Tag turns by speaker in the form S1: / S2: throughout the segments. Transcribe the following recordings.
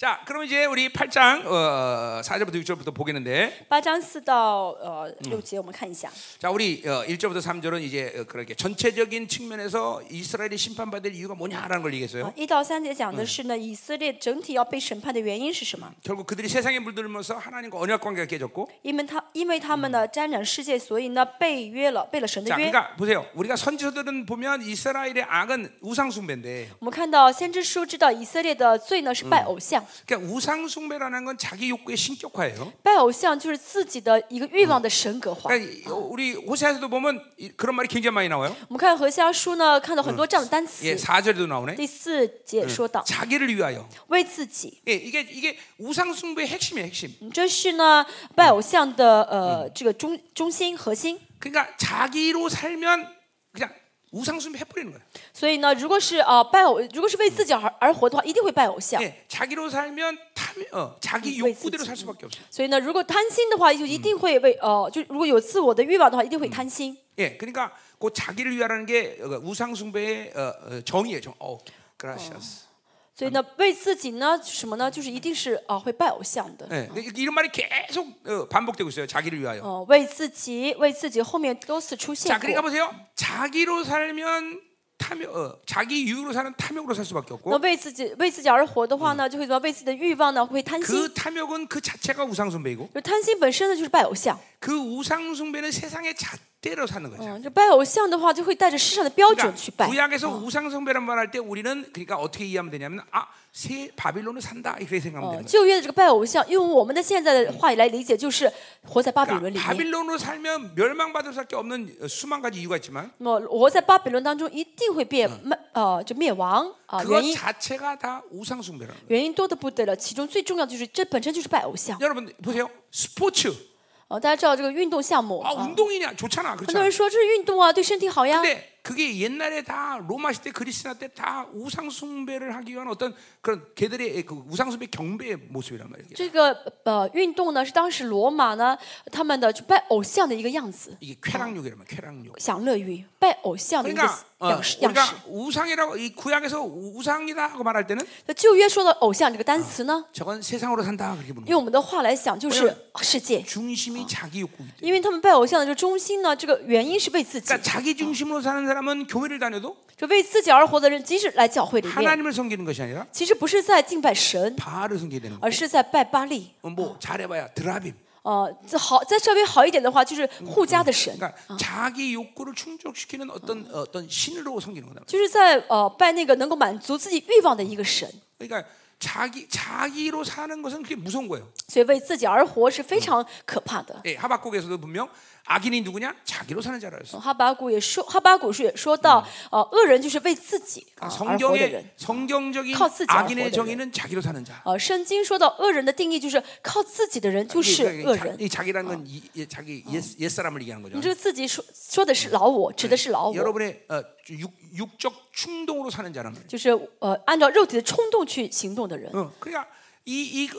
S1: 자, 그럼 이제 우리 8장 어, 4절부터 6절부터 보겠는데,
S2: 八章四到呃六节，我们看一下。
S1: 자, 우리 어, 1절부터 3절은 이제 어, 그렇게 전체적인 측면에서 이스라엘이 심판받을 이유가 뭐냐라는 걸 얘기했어요.
S2: 啊一到三节讲的是呢，以色列整体要被审判的原因是什么？
S1: 결국 그들이 세상에 물들면서 하나님과 언약 관계가 깨졌고,
S2: 因为他因为他们呢沾染世界，所以呢被约了，背了神的
S1: 자,
S2: 约。
S1: 그러니까 보세요. 우리가 선지서들은 보면 이스라엘의 악은 우상 숭배인데,
S2: 我们看到先知书知道以色列的罪呢是拜偶像，
S1: 그러니까 우상 숭배라는 건 자기 욕구의 신격화예요.
S2: 拜偶像就是自己的一个欲望的神格化。
S1: 그러니까 이- 우리 호세아서도 보면 이- 그런 말이 굉장히 많이 나와요.
S2: 我们看何西阿书呢，看到很多这样的单词。
S1: 예, 4절에도 나오네.
S2: 第四节说到
S1: 자기를 위하여.
S2: 为自己，
S1: 예, 이게 이게 우상 숭배의 핵심이에요, 핵심.
S2: 嗯这是呢拜偶像的呃这个中中心核心。
S1: 그러니까 자기로 살면 그냥 우상 숭배 해버리는 거예요.
S2: 所以呢，如果是呃拜偶，如果是为自己而而活的话，一定会拜偶像。
S1: 예, 자기로 살면 탐, 어, 자기
S2: 음, 왜
S1: 욕구대로
S2: 쓰지?
S1: 살 수밖에 없어요.
S2: 所以呢，如果贪心的话，就一定会为呃，就如果有自我的欲望的话，一定会贪心。
S1: 예, 그러니까 그 자기를 위하라는 게 어, 우상 숭배의 어, 어, 정의예요. 정, 어, 그라시아스.
S2: 所以呢，为自己呢什么呢？就是一定是啊、呃会拜偶像的。
S1: 예, 근데 이런 말이 계속 어, 반복되고 있어요. 자기를 위하여.
S2: 哦、为自己，为自己，后面多次出现
S1: 자,
S2: 过
S1: 그러니까 。 보세요. 자기로 살면 탐욕, 어, 자기 유로 사는 탐욕으로 살 수밖에
S2: 那
S1: 없고
S2: 为自己为自己而活的话呢，就会怎么样？为自己的欲望呢，会贪心。
S1: 그 탐욕은 그 자체가 우상 숭배이고
S2: 就贪心本身呢，就是拜偶像。
S1: 그 우상 숭배는 세상의 잣대로 사는 거죠.
S2: 嗯，这拜偶像的话，就会带着世上的标准去
S1: 그러니까
S2: 拜。
S1: 구약에서 우상 숭배란 말할 때 우리는 그러니까 어떻게 이해하면 되냐면 아새 바빌론을 산다 이렇게 생각하면 되는
S2: 呃，
S1: 거예요.
S2: 旧约的这个拜偶像，用我们的现在的话语来理解，就是活在巴比伦里
S1: 그러니까
S2: 面。
S1: 바빌론으로 살면 멸망받을 수밖에 없는 어, 수만 가지 이유가 있지만
S2: 那么活在巴比伦当中，一定会变灭，呃，就灭亡啊、
S1: 그것
S2: 原因
S1: 자체가 다 우상 숭배라는 거예요.
S2: 原因多得不得了，其中最重要就是这本身就是拜偶像。
S1: 여러분 보세요. 스포츠
S2: 哦，大家知道这个运动项目，
S1: 아
S2: 啊
S1: 운동이냐 좋잖아
S2: 很多人
S1: 그렇죠.
S2: 说这是运动啊，对身体好呀。
S1: 근데 그게 옛날에 다 로마 시대 그리스나 때 다 우상 숭배를 하기 위한 어떤 그런 걔들의 그 우상 숭배 경배의 모습이란 말이에요.
S2: 这个呃运动呢，是当时罗马呢他们的去拜偶像的一个样子，
S1: 이게 쾌락욕이란 말이에요. 쾌락욕.
S2: 享乐欲，拜偶像的一个
S1: 그러니까 어,
S2: 样式样式。
S1: 우리가 우상이라고 이 구약에서 우상이다 하고 말할 때는
S2: 那旧约说的偶像这个单词呢，
S1: 저건 세상으로 산다 그렇게 보는 거예요.
S2: 嗯
S1: 아.
S2: 用我们的话来想，就是啊世界，
S1: 중심이 자기 욕구이기 때문에.
S2: 因为他们拜偶像的这个中心呢，这个原因是为自己，
S1: 그러니까 자기 중심으로 사는 사람은 교회를 다녀도
S2: 就为自己而活的人，即使来教会
S1: 예,
S2: 里面，
S1: 하나님을 섬기는 것이 아니라
S2: 其实不是在敬拜神，
S1: 바알을 섬기게 되는 거예요.
S2: 而是在拜巴利。
S1: 어, 뭐 잘해봐야 드라빔.
S2: 呃，这好，再稍微好一点的话，就是护家的神，
S1: 그러니까 자기 욕구를 충족시키는 어떤 어. 떤 신으로 섬기는 거다.
S2: 就是在呃拜那个能够满足自己欲望的一个神。
S1: 그러니까 자기 자기로 사는 것은 그게 무서운 거예요.
S2: 所以为自己而活是非常可怕的。
S1: 예, 하박국에서도 분명 악인이 누구냐? 자기로 사는 자라 했어.
S2: 呃哈巴谷也说，哈巴谷是也说到，呃，恶人就是为自己
S1: 아,
S2: 啊而活的人。
S1: 그러니까 성경의 성경적인
S2: 靠自己而活的
S1: 악인의 정의는 자기로 사는 자.
S2: 呃，圣经说到恶人的定义就是靠自己的人就
S1: 이게
S2: 是
S1: 그러니까
S2: 恶
S1: 자-
S2: 人。
S1: 이 자기라는 건 이- 이 자기 옛 사람을 얘기하는 거죠.
S2: 你这个自己说说的是老我，指的是老我，
S1: 여러분의 어, 육, 육적 충동으로 사는 자란 말이에요.
S2: 就是呃按照肉体的冲动去行动的人。
S1: 어, 그러니까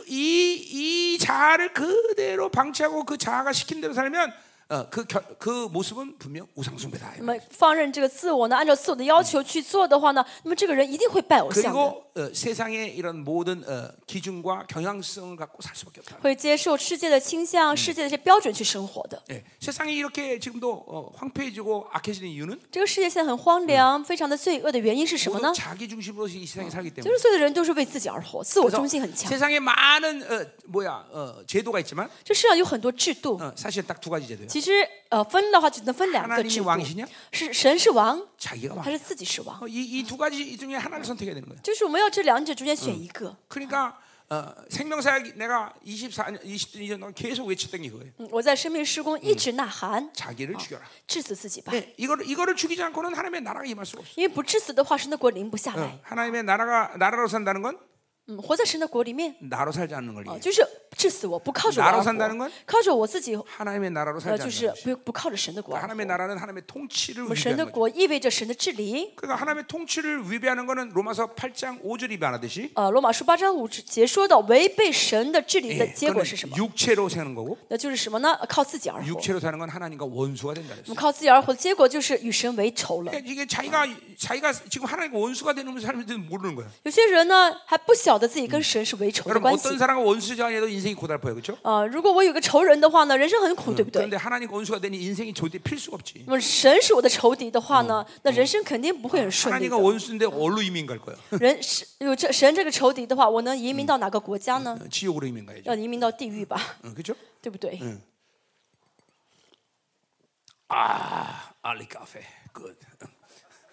S1: 이이이 자아를 그대로 방치하고 그 자아가 시킨 대로 살면 어, 그, 겨, 그 모습은 분명 우상숭배다.
S2: 那么放任这个自我呢，按照自我的要求去做的话呢，那么这个人一定会拜偶像的，
S1: 그리고 어, 세상의 이런 모든 어, 기준과 경향성을 갖고 살 수밖에 없다.
S2: 会接受世界的倾向、世界的这些标准去生活的。
S1: 예, 세상이 이렇게 지금도 어, 황폐해지고 악해지는 이유는
S2: 这个世界现在很荒凉，非常的罪恶的原因是什么
S1: 모두
S2: 呢？
S1: 자기 중심으로 이 세상에 살기
S2: 就
S1: 때문에.
S2: 是所有的人都是为自己而活，自我中心很
S1: 그래서
S2: 强。
S1: 세상에 많은 어, 뭐야 어, 제도가 있지만
S2: 这世上有很多制度，
S1: 어, 사실 딱 두 가지 제도예요.
S2: 其实呃分的话只能分两个
S1: 하나님이
S2: 制度，
S1: 왕이시냐?
S2: 是神是王，
S1: 자기가
S2: 还
S1: 왕.
S2: 是自己是王？
S1: 이이 두 가지 이 중에 하나를 선택해야 되는 거예요.
S2: 就是我们要这两者中间选一个。
S1: 그러니까 어, 생명사역 내가 24년 20년 동안 계속 외쳤던 게 그거예요.
S2: 嗯，我在生命施工一直呐喊，啊
S1: 자기를 죽여라.
S2: 致死自己吧，
S1: 네, 이거를 이거를 죽이지 않고는 하나님의 나라가 임할 수가 없어.
S2: 因为不致死的话，神的国临不下来。
S1: 하나님의 나라가 나라로 산다는 건
S2: 嗯，活在神的国里面，
S1: 나로 살지 않는 걸
S2: 啊，
S1: 얘기해.
S2: 就是致死我不靠着我
S1: 나로
S2: 而活
S1: 산다는건 ，
S2: 靠着我自己，
S1: 하나님의 나라로 살지
S2: 呃，就
S1: 않는
S2: 是
S1: 거지.
S2: 不不靠着神的国而活。
S1: 하나님의 나라는 하나님의 통치를
S2: 我们神的
S1: 위배하는 거죠.
S2: 国意味着神的治理。
S1: 그러니까 하나님의 통치를 위배하는 거는 로마서 8장 5절 위배하듯이
S2: 呃，罗马书八章五节说到违背神的治理的
S1: 예,
S2: 结果是什
S1: 그거는
S2: 么？
S1: 육체로 사는 거고
S2: 那就是什么呢？呃靠自己而活。
S1: 육체로 사는 건 하나님과 원수가 된다
S2: 我
S1: 그랬어요.
S2: 们靠自己而活的结果就是与神为仇
S1: 哎
S2: 了。
S1: 그러니까 이게 자기가 자기가 지금 하나님과 원수가 되는 사람들은 모르는 거야.
S2: 有些人呢还不晓得自己跟神是为仇的
S1: 여러분
S2: 关系
S1: 어떤 。 사람과 원수지 아니라도 인생이 고달퍼요, 그렇죠?
S2: 啊、如果我有个仇人的话呢，人生很苦，对不对？
S1: 그런데 하나님과 원수가 되니 인생이 절대 필수가 없지.
S2: 那么神是我的仇敌的话呢，那人生肯定不会很顺利
S1: 하나님과
S2: 的。
S1: 원수인데 어디로 이민 갈 거야?
S2: 人是有这神这个仇敌的话，我能移民到哪个国家呢？
S1: 어, 지옥으로 이민 가야죠.
S2: 要移民到地狱吧，
S1: 응, 그렇죠?
S2: 对不对？
S1: 아, 알리 카페. 굿.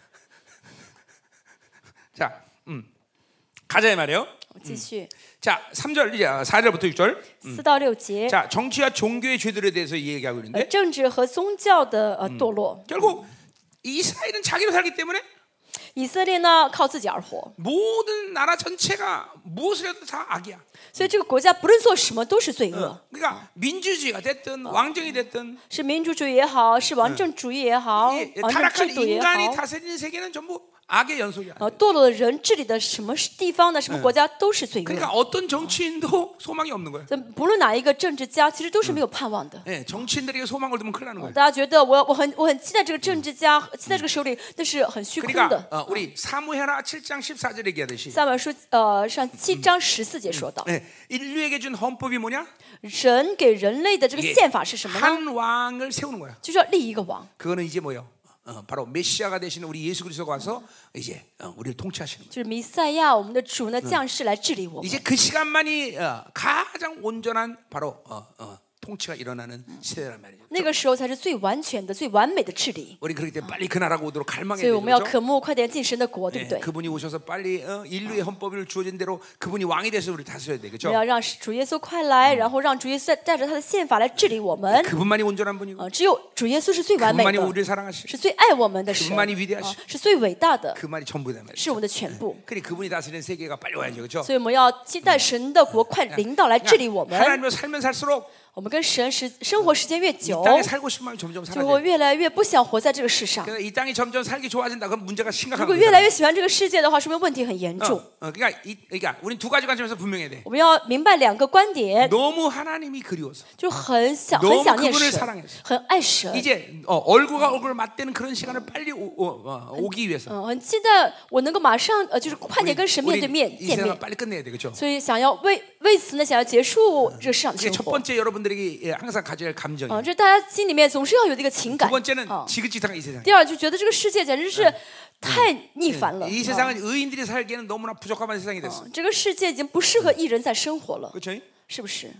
S1: 자, 음. 가자 이 말이에요.
S2: 我继续
S1: 자 3절 이제 아, 4절부터 6절.
S2: 四到六节，
S1: 자 정치와 종교의 죄들에 대해서 얘기하고
S2: 呃
S1: 있는데
S2: 政治和宗教的呃堕落。
S1: 결국 이스라엘은 자기로 살기 때문에
S2: 以色列呢靠自己而活，
S1: 모든 나라 전체가 무엇을 해도 다 악이야.
S2: 所以这个国家不论做什么都是罪恶，
S1: 그러니까 민주주의가 됐든 왕정이 됐든
S2: 是民主主义也好，是王政主义也好，
S1: 이- 이
S2: 王政
S1: 타락한
S2: 制度也好，
S1: 인간이 다스리는 세계는 전부 악의 연속이야.
S2: 呃，堕落的人治理的什么地方呢？什么国家都是罪恶
S1: 그러니까 。 어떤 정치인도 소망이 없는 거야.
S2: 所以不论哪一个政治家，其实都是没有盼望的。
S1: 예, 정치인들에게 소망을 두면 큰일 나는 거야.
S2: 大家觉得我我很我很期待这个政治家，期待这个首领，但是很虚空
S1: 그러니까
S2: 的。
S1: 어, 우리 사무해라 7장 14절 얘기하듯이
S2: 下面书呃上七章十四节说到，
S1: 예, 인류에게 준 헌법이 뭐냐?
S2: 神给人类的这个
S1: 이게
S2: 宪法是什么呢？
S1: 한 왕을 세우는 거야.
S2: 就是要立一个王，
S1: 그거는 이제 뭐요? 어, 바로 메시아가 되시는 우리 예수 그리스도가 와서 이제 어, 우리를 통치하시는 거예요.
S2: 就是弥赛亚我们的主呢降世来治理我们。
S1: 이제 그 시간만이 어, 가장 온전한 바로 어, 어, 통치가 일어나는 시대란 말이죠.
S2: 那个时候才是最完全的、最完美的治理。
S1: 우리 그렇기 때문에 빨리 그 나라가 오도록 갈망해야
S2: 所以我们要
S1: 되죠. 그렇죠?
S2: 渴慕快点进神的国，对
S1: 예,
S2: 不对？我
S1: 그분이 오셔서 빨리 어, 인류의 헌법을 주어진 대로 그분이 왕이 돼서 그렇죠? 우리 다스려야 되겠죠.
S2: 们要让主耶稣快来，然后让主耶稣带带着他的宪法来治理我们。
S1: 그분만이 온전한 분이고
S2: 啊，只有主耶稣是最完美
S1: 그분만이
S2: 的，
S1: 우리를 사랑하시고
S2: 是最爱我们的神，
S1: 그분만이위대하시
S2: 啊是最伟大的，
S1: 그만이 전부다 말이죠.
S2: 是我们的全部。
S1: 그니 그분이 다스리는 세계가 빨리 와야죠, 그렇죠? 그러니까
S2: 所以我们要期待神的国快领导嗯来嗯治理我们。
S1: 하나님을 살면 살수록
S2: 我们跟神时生活时间越
S1: 이
S2: 久，
S1: 땅에 살고 싶은 마음이 점점
S2: 就会
S1: 사라져.
S2: 越来越不想活在这个世上。
S1: 그러니까 이 땅이 점점 살기 좋아진다. 그럼 문제가
S2: 如
S1: 심각한
S2: 果越来
S1: 거죠.
S2: 越喜欢这个世界的话，说明问题很严
S1: 어,
S2: 重。
S1: 어, 그러니까 이, 그러니까 우린 두 가지 관점에서 분명해야 돼.
S2: 我们要明白两个观点，
S1: 너무 하나님이 그리워서
S2: 就很想
S1: 너무
S2: 很想念
S1: 그분을
S2: 神
S1: 사랑해서 ，
S2: 很爱神，
S1: 이제 어, 얼굴과 얼굴을 맞대는 그런 시간을 빨리 오, 오, 어, 오기 위해서
S2: 嗯，很期待我能够马上呃，就是快点跟神面对
S1: 우리
S2: 面
S1: 이
S2: 见
S1: 세상을
S2: 面。
S1: 빨리 끝내야 돼, 그렇죠?
S2: 所以想要为为此呢，想要结束这个世上的
S1: 이게
S2: 生
S1: 첫
S2: 活。
S1: 번째 여러분들에게 예, 항상 가져야 할 감정이.
S2: 啊，这大家心里面总是要有这个情
S1: 두
S2: 感。
S1: 번째는
S2: 啊，
S1: 지긋지긋한 이 세상.
S2: 第二就觉得这个世界简直是太逆反了。
S1: 嗯 이
S2: 啊
S1: 세상은 의인들이 살기에는 너무나 부족한 세상이 어. 됐어.
S2: 这个世界已经不适合一人在生活了，
S1: 그렇죠?
S2: 是不是？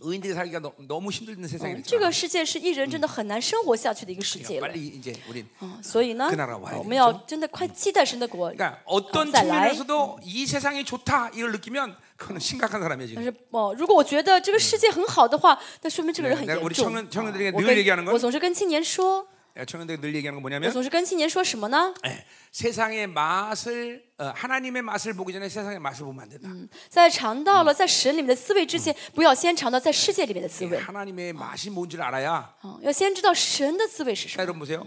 S1: 의인들이 살기가 너, 너무 힘든 세상이
S2: 这
S1: 됐어. 그러니까
S2: 个世界是一人真的很难生活下去的一个世界了。
S1: 빨리 이제 우린
S2: 嗯所以呢
S1: 그，나라로와야
S2: 我
S1: 되겠죠
S2: 们要真的快期待神的国。呃
S1: 그러니까 어떤
S2: 어, 잘 나이?
S1: 측면에서도 이 세상이 좋다 이걸 느끼면 그거는 심각한 사람이야 지금.
S2: 但是哦，如果我觉得这个世界很好的话，那说明这个人很
S1: 내가우리
S2: 严重。
S1: 청년청년들에게
S2: 啊
S1: 늘
S2: 我
S1: 얘기하는건
S2: 跟我总是跟青年说，
S1: 예, 청년들이 늘 얘기하는 건
S2: 我
S1: 뭐냐면
S2: 总是跟青年说什么呢？
S1: 예, 세상의 맛을 어, 하나님의 맛을 보기 전에 세상의 맛을 보면 안
S2: 음.
S1: 된다.
S2: 在尝到了在神里面的滋味之前，不要先尝到在世界里面的滋
S1: 예,
S2: 味，
S1: 하나님의 맛이 뭔지를 알아야.
S2: 啊，要先知道神的滋味是
S1: 자
S2: 什么。
S1: 여러분 보세요.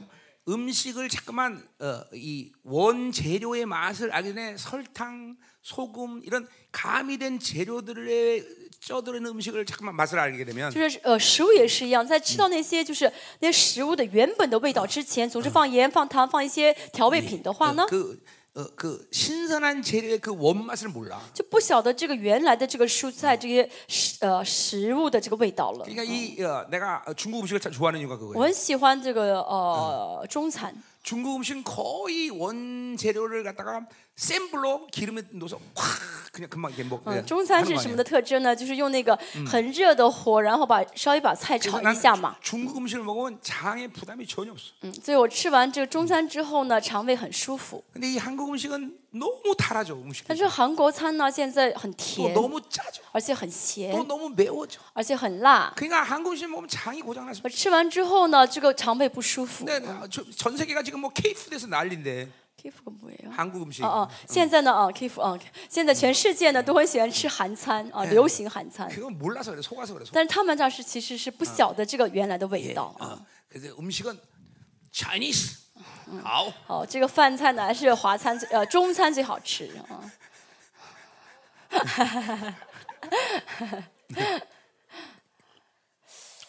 S1: 음식을 자꾸만 어, 이 원재료의 맛을 알기 전에 설탕, 소금 이런 가미된 재료들에 쪄들은 음식을 자꾸만 맛을 알게 되면
S2: 就是呃，食物也是一样，在吃到那些就是那些食物的原本的味道之前，总是放盐、放糖、放一些调味品的话呢，
S1: 그, 어, 그 신선한 재료의 그 원맛을 몰라.
S2: 就不晓得这个原来的这个蔬菜这些食呃食物的这个味道了。
S1: 그러니까 이 어, 내가 중국 음식을 참 좋아하는 이유가
S2: 我
S1: 그거예요.
S2: 很喜欢这个呃中餐，
S1: 중국 음식은 거의 원재료를 갖다가 센 불로 기름에 넣어서 확 그냥 금방 이렇게 예. 먹.
S2: 嗯，中餐是什么的特征呢？就是用那个很热的火，然后把稍微把菜炒
S1: 哎
S2: 一下嘛。
S1: 중국 음식을 먹으면 장에 부담이 전혀 없어.
S2: 嗯，所以我吃完这个中餐之后呢，肠胃很舒服。
S1: 근데 이 한국 음식은 너무 달아져 음식.
S2: 但是韩国餐呢，现在很
S1: 또
S2: 甜，
S1: 너무 짜져.
S2: 而且很
S1: 또
S2: 咸，
S1: 너무 매워져.
S2: 而且很辣。
S1: 그러니까 한국 음식 먹으면 장이 고장 났어.
S2: 我吃完之后呢，这个肠胃不舒服。
S1: 근데 아, 저- 전 세계가 지금 뭐 케이푸드에서 난리인데
S2: K f 不一样。
S1: 한국 음식.
S2: 哦哦，现在呢，哦 K f 哦，现在全世界呢都很喜欢吃韩餐啊，流行韩餐。
S1: 그건 몰라서 그래 속아서 그래. 속.
S2: 但是他们那是其实是不晓得这个原来的味道。啊
S1: 어. 그래서 음식은 Chinese. 아우.
S2: 哦，这个饭菜呢还是华餐最呃中餐最好吃啊。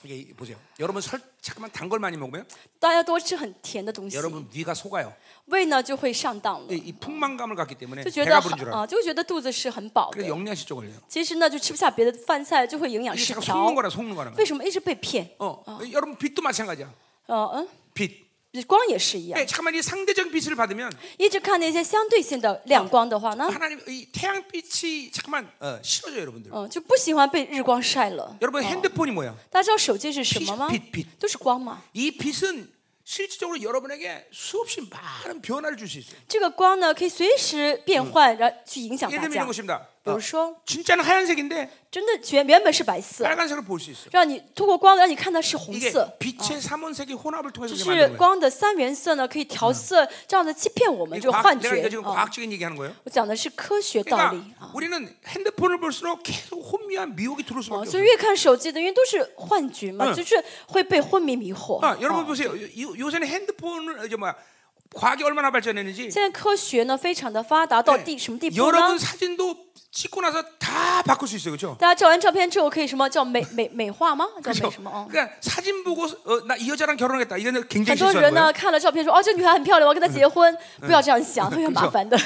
S1: 이게 보세요. 여러분 설, 잠깐만 단 걸 많이 먹으면
S2: 大家多吃很甜的东西，
S1: 여러분 위가 속아요.
S2: 胃呢就会上当了
S1: 이 ， 풍만감을 갖기 때문에
S2: 就觉得
S1: 배가 부른 줄
S2: 好啊、
S1: 알아요.
S2: 就会觉得肚子是很饱
S1: 그래서
S2: 的。
S1: 영양실 쪽을 해요.
S2: 其实呢，就吃不下别的饭菜，就会营养
S1: 이게
S2: 失
S1: 제가
S2: 调
S1: 속는 。 거라 속는 거라는 거예요.
S2: 为什么一直被骗？
S1: 어, 여러분 빛도 마찬가지야.
S2: 呃嗯，
S1: 빛.
S2: 光也是一样
S1: 예, ， 잠깐만 이 상대적인 빛을 받으면
S2: 一直看那些相对性的亮光的话呢，
S1: 하나님 이 태양 빛이 잠깐만 어, 싫어져 어. 여러분들.
S2: 嗯、就不喜欢被日光晒了。
S1: 여러분 핸드폰이 뭐야?
S2: 大家知道手机是什么吗
S1: 빛빛빛 ？
S2: 都是光嘛。
S1: 이 빛은 실질적으로 여러분에게 수없이 많은 변화를 줄 수 있어요.
S2: 这个光呢，可以随时变换，然后去影响
S1: 예를
S2: 大
S1: 들면
S2: 家
S1: 이런 。 것입니다.
S2: 比
S1: 어,
S2: 如说，
S1: 진짜는 하얀색인데
S2: 真的原原本是白色，
S1: 빨간색을 볼 수 있어.
S2: 让你通过光让你看到是红
S1: 이게
S2: 色，
S1: 빛의 삼원색의 혼합을 통해서
S2: 就
S1: 이렇게 만든
S2: 是
S1: 거예요.
S2: 光的三原色呢，可以调色，这样的欺骗我们
S1: 이게
S2: 嗯这个
S1: 과학-
S2: 幻
S1: 내가
S2: 觉
S1: 이거 지금
S2: 啊。
S1: 과학적인 얘기하는 거예요.
S2: 我讲的是科学道理
S1: 그러니까
S2: 啊。
S1: 우리는 핸드폰을 볼수록 계속 혼미한 미혹이 들어올 수밖에
S2: 啊
S1: 없어요.
S2: 所以越看手机的，因为都是幻觉嘛，
S1: 嗯
S2: 就是会被昏迷迷惑。
S1: 아,
S2: 啊
S1: 여러분 보세요. 요, 요새는 핸드폰을 이제 뭐 과학이 얼마나 발전했는지 네.
S2: 现在科学呢非常的发达，到地什么地步
S1: 여러분
S2: 呢？
S1: 사진도 찍고 나서 다 바꿀 수 있어요. 그렇죠?
S2: 大家照完照片之后可以什么叫美美美化吗？叫美什么？哦，
S1: 그러니까 사진 보고 어, 나 이 여자랑 결혼하겠다. 이거는
S2: 很
S1: 굉장히
S2: 多
S1: 실수하는
S2: 人
S1: 거예요.
S2: 呢看了照片说哦这女孩很漂亮，我要跟她结婚。不要这样想，会很麻 烦的。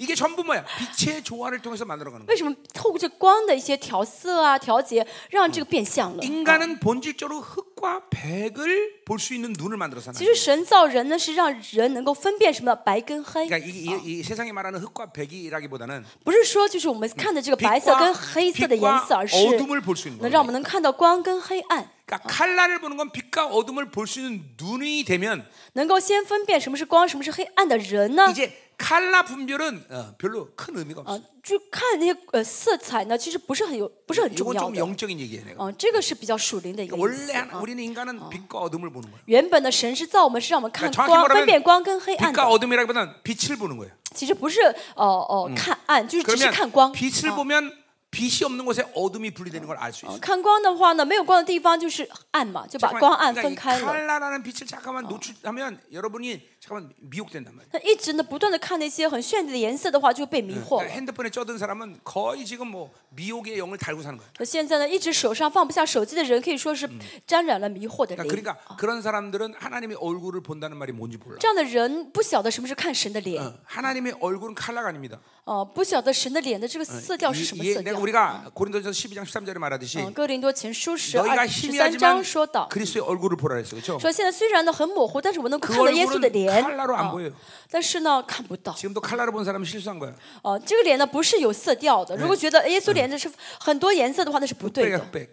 S1: 이게 전부 뭐야? 빛의 조화를 통해서 만들어가는 거예요.
S2: 为什么透过这光的一些调色啊、调节，让这个变相了？
S1: 인간은 본질적으로 흙과 백을 볼 수 있는 눈을 만들어 사는
S2: 其
S1: 거예요.
S2: 实神造人呢，是让人能够分辨什么白跟黑，
S1: 그러니까 이, 이, 이 세상에 말하는 흙과 백이라기보다는
S2: 不是说就是我们看的这个白色
S1: 빛과,
S2: 跟黑色的颜
S1: 빛과
S2: 色，而是
S1: 어둠을 볼 수 있는 거예요.
S2: 能让我们能看到光跟黑暗，
S1: 그러니까 칼라를 보는 건 빛과 어둠을 볼 수 있는 눈이 되면
S2: 能够先分辨什么是光，什么是黑暗的人呢？
S1: 이제 칼라 분별은 어, 별로 큰 의미가
S2: 啊
S1: 어. 없어. ，
S2: 就看那些呃色彩呢，其实不是很有，不是很重
S1: 이건
S2: 要
S1: 좀
S2: 的。
S1: 영적인 얘기예요. 내가.
S2: 啊，这个是比较属灵的一个
S1: 그러니까
S2: 意思
S1: 원래
S2: 啊
S1: 하나- 。 우리는 인간은 빛과 어둠을 보는 거예요.
S2: 原本的神是造我们，是让我们看
S1: 그러니까
S2: 光，
S1: 정확히
S2: 分辨光跟
S1: 말하면
S2: 黑暗的
S1: 빛과 。 어둠이라기보다는 빛을 보는 거예요.
S2: 其实不是哦哦看暗，就是只是
S1: 그러면
S2: 看光。
S1: 빛을
S2: 啊
S1: 보면 빛이 없는 곳에 어둠이 분리되는 걸 알 수 어. 있어요.
S2: 看光的话呢，没有光的地方就是暗嘛，啊就把光暗
S1: 잠깐만,
S2: 分
S1: 그러니까
S2: 开
S1: 이
S2: 了。
S1: 칼라라는 어. 빛을 잠깐만 노출하면 여러분이 잠깐만 미혹된단 말이에요.
S2: 那一直呢不断的看那些很绚丽的颜色的话，就会被迷惑
S1: 그러니까
S2: 了。
S1: 핸드폰에 쩌든 사람은 거의 지금 뭐 미혹의 영을 달고 사는 거예요.
S2: 那现在呢，一直手上放不下手机的人，可以说是沾染了迷惑的
S1: 그러니까,
S2: 灵。
S1: 그러니까 그런 사람들은 하나님의 얼굴을 본다는 말이 뭔지 몰라.
S2: 这样的人不晓得什么是看神的脸，
S1: 어, 하나님의 얼굴은 칼라가 아닙니다.
S2: 哦，不晓得神的脸的这个色调是
S1: 이-
S2: 什么
S1: 이게 어, 그렇죠.
S2: 色
S1: 내가
S2: 调。嗯
S1: 우리가 고린도전서 12장 13절에 말하듯이
S2: 嗯，哥林多前书十
S1: 너희가
S2: 二十三章
S1: 희미하지만
S2: 说到，
S1: 그리스도의 얼굴을 보라 그랬어 그렇죠?
S2: 说现在虽然呢很模糊，但是我能够
S1: 그
S2: 看到耶稣的
S1: 얼굴은
S2: 脸，啊
S1: 칼라로 안 보여요.
S2: 但是呢看不到。
S1: 지금도 칼라로 본 사람은 실수한 거야. 어,
S2: 哦，这个脸呢不是有色调的。如果觉得耶稣脸这是很多颜色的话，那是嗯不对
S1: 흑백이야
S2: 的。
S1: 흑백.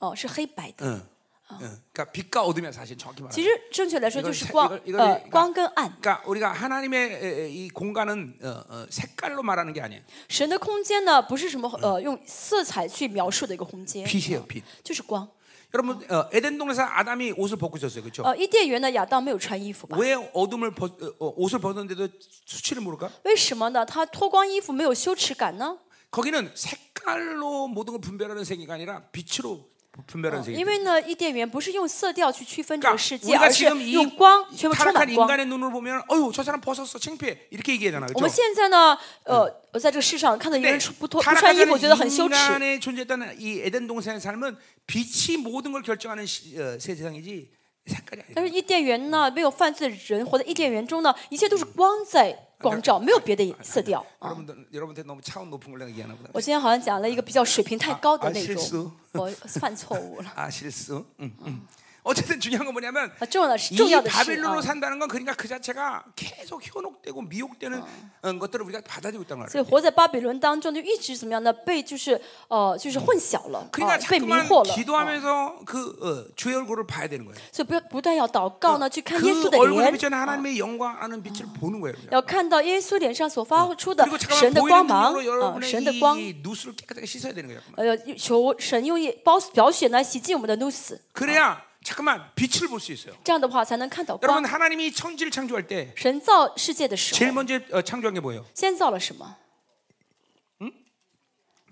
S2: 哦，是黑白的。
S1: 응. 응. 그러니까 빛과 어둠이야 사실 정확히 말하면.
S2: 其实正确来说
S1: 이걸
S2: 就是
S1: 세
S2: 光，
S1: 이걸이걸
S2: 呃
S1: 그러니，까
S2: 光跟暗。
S1: 그러니까 우리가 하나님의 에, 에, 이 공간은 어, 어, 색깔로 말하는 게 아니에요.
S2: 神的空间呢不是什么呃用色彩去描述的一个空间，
S1: 빛이에요, 빛.
S2: 就是光。
S1: 여러분 어, 에덴 동네에서 아담이 옷을 벗고 있었어요, 그렇죠?
S2: 呃，伊甸园呢亚当没有穿衣服吧？
S1: 왜 어둠을 벗, 어, 어, 옷을 벗었는데도 수치를 모를까?
S2: 为什么呢？他脱光衣服没有羞耻感呢？
S1: 거기는 색깔로 모든 걸 분별하는 세계가 아니라 빛으로 분별하는 세계.
S2: 因为呢，伊甸园不是用色调去区分这个
S1: 그러니까
S2: 世界，
S1: 우리가
S2: 而是
S1: 지금 이
S2: 用光，全部充
S1: 타락한
S2: 满光。
S1: 인간의 눈으로 보면, 어유 저 사람 벗었어, 창피해 이렇게 얘기하잖아,
S2: 我
S1: 그렇죠?
S2: 们现在呢，呃，我在这个世上看到一
S1: 네.
S2: 个人穿不脱不穿衣服，觉得很羞耻。
S1: 인간의 존재했다는 이 에덴 동산의 삶은 빛이 모든 걸 결정하는 시, 어, 세상이지 색깔이
S2: 但
S1: 아니야.
S2: 是伊甸园呢，没有犯罪的人活在伊甸园中呢，一切都是光
S1: 哎
S2: 在光照，没有别的色调
S1: 어.
S2: 啊。
S1: 여러분들 여러분한테 너무 차원 높은 걸 내가 얘기하나 보다.
S2: 我今天好像讲了一个比较水平太高的
S1: 啊
S2: 内
S1: 是是
S2: 容，我犯错误了。
S1: 아 실수. 응, 응. 어쨌든 중요한 건 뭐냐면
S2: 啊，重要的是
S1: 이
S2: 重要的是
S1: 바빌론으로
S2: 啊，
S1: 산다는 건 그러니까 그 자체가 계속 현혹되고 미혹되는 어, 그 것들을 우리가 받아들이고 있다는 거예요.
S2: 所以活在巴比伦当中就一直怎么样呢？被就是呃就是混淆了，啊
S1: 그러니까 ，
S2: 被迷
S1: 자꾸만
S2: 惑了。啊
S1: 기도하면서 그 어, 주의 얼굴을 봐야 되는 거예요.
S2: 所以不要不断要祷告
S1: 啊
S2: 呢，去看耶稣
S1: 그
S2: 的
S1: 얼굴에
S2: 脸，
S1: 비치는 어. 음. 하나님의 영광하는 빛을 보는 거예요. 그냥.
S2: 要看到耶稣脸上所发出的
S1: 그리고 잠깐만
S2: 神的
S1: 보이는
S2: 光芒
S1: 눈으로
S2: 啊，
S1: 여러분의
S2: 神的光。
S1: 이 누수를 깨끗하게 어, 씻어야 되는 거예요.
S2: 呃，求神用一包表血呢洗净我们的 n u s
S1: 그래야 잠깐만 빛을 볼 수 있어요.
S2: 这样的话才能看到光
S1: 여러분 。 하나님이 천지를 창조할 때
S2: 神造世界的时
S1: 제일
S2: 候，
S1: 먼저 어, 창조한 게 뭐예요?
S2: 先造了什么？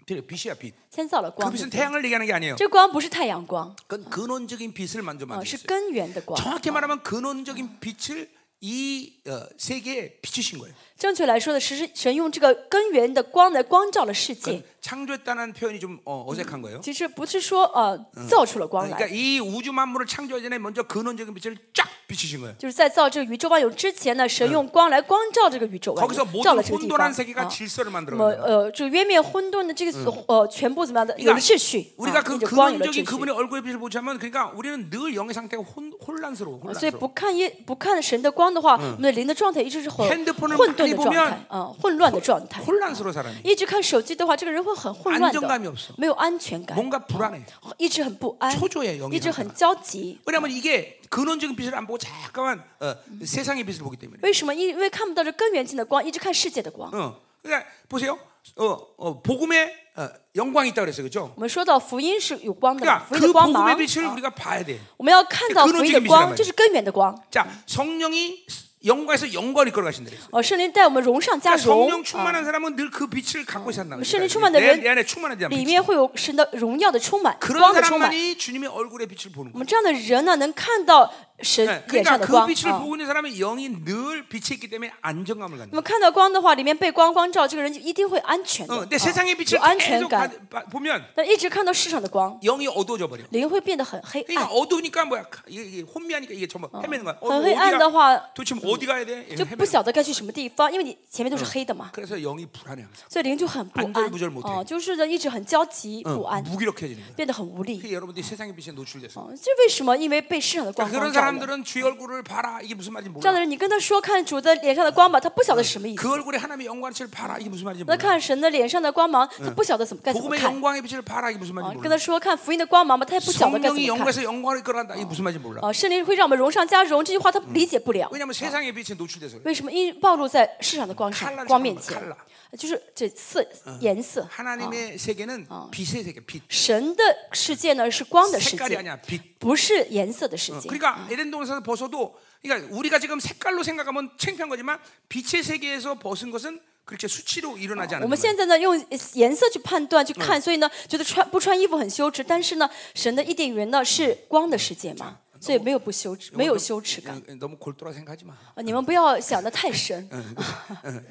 S1: 빛, 빛이야 빛.
S2: 先造了
S1: 그
S2: 光。
S1: 빛은
S2: 对不对
S1: 태양을 얘기하는 게 아니에요.
S2: 这光不是太阳光，
S1: 그건 근원적인 빛을 먼저
S2: 啊，是
S1: 만들었어요.
S2: 根源的光。
S1: 정확히 말하면 근원적인 빛을 이 어, 세계에 비추신 거예요.
S2: 正确来说的是，神用这个根源的光来光照了世界。
S1: 창조했다는 표현이 좀 어, 어색한 거예요.
S2: 其实不是说呃造出了光
S1: 그러니까
S2: 来，
S1: 이 우주 만물을 창조하기 전에 먼저 근원적인 빛을 쫙 비추신 거예요.
S2: 就是在造这个宇宙万有之前呢，神用光来光照这个宇宙万
S1: 거기서
S2: 有，
S1: 모든
S2: 照了这个地方。
S1: 혼돈한 세계가
S2: 啊
S1: 질서를
S2: 那么
S1: 그러니까. 만들어. 뭐 요
S2: 呃，这个渊灭混沌的这个所呃全部怎么样的有了秩序，
S1: 그러니까 우리가
S2: 啊
S1: 그
S2: 有着光有了
S1: 근원적인
S2: 秩序。
S1: 그분의 얼굴의 빛을 보지 않으면 그러니까 우리는 늘 영의 상태가 혼, 혼란스러워.
S2: 啊所以不
S1: 혼란스러워.
S2: 看耶不看神的光的话，我们的灵的状态一直是很
S1: 핸드폰을
S2: 混沌
S1: 많이
S2: 的
S1: 보
S2: 状
S1: 면
S2: 态啊，混乱的状态。
S1: 혼란스러워 사람이.
S2: 一直看手机的话，这个人会很混乱
S1: 안정감이없
S2: 的
S1: 어 ，
S2: 没有安全感，
S1: 뭔가 불안해.
S2: 一直很不安，
S1: 초조해 영이.
S2: 一直很焦急。
S1: 왜냐하면 이게 근원적인 빛을 안 보고 잠깐만 어, 세상의 빛을 보기 때문에.
S2: 为什么？因为看不到这根源性的光，一直看世界的光。
S1: 어, 그러니까 보세요. 어, 어, 복음에 어, 영광이 있다 그랬어요, 그죠
S2: 我们说到福音是有光的嘛，
S1: 그러니까
S2: 福音的
S1: 그
S2: 光
S1: 복음의
S2: 芒，
S1: 빛을 우리가 봐야 돼.
S2: 我们要看到
S1: 그런
S2: 福
S1: 적인
S2: 音的
S1: 빛이란말이야
S2: 光，这是根源的光。
S1: 자, 성령이 영광에서 영광을 이끌어 가신다 그랬어요.
S2: 哦，圣灵带我们荣上加
S1: 그러니까
S2: 荣，
S1: 성령
S2: 啊
S1: 충만한 사람은 늘 그 빛을 갖고 산다.
S2: 신이
S1: 그러니까
S2: 충만한
S1: 내,
S2: 면-
S1: 내 안에 충만한 사람.
S2: 哦里面会有神的荣耀的充满，
S1: 그런
S2: 光的充满。
S1: 사람만이 주님의 얼굴의 빛을 보는
S2: 我
S1: 거예요.
S2: 们这样的人呢，能看到神
S1: 네,
S2: 脸
S1: 그러니까
S2: 上的
S1: 그
S2: 光。
S1: 빛을
S2: 啊
S1: 보고 있는 사람은 영이 늘 빛이 있기 때문에 안정감을
S2: 那
S1: 갖는
S2: 么看到光的话，里面被光光照，这个人就一定会安全的，
S1: 거예요. 어, 근데
S2: 啊
S1: 嗯 세상의
S2: 有
S1: 빛을
S2: 安全
S1: 계속
S2: 感。
S1: 받- 받- 보면
S2: 但一直看到世上的光，
S1: 영이 어두워져 버려.
S2: 灵会变得很黑
S1: 그러니까
S2: 暗。
S1: 어두우니까 뭐야? 이게, 이게 혼미하니까 이게 전부 헤매는 거야. 어,
S2: 很黑暗的
S1: 어디가
S2: 话，
S1: 도대체 어디 가야 돼? 예,
S2: 就
S1: 헤매는
S2: 不晓得该去什么地方，因为你前面都是黑的嘛，
S1: 그래서 영이 불안해 항상.
S2: 所以嗯灵就很不
S1: 안절부절
S2: 安
S1: 못해
S2: 哦，就是嗯呢一直很焦急
S1: 어,
S2: 不安，
S1: 무기력해지는 거예요.
S2: 变得很无力。
S1: 그게 여러분들이 세상의 빛에 노출돼서.
S2: 哦，这为什么？因为被世上的光
S1: 그러니까
S2: 光
S1: 그런
S2: 照了。
S1: 사람들은 주의 얼굴을 봐라 이게 무슨 말인지
S2: 这样的
S1: 몰라.
S2: 人，你跟他说看主的脸上的光吧，他不晓得什么意
S1: 그
S2: 思；
S1: 얼굴에 하나님의 영광의 빛을 봐라 이게 무슨 말인지
S2: 那
S1: 몰라.
S2: 看神的脸上的光芒，他不晓得怎么该怎么
S1: 복음의
S2: 看。
S1: 영광의 빛을 봐라 이게 무슨
S2: 啊
S1: 말인지 ，
S2: 跟
S1: 몰라.
S2: 他说看福音的光芒吧，他也不晓得该怎
S1: 성령이
S2: 么看。
S1: 영광에서 영광을 끌어간다 이게 무슨 말인지 몰라.
S2: 啊，圣灵会让我们荣上加荣，这句话他理解不了。
S1: 왜냐하면 세상의 빛에 노출돼서 그래.
S2: 为什么？因暴露在世上的光上
S1: 칼라
S2: 光面前
S1: 칼라. ，
S2: 就是这色颜色。啊
S1: 하나님의 세계는 빛의 세계, 빛.
S2: 神的世界呢是光的世
S1: 색깔이
S2: 界，
S1: 아니야, 빛.
S2: 不是颜色的世界。
S1: 그러니까 에덴 동산에서 벗어도 그러니까 우리가 지금 색깔로 생각하면 창피한 거지만 빛의 세계에서 벗은 것은 그렇게 수치로 일어나지
S2: 我
S1: 않는
S2: 们
S1: 거예요.
S2: 现在呢用颜色去判断去看，所以呢觉得穿不穿衣服很羞耻，但是呢神的伊甸园呢是光的世界嘛，所以没有不羞耻，没有羞耻感。
S1: 응, 너무 골똘하 생각하지 마.
S2: 啊你们不要想得太深
S1: 응,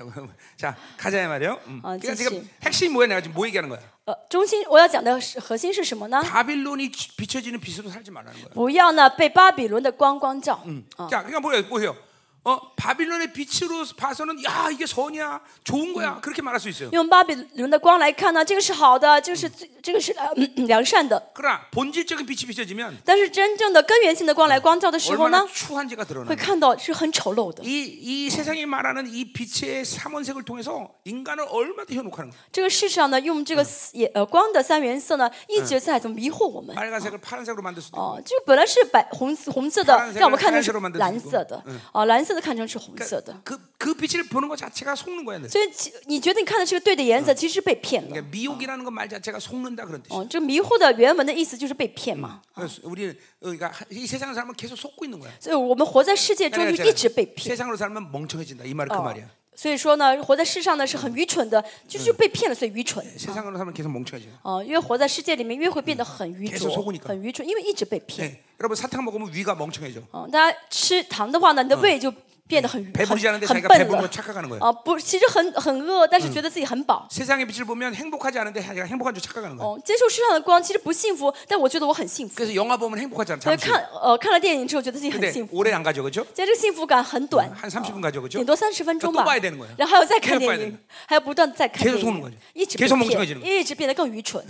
S1: 응. 자 가자 이 말이요. 음.
S2: 아,
S1: 그러니까
S2: 진실.
S1: 지금 핵심 이 뭐야? 내가 지금 뭐 얘기하는 거야?
S2: 呃，中心我要讲的是核心是什么呢？
S1: 嗯 바빌론이 치- 비춰지는 빛으로 살지 말라는 거야.
S2: 不要呢被巴比伦的光光照。啊，
S1: 자 그러니까 뭐야? 보세요. 어 바빌론의 빛으로 봐서는 야 이게 선이야, 좋은 거야 그렇게 말할 수 있어요.
S2: 用巴比伦的光来看呢，这个是好的，这个是最，这个是呃嗯嗯良善的。
S1: 그러나 본질적인 빛이 비춰지면
S2: 但是真正的根源性的光来光照的时候
S1: 얼마나 그러니까
S2: 呢，
S1: 추한지가
S2: 会
S1: 드러나는.
S2: 看到是很丑陋的。
S1: 이이 세상이 말하는 이 빛의 삼원색을 통해서 인간을 얼마나 현혹하는 거야?
S2: 这个世上呢，用这个四也呃光的三原色呢，一直在怎么迷惑我们。
S1: 빨간색을 파란색으로 만들 수도 있고.
S2: 哦，就本来是白红红色的
S1: 파란색을，
S2: 让我们看成是
S1: 파란색으로만들수있고
S2: 蓝色的，哦，蓝色的看成是红色的，
S1: 그, 그 빛을 보는 것 자체가 속는 거야. 늘.
S2: 所以其你觉得你看的是个对的颜色，嗯其实是被骗了。
S1: 그러니까 미혹이라는 건 말 자체가 속는다 그런 뜻이야.
S2: 哦，这迷惑的原文的意思就是被骗嘛。
S1: 그래서 우리는 어, 그러니까 하- 이 세상 사람은 계속 속고 있는 거야. 그러니까
S2: 所以我们活在世界中就一直被骗。
S1: 세상으로 살면 멍청해진다 이 말은 그
S2: 哦
S1: 말이야. ，
S2: 所以说呢，活在世上呢是很愚蠢
S1: 嗯
S2: 的，就是被骗了，所以愚蠢。
S1: 세상으로 살면 계속 멍청해져.
S2: 哦，越活在世界里面，越会变得很愚
S1: 계속속으니까
S2: 拙，很愚蠢，因为一直被骗。
S1: 네. 여러분 사탕 먹으면 위가 멍청해져.
S2: 嗯，大家吃糖的话呢，你的胃就变得很很
S1: 嗯 배부르지 않은데
S2: 很
S1: 자기가
S2: 笨
S1: 배부른 걸
S2: 了。
S1: 착각하는 거야. 嗯
S2: 啊，不，其实很很饿，但是觉得自己很饱。
S1: 세상의 빛을 보면 행복하지 않은데 자기가 행복한 줄 착각하는 거야.
S2: 哦，接受世上的光，其实不幸福，但我觉得我很幸福。
S1: 그래서 영화 보면 행복하잖아
S2: 所以
S1: 잠시.
S2: 看呃看了电影之后，觉得自己很
S1: 근데
S2: 幸福。
S1: 오래 안 가죠, 그렇죠?
S2: 其实这个幸福感很短，
S1: 한 30분 가죠,
S2: 顶
S1: 그렇죠?
S2: 多三十分钟
S1: 또
S2: 吧
S1: 봐야되는거예요。
S2: 然后还要再看
S1: 계속봐야
S2: 电
S1: 되는
S2: 影，还要不断地再看
S1: 계속
S2: 电
S1: 속는거죠
S2: 影，一直
S1: 계속
S2: 被
S1: 멍청해지는거
S2: 骗，
S1: 죠
S2: 一直变得更愚蠢，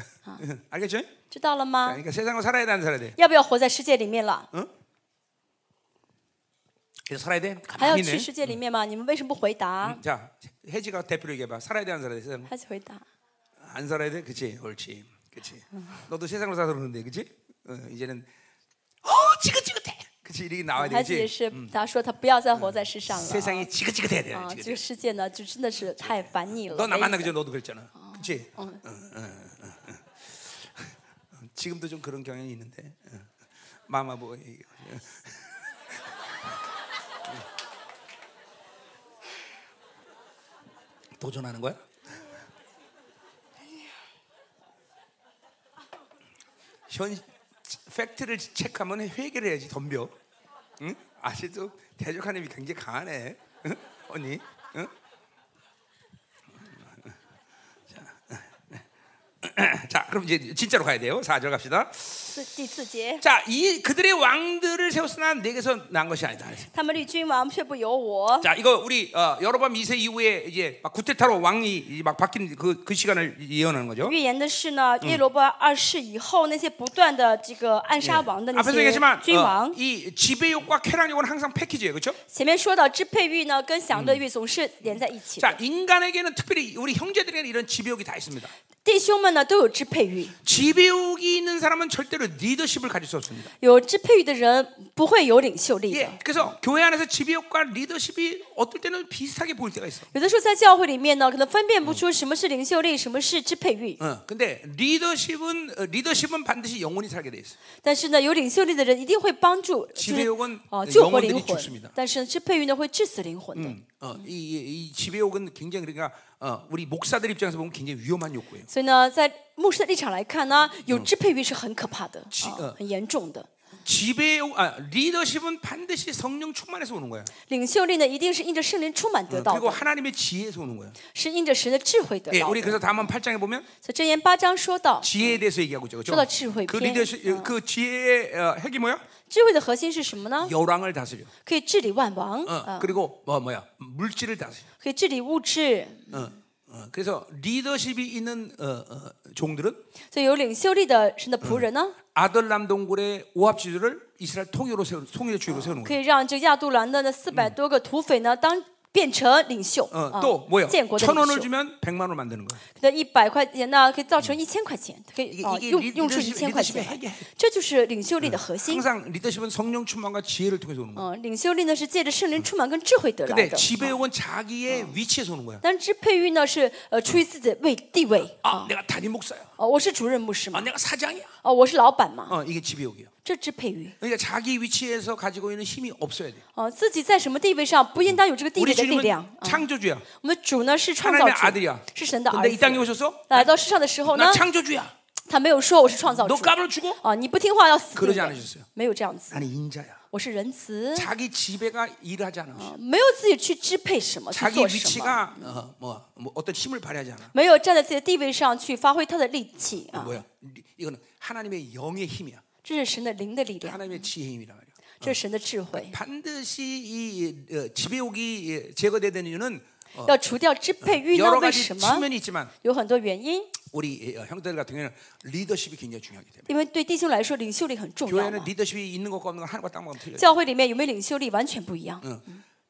S1: 알겠죠?
S2: 知道了吗？
S1: 그러니까 세상으로 살아야 돼, 안 살아야 돼.
S2: 要不要活在世界里面了？
S1: 그래서 살아야 돼.
S2: 还要
S1: 가만히 있네.
S2: 去世界里面吗？你们为什么不回答？
S1: 자, 해지가 대표로 얘기해봐. 살아야 돼, 안 살아야 돼? 세상
S2: 还是回答？
S1: 안 살아야 돼, 그렇지? 옳지, 그렇지. 너도 세상으로 살아서 그러는데, 그렇지? 어, 이제는 어 지긋지긋해, 그렇지? 이렇게 나와야
S2: 孩子也
S1: 되지.
S2: 是，他说他不要再活在世上了。
S1: 세상이 지긋지긋해야 돼.
S2: 啊，这
S1: 어, 지긋지긋해. 어,
S2: 个世界呢，就真的是太烦你了。哎嗯
S1: 너
S2: 没
S1: 나만
S2: 意
S1: 나그죠?
S2: 思
S1: 너도 그랬잖아, 그렇지? 응, 응, 응, 응. 지금도 좀 그런 경향이 있는데, 응. 마마보이. 예. 도전하는 거야? 현 팩트를 체크하면 회개를 해야지 덤벼. 응? 아직도 대적하는 힘이 굉장히 강하네. 응? 언니. 응? 자, 자, 그럼 이제 진짜로 가야 돼요. 4절 갑시다.
S2: 四第四节，
S1: 자, 이 그들의 왕들을 세웠으나 내게서 난 것이 아니다.
S2: 他们立君王却不由我。
S1: 자, 이거 우리 어, 여로밤 2세 이후에 이제 막 구테타로 왕이 이제 막 바뀐 그, 그 시간을 예언하는 거죠.
S2: 预言的是呢，耶罗波二世以后那些不断的这个暗杀王的那
S1: 앞에서
S2: 些
S1: 얘기했지만
S2: 君
S1: 어,
S2: 王，
S1: 이 지배욕과 쾌락욕은 항상 패키지예요, 그렇죠?
S2: 前面说到支配欲呢跟享乐欲总是连在一起的。
S1: 자, 인간에게는 특별히 우리 형제들에게는 이런 지배욕이 다 있습니다.
S2: 弟兄们呢都有支配欲，
S1: 지배욕이 있는 사람은 절대로 리더십을 가질 수 없습니다.
S2: 有支配欲的人不会有领袖力的。
S1: 예, 그래서 교회 안에서 지배욕과 리더십이 어떨 때는 비슷하게 보일 때가 있어.
S2: 有的时候在教会里面呢，可能分辨不出什么是领袖力，什么是支配欲。
S1: 어, 근데 리더십은 어, 리더십은 반드시 영혼이 살게 돼 있어.
S2: 但是呢，有领袖力的人一定会帮助，就
S1: 지배
S2: 是
S1: 욕은
S2: 啊救活
S1: 영혼들이
S2: 灵
S1: 죽습니다
S2: 魂。但是呢嗯支配欲呢会致死灵魂的。
S1: 어, 이, 이, 이 지배욕은 굉장히 그러니까 어, 우리 목사들 입장에서 보면 굉장히 위험한 욕구예요.
S2: 所以呢，在牧师的立场来看呢，有支配欲是很可怕的，
S1: 呃
S2: 啊，很严重的。
S1: 지배욕, 아, 리더십은 반드시 성령 충만해서 오는 거야.
S2: 领袖力呢，一定是因着圣灵充满得到
S1: 그리고
S2: 的，
S1: 하나님의 지혜에서 오는 거야.
S2: 是因着神的智慧得
S1: 예,
S2: 到
S1: 우리
S2: 的。
S1: 그래서 다음 8장에 보면
S2: 所以箴言八章说到，
S1: 지혜에 대해서 얘기하고 있죠. 그죠?
S2: 저도 지혜
S1: 그
S2: 篇.
S1: 리더십 그 지혜의 어, 핵이 뭐야?
S2: 智慧的核心是什么呢？
S1: 열왕을 다스려.
S2: 可以治理万王，
S1: 어,
S2: 啊，
S1: 그리고 뭐 뭐야? 물질을 다스려.
S2: 可以治理物质。
S1: 어, 어, 그래서 리더십이 있는 어, 어, 종들은
S2: 所以有领袖力的神的仆人呢，
S1: 아들람 동굴의 오합 지주를 이스라엘 통일로 세우는 통일 주의로 세우는 거예요.
S2: 可以让这亚杜兰的那四百多个土匪呢，当变成领袖，
S1: 어,
S2: 啊
S1: 또 뭐예요?
S2: 建国的
S1: 천
S2: 领
S1: 원을
S2: 袖。
S1: 주면 백만 원 만드는 거예요.
S2: 那一百块钱呢，可以造成一千块钱，可以
S1: 이게
S2: 啊
S1: 이게
S2: 用
S1: 리더
S2: 用出
S1: 십
S2: 一嗯千块钱
S1: 리더십의핵이야
S2: 来，这就是领袖力的核心。
S1: 항상 리더십은 성령 충만과 지혜를 통해서 오는 거예요.
S2: 嗯，领袖力呢是借着圣灵充满跟智慧得来
S1: 근데
S2: 的，
S1: 지배욕은 자기의 위치에서 오는 거야.
S2: 但是支配欲呢是呃出于自己的位地位。
S1: 아, 내가 단임 목사야.
S2: 哦，我是主任牧师
S1: 아
S2: 嘛，
S1: 내가 사장이야.
S2: 哦，我是老板嘛，
S1: 어, 이게 지배욕이에요.
S2: 这支配欲。
S1: 그러니까 자기 위치에서 가지고 있는 힘이 없어야 돼.
S2: 哦，自己在什么地位上不应当有这个地
S1: 우리
S2: 位的力
S1: 주님은
S2: 量。啊
S1: 창조주야. 어.
S2: 我们的主呢是创造
S1: 하나님의
S2: 主，
S1: 아들이야.
S2: 是神啊的儿
S1: 근데 이 땅에
S2: 子。
S1: 오셔서
S2: 来到世上的时候呢
S1: 나 ， 창조주야.
S2: 他没有说我是创造
S1: 너
S2: 主，
S1: 까불어 죽어?
S2: 啊，你不听话要死
S1: 그러지
S2: 对不对
S1: 않으셨어요
S2: 没有这样子，
S1: 나는 인자야.
S2: 我是仁慈，
S1: 자기 지배가 일하지 않아.
S2: 没有自己去支配什么，去
S1: 자기
S2: 做什么，
S1: 위치가 어, 뭐, 뭐 어떤 힘을 발휘하지 않아.
S2: 没有站在自己的地位上去发挥他的力气啊，
S1: 뭐야? 리- 이거는 하나님의 영의 힘이야.
S2: 这是神的灵的力量，
S1: 하나님의 지혜의 힘이란 말이야.
S2: 这是神的智慧。
S1: 반드시 이 어, 지배욕이 제거돼야 되는 이유는 어,
S2: 要除掉支配欲呢
S1: 여러 ？
S2: 为
S1: 가지
S2: 什么？
S1: 측면이 있지만
S2: 有很多原因，
S1: 우리 어, 형제들 같은 경우는 리더십이 굉장히 중요하기 때문에
S2: 因为对弟兄来说，领袖力很重要
S1: 교회는
S2: 嘛。
S1: 리더십이 있는 것과 없는 건 하나과 딱 먹으면 틀려요.
S2: 教会里面有没有领袖力完全不一样，
S1: 어.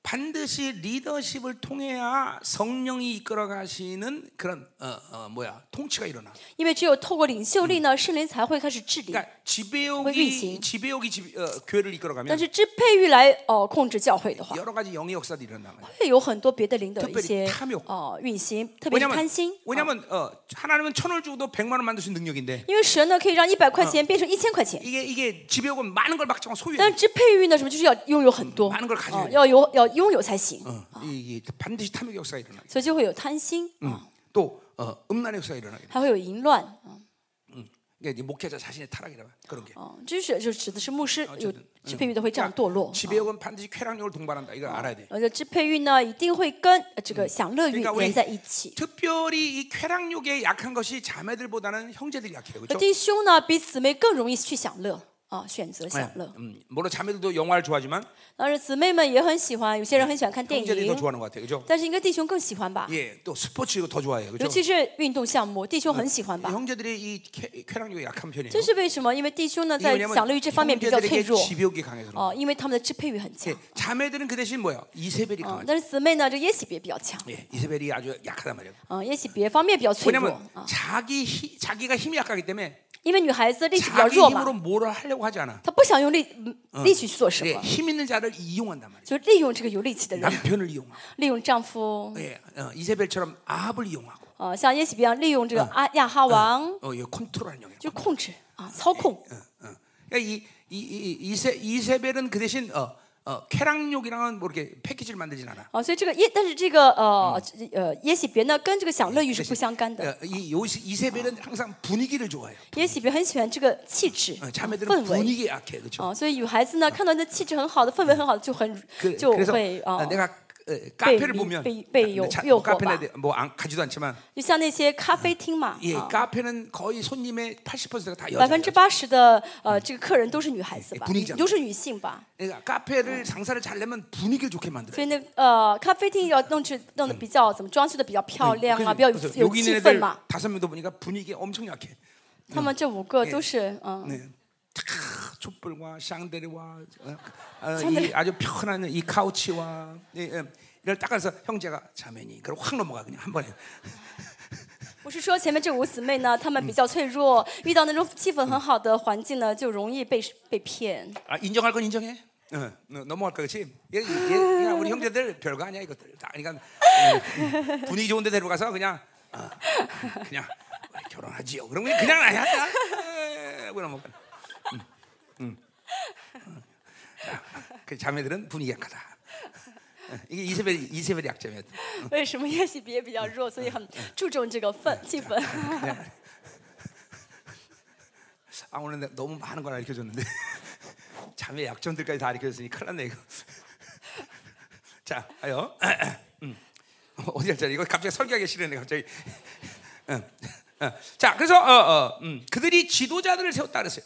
S1: 반드시 리더십을 통해야 성령이 이끌어 가시는 그런 어, 어, 뭐야 통치가 일어나.
S2: 因为只有透过领袖力呢，圣灵才会开始治理。
S1: 그러니까 지배욕이
S2: 의지.
S1: 지배욕이 지- 어, 교회를 이끌어
S2: 但
S1: 가면
S2: 是支配欲来哦、呃控制教会的话，
S1: 여러 가지 영의 역사도 일어나는 거예요.
S2: 会有很多别的灵的
S1: 特别
S2: 一些
S1: 是贪欲
S2: 哦、呃运行，特别是
S1: 왜냐면
S2: 贪心。啊
S1: 왜냐면 어, 하나님은 천을 주고도 백만 원 만들 수 있는 능력인데
S2: 因为神呢可以让一百块钱变成一千块钱，
S1: 이게 이게 지배욕은 많은 걸 막지만 소유해.
S2: 但是支配欲呢什么就是要拥有很多，
S1: 嗯많은걸가져야
S2: 啊
S1: 돼
S2: 要有要拥有才行，
S1: 어, 이, 이 반드시 탐욕 역사가 일어나.
S2: 所以就会有贪心，
S1: 음, 또 어, 음란의 역사가 일어나게 돼.
S2: 还会有淫乱啊，
S1: 그러니까 이제 목회자 자신의 타락이라고 그런 게.
S2: 啊就是就指的是牧师有
S1: 嗯
S2: 支配欲的会哦这样堕落。
S1: 그러니까 지배욕은 반드시 쾌락욕을 동반한다. 이걸 알아야 돼.
S2: 而且支配欲呢，一定会跟呃这个享乐欲
S1: 그러니까우리
S2: 连在一起。
S1: 특별히 이 쾌락욕에 약한 것이 자매들보다는 형제들이 약해요.
S2: 而
S1: 그렇죠?
S2: 呃弟兄呢，比姊妹更容易去享乐啊，选择享乐。
S1: 음, 물론 자매들도 영화를 좋아하지만
S2: 当然，姊妹们也很喜欢，有些人很喜欢看电
S1: 형제들이 더
S2: 影，
S1: 좋아하는 것 같아요. 그렇죠?
S2: 但是应该弟兄更喜欢吧？
S1: 예, 또 스포츠 이거 더 좋아해요.
S2: 尤
S1: 그렇죠?
S2: 其是运动项目，弟兄很喜欢吧？
S1: 형제들이 이 쾌- 쾌락욕에 약한 편이에요.
S2: 这是为什么？因为弟兄呢，
S1: 이게
S2: 在
S1: 왜냐면
S2: 享乐欲这方面比较脆
S1: 형제들에게
S2: 弱
S1: 지배욕이 강해서 그런
S2: 哦、
S1: 거예요.
S2: 因为他们的支配欲很强
S1: 예, 자매들은 그 대신 뭐야? 이세벨이
S2: 啊、
S1: 강하죠.
S2: 但是姊妹呢，这耶喜别比较强
S1: 예, 이세벨이 아주 약하단 말이에요.
S2: 啊、耶喜别方面比较脆弱
S1: 왜냐면
S2: 啊、
S1: 자기 히, 자기가 힘이 약하기 때문에
S2: 因为女孩子力气比较
S1: 자기
S2: 弱嘛
S1: 힘으로，뭘 하려고 하지 않아.
S2: 她不想用力嗯力气去做什
S1: 예,
S2: 么，
S1: 힘 있는 자를 이용한단 말이야.
S2: 就利用这个有力气的人，
S1: 남편을 이용하고,
S2: 利用丈夫
S1: 예, 어, 이세벨처럼 아합을 이용하고,
S2: 啊、像耶喜别一样利用这个阿亚哈王，
S1: 어, 예, 컨트롤하는 영역.
S2: 就控制啊、操控。
S1: 어, 어. 그러니까 이, 이, 이, 이세, 이세벨은 그 대신 어, 어, 쾌락욕이랑은 뭐 이렇게 패키지를 만들진 않아.
S2: 啊，所以这个耶，但是这个呃呃耶喜别呢，跟这个享乐欲是不相干的。
S1: 어, 이 요시, 이세벨은 항상 분위기를 좋아해요.
S2: 耶喜别很喜欢这个气质、啊
S1: 어,
S2: 氛
S1: 자매들은
S2: 围
S1: 분위기 약해, 그렇죠?
S2: 啊，所以女孩子呢，看到那气质很好的、氛围很好的，就很
S1: 그,
S2: 就
S1: 그래서
S2: 会
S1: 어,
S2: 啊，
S1: 내가 어, 카페를
S2: 미-
S1: 보면
S2: 배- 배요-
S1: 자-
S2: 요거봐.
S1: 카페는 내- 뭐 안, 가지도 않지만
S2: 就像那些咖啡厅嘛，
S1: 예,
S2: 啊，
S1: 카페는 거의 손님의 80%가 다
S2: 百分
S1: 여자예요.
S2: 之八十的呃这个客人都是女孩子吧，
S1: 분위기잖아
S2: 都是女性吧，
S1: 그러니까 카페를 장사를 잘 내면 분위기를 좋게 만들어요.
S2: 所以那呃咖啡厅要弄去弄得比较怎么装饰的比较漂亮啊，比较有
S1: 그래서
S2: 有
S1: 여기
S2: 气
S1: 있는
S2: 氛
S1: 애들
S2: 嘛。
S1: 다섯 명도 보니까 분위기 엄청 약해.
S2: 他们这五个都是嗯，
S1: 네. 탁, 촛불과 샹데리와 어, 어, 이 아주 편한 이 카우치와 예, 예. 이걸 딱 해서 형제가 자매니 그럼 확 넘어가 그냥 한 번에
S2: 我是说前面这五姊妹呢，她们比较脆弱，遇到那种气氛很好的环境呢，就容易被被骗。
S1: 아, 인정할 건 인정해. 어, 너- 넘어갈 거 그렇지? 얘, 얘, 그냥 우리 형제들 별거 아니야 이것들. 다 그러니까 어, 분위기 좋은데 데려가서 그냥 어, 그냥 우리 결혼하지요. 그러면 그냥 아니야. 그냥 넘어가. 음, 음. 자, 그 자매들은 분위기 약하다. 어, 이게 이세벨 이세벨 약점이야.
S2: 为什么耶喜别比较弱，所以很注重这个氛气氛？
S1: 아 오늘 내가 너무 많은 걸 알려 줬는데 자매 약점들까지 다 알려 줬으니 큰일 났네 이거. 자, 아요. 음. 어디 할자리 이거 갑자기 설교하기 싫은데 갑자기. 응. 어. 자, 그래서 어, 어, 음. 그들이 지도자들을 세웠다 그랬어요.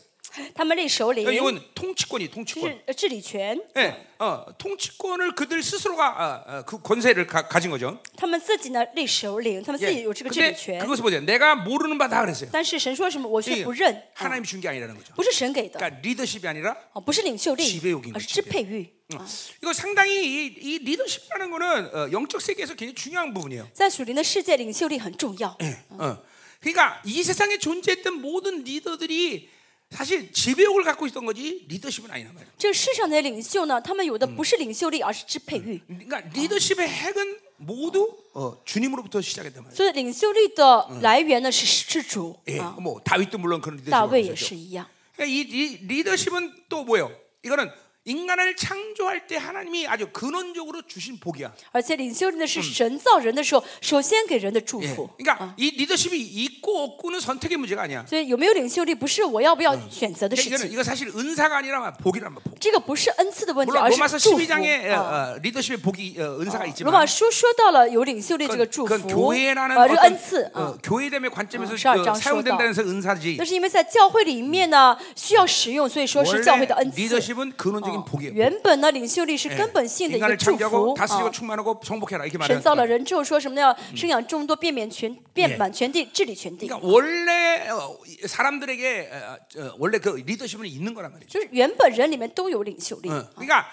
S2: 他们立首领
S1: 그러니까 ， 이건 통치권이 통치권.
S2: 治呃治理权，
S1: 예, 어, 통치권을 그들 스스로가 어, 어, 그 권세를 가, 가진 거죠.
S2: 他们自己呢立首领，他们自
S1: 예.
S2: 己有这个治理
S1: 근데
S2: 权。
S1: 그것을 보세요. 내가 모르는 바다 그랬어요.
S2: 但是神说什么，我却
S1: 이게
S2: 不认，啊
S1: 하나님이 준 게 아니라는 거죠.
S2: 不是神给的，
S1: 그러니까 리더십이 아니라
S2: 啊，不是领袖
S1: 지배욕인
S2: 力，
S1: 거지
S2: 而是支配欲。
S1: 어. 이거 상당히 이, 이 리더십이라는 거는 어, 영적 세계에서 굉장히 중요한 부분이에요.
S2: 在属灵的世界，领袖力很重要。
S1: 嗯 어. 그러니까 이 세상에 존재했던 모든 리더들이 사실 지배욕을 갖고 있던 거지 리더십은 아니란 말이에요.
S2: 这世上的领袖呢，他们有的不是领袖力，而是支配欲。
S1: 그러니까 리더십의 핵은 모두 어, 주님으로부터 시작했단 말이에요.
S2: 所以领袖力的来源呢是是主
S1: 예,
S2: 啊，
S1: 뭐 다윗도 물론 그런
S2: 大
S1: 리더십을
S2: 卫也
S1: 가졌죠.
S2: 是一样。
S1: 그러니까 이, 이 리더십은 또 뭐예요? 이거는 인간을 창조할 때 하나님이 아주 근원적으로 주신 복이야.
S2: 而且领袖力呢是神造人的时候，首先给人的祝
S1: 예.
S2: 福。
S1: 그러니까 이 리더십이 있고 없고는 선택의 문제가 아니야.
S2: 所以有没有领袖力，不是我要不要选择的
S1: 그러니까
S2: 事
S1: 이거는
S2: 情。
S1: 이거 사실 은사가 아니라 복이란 말. 복.
S2: 这个不是恩赐的问题，
S1: 물론
S2: 而
S1: 로마서
S2: 是啊祝福。
S1: 12장에 어,
S2: 啊
S1: 리더십의 복이 어, 은사가
S2: 罗
S1: 있지만
S2: 马书说到呃了有领袖力这个
S1: 그건,
S2: 祝
S1: 그건
S2: 福，
S1: 교회라는
S2: 呃，这个
S1: 어떤
S2: 恩赐
S1: 어,
S2: 啊，
S1: 교회됨의 관점에서
S2: 어, 12장
S1: 그 사용된다는 것은 은사지.
S2: 那是因为在教会里面呢需要使用，所以说是教会
S1: 원래
S2: 的恩赐。
S1: 리더십은 근원적인
S2: 啊
S1: 복이에요.
S2: 原本呢，领袖哎力是
S1: 예.
S2: 根本性的一个
S1: 인간을
S2: 祝福
S1: 창조하고
S2: 啊。
S1: 다스리고 충만하고 정복해라 이렇게
S2: 神造了
S1: 말하는
S2: 人之后说什么呢？要生养众多，遍满全遍满全地，治理全地。
S1: 그러니까 원래 어, 이 사람들에게 어, 어, 원래 그 리더십은 있는 거란 말이죠.
S2: 就是原本人里面都有领袖力，
S1: 어, 그러니까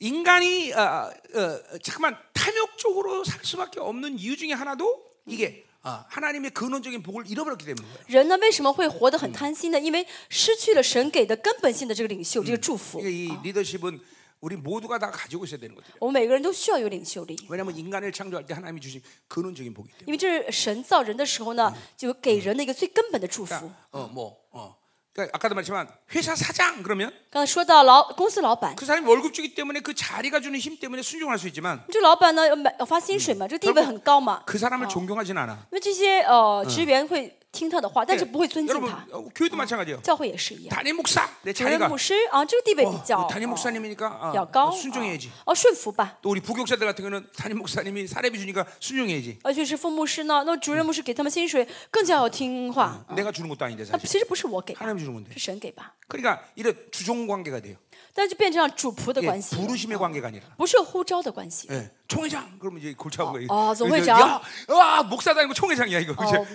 S1: 인간이 어, 어, 잠깐만 탐욕적으로 살 수밖에 없는 이유 중에 하나도 이게 어, 하나님의 근원적인 복을 잃어버렸기 때문인 거예요.
S2: 人呢为什么会活得很贪心呢？因为失去了神给的根本性的这个领袖，这个祝福。
S1: 이게 이 리더십은 우리 모두가 다 가지고 있어야 되는 거죠.
S2: 我们每个人都需要有领袖力，
S1: 왜냐하면 인간을 창조할 때 하나님이 주신 근원적인 복이 있대요.
S2: 因为这是神造人的时候呢，就给人的一个最根本的祝福。
S1: 그러니까 어뭐 어. 그러니까 아까도 말했지만 회사 사장 그러면
S2: 刚才说到老公司老板，
S1: 그 사람이 월급 주기 때문에 그 자리가 주는 힘 때문에 순종할 수 있지만
S2: 这老板呢要买要发薪水嘛，这个地位很高嘛，
S1: 그 사람을 존경하진 않아.
S2: 那这些呃职员会听他的话，
S1: 그러니까
S2: 但是不会尊敬
S1: 여러분
S2: 他。
S1: 어, 교회도 마찬가지예요.
S2: 教会也是一样，
S1: 단임 목사 내
S2: 主任
S1: 자리가
S2: 牧师啊，这个地位比
S1: 어,
S2: 较
S1: 그 단임
S2: 哦
S1: 목사님이니까
S2: 比
S1: 어,
S2: 较高，
S1: 어, 순종해야지.
S2: 哦，顺服吧。
S1: 또 우리 부교육자들 같은 경우는 담임 목사님이 사례비 주니까 순종해야지.
S2: 而且是父牧师呢，那主任牧师给他们薪水更加要听话。
S1: 내가 주는 것도 아닌데
S2: 那
S1: 사실
S2: 其实不是我给的，
S1: 하나님 주는 건데.
S2: 嗯是神给吧？
S1: 그러니까 이런 주종 관계가 돼요.
S2: 但就变成了主仆嗯的
S1: 예,
S2: 关系了，
S1: 부르심의 관계가 아니라.
S2: 不是呼召的关系。
S1: 예, 총회장 그러면 이제 골치 아픈 거예요.
S2: 어, 저
S1: 그래서
S2: 회장. 어,
S1: 야, 와 목사 다니고 총회장이야 이거. 그죠?
S2: 哦，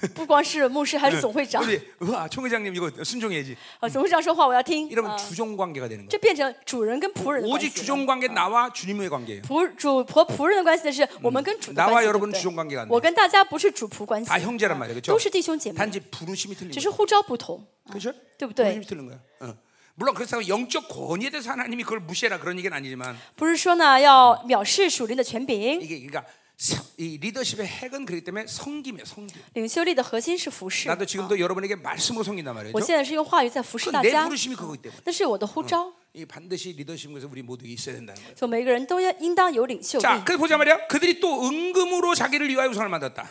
S2: 不不光是牧师，还是总会长。
S1: 근데 와 총회장님 이거 순종해야지.
S2: 啊，总会长说话我要听。
S1: 이러면
S2: 啊
S1: 주종 관계가 되는 거예요.
S2: 这变成主人跟仆人的关系
S1: 오직
S2: 了。
S1: 주종 관계 나와 주님의 관계예요.
S2: 仆主和仆人的关系呢，是我们跟主的
S1: 나와
S2: 关系，哎
S1: 여러분은
S2: 对不对
S1: 주종관계가안돼
S2: 我跟大家不是主仆关系，
S1: 다 형제란 말이에요, 그렇죠?
S2: 都是弟兄姐妹，
S1: 단지 부르심이 틀린
S2: 只
S1: 거예요.
S2: 是呼召不同。
S1: 그렇죠?
S2: 또부터
S1: 부르심이 틀린 거예요. 어. 물론 그렇다고 영적 권위에 대해서 하나님이 그걸 무시해라 그런 얘기는 아니지만
S2: 不是说呢要藐视属灵的权柄，
S1: 이게 그러니까 성- 이 리더십의 핵은 그렇기 때문에 성김이에요. 성김.
S2: 领袖力的核心是服侍。
S1: 나도
S2: 啊
S1: 지금도 여러분에게 말씀으로 성긴단 말이죠.
S2: 我现在是用话语在服侍
S1: 그
S2: 大
S1: 내
S2: 家，
S1: 부르심이 그거기 때문에.
S2: 那是嗯我的呼召，
S1: 이 반드시 리더십에서 우리 모두 있어야 된다는 거예요.
S2: 所以每个人都要应当有领袖力。
S1: 자, 그래서 보자 말이야. 그들이 또 은금으로 자기를 위하여 우상을 만들었다.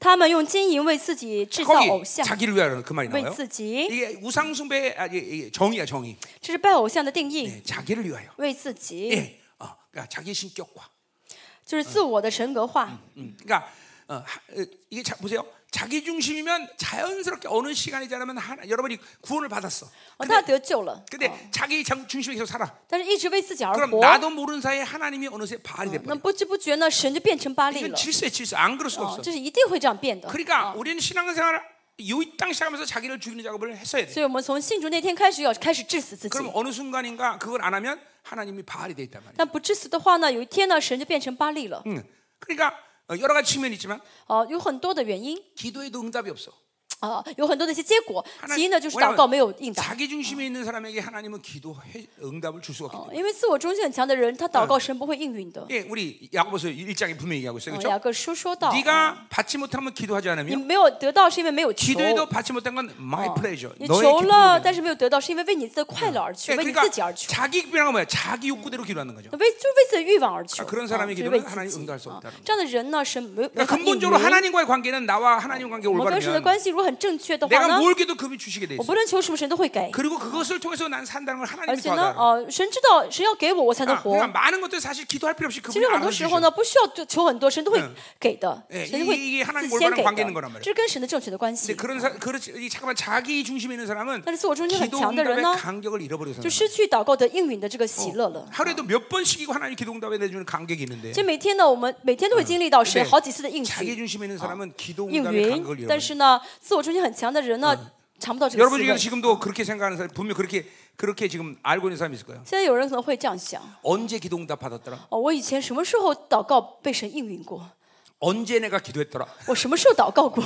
S2: 他们用金银为自己制造偶
S1: 거기
S2: 像，
S1: 자기를 위하여 그 말이
S2: 为
S1: 나와요.
S2: 自己，
S1: 이게 우상 숭배 아, 이게- 이게 정의야 정의.
S2: 这是拜偶像的定义。
S1: 예, 자기를 위하여.
S2: 为自己，
S1: 예, 어, 그러니까 자기 신격화.
S2: 就是自我的神格化。哦
S1: 음, 그러니까 어, 하- 어, 이게 자, 보세요. 자기 중심이면 자연스럽게 어느 시간이 지나면 하나, 여러분이 구원을 받았어.
S2: 哦，他得救了，
S1: 근데 자기 장- 중심에 계속 아. 살아. 아,
S2: 但是一直为自己而
S1: 그럼
S2: 活，
S1: 나도 모르는 사이에 하나님이 어느새 발이
S2: 那
S1: 돼버려.
S2: 不知不觉呢，神就变成巴利
S1: 이건
S2: 了。
S1: 질서야 질서. 안 그럴 수가
S2: 哦，
S1: 없어.
S2: 这是一定会这样变的。
S1: 그러니까 우리는 신앙생활 이땅 시작하면서 자기를 죽이는 작업을 했어야 돼.
S2: 所以我们从信主那天开始，要开始致死自己。
S1: 그럼 어느 순간인가 그걸 안 하면 하나님이 바알이 돼 있단 말이야.
S2: 但不致死的话呢，有一天呢，神就变成巴利了。
S1: 응. 그러니까 어, 여러 가지 측면이 있지만
S2: 哦，有很多的原因，
S1: 기도에도 응답이 없어.
S2: 啊，有很多的一些结果。
S1: 那
S2: 其一呢，就是祷告没有应答。
S1: 자기 중심에 있는 사람에게 하나님은 기도 응답을 줄 수가 없기
S2: 哦
S1: 때문에.
S2: 因为自我中心很强的人，他祷告神不会应允的。
S1: 예, 우리 야고보서 1장에 분명히 얘기하고 있어요. 음,
S2: 哦
S1: 그렇죠?
S2: 雅各书说到，哦
S1: 네가 받지 못하면 기도하지
S2: 你
S1: 않으면
S2: 没有得到是因为没有求，
S1: 기도에도 받지 못한 건 my pleasure.
S2: 你
S1: 너의
S2: 求了
S1: 어. 기쁨이야.
S2: 但是没有得到是因为为你自己的快乐而
S1: 예,
S2: 求，为你
S1: 그러니까
S2: 自己而求。
S1: 자기 기별한 뭐야? 자기 욕구대로 기도하는 거죠.
S2: 为就为自己的欲望而啊求，
S1: 그런사람의기도는하나님응도할수없다는거
S2: 啊
S1: 예요
S2: 这样的人呢，神没有办
S1: 그러니까
S2: 法应允。
S1: 근본적으로 하나님과의 관계는 나와 하나님 관계가
S2: 我们跟神的
S1: 올바르면
S2: 关系如果很正确的话
S1: 내가
S2: 呢，
S1: 뭘 기도 금이 주시게 돼
S2: 我
S1: 있어. 뭐
S2: 不论求什么，神都会给。
S1: 그리고 그것을 통해서 난 산다는 걸
S2: 而
S1: 하나님이 아,
S2: 且呢，
S1: 더하다.
S2: 呃，神知道神要给我，我才能
S1: 아,
S2: 活
S1: 啊 그러니까 。 많은 것들 사실 기도할 필요 없이 그분이
S2: 其实很多时候
S1: 알아주시죠. 嗯
S2: 呢，不需要求很多，神都会给的，
S1: 예
S2: 神会
S1: 이게이게하나님
S2: 自
S1: 과
S2: 己先
S1: 올바른
S2: 给
S1: 관계는거란말이에요
S2: 的。这是跟神的正确的关系
S1: 근데 。 그런 사, 그렇지, 이 잠깐만 자기 중심에 있는 사람은
S2: 但是自我中心很
S1: 기도
S2: 强的人
S1: 응답의
S2: 呢，
S1: 간격을 잃어버려서
S2: 就
S1: 사는
S2: 失去祷告的应允的这个喜乐了
S1: 거예요. 。 하루에도 몇 번씩이고 하나님 기도 응답에 내주는 간격이 있는데
S2: 所以每天呢，我们每天都会经历到神
S1: 네
S2: 好几次的应
S1: 자기
S2: 许、
S1: 중심에 있는 사람은 기도
S2: 应
S1: 응답의
S2: 允
S1: 간격을 ，
S2: 但
S1: 잃어버려요.
S2: 是呢，自我中心很强的人呢，尝不到这个
S1: 여러분
S2: 滋
S1: 중에
S2: 味。
S1: 지금도 그렇게 생각하는 사람 분명 그렇게 그렇게 지금 알고 있는 사람이 있을 거예요.
S2: 现在有人可能会这样想：
S1: 언제 기도 응답 받았더라?
S2: 哦，我以前什么时候祷告被神应允过？
S1: 언제 내가 기도했더라?
S2: 我什么时候祷告过？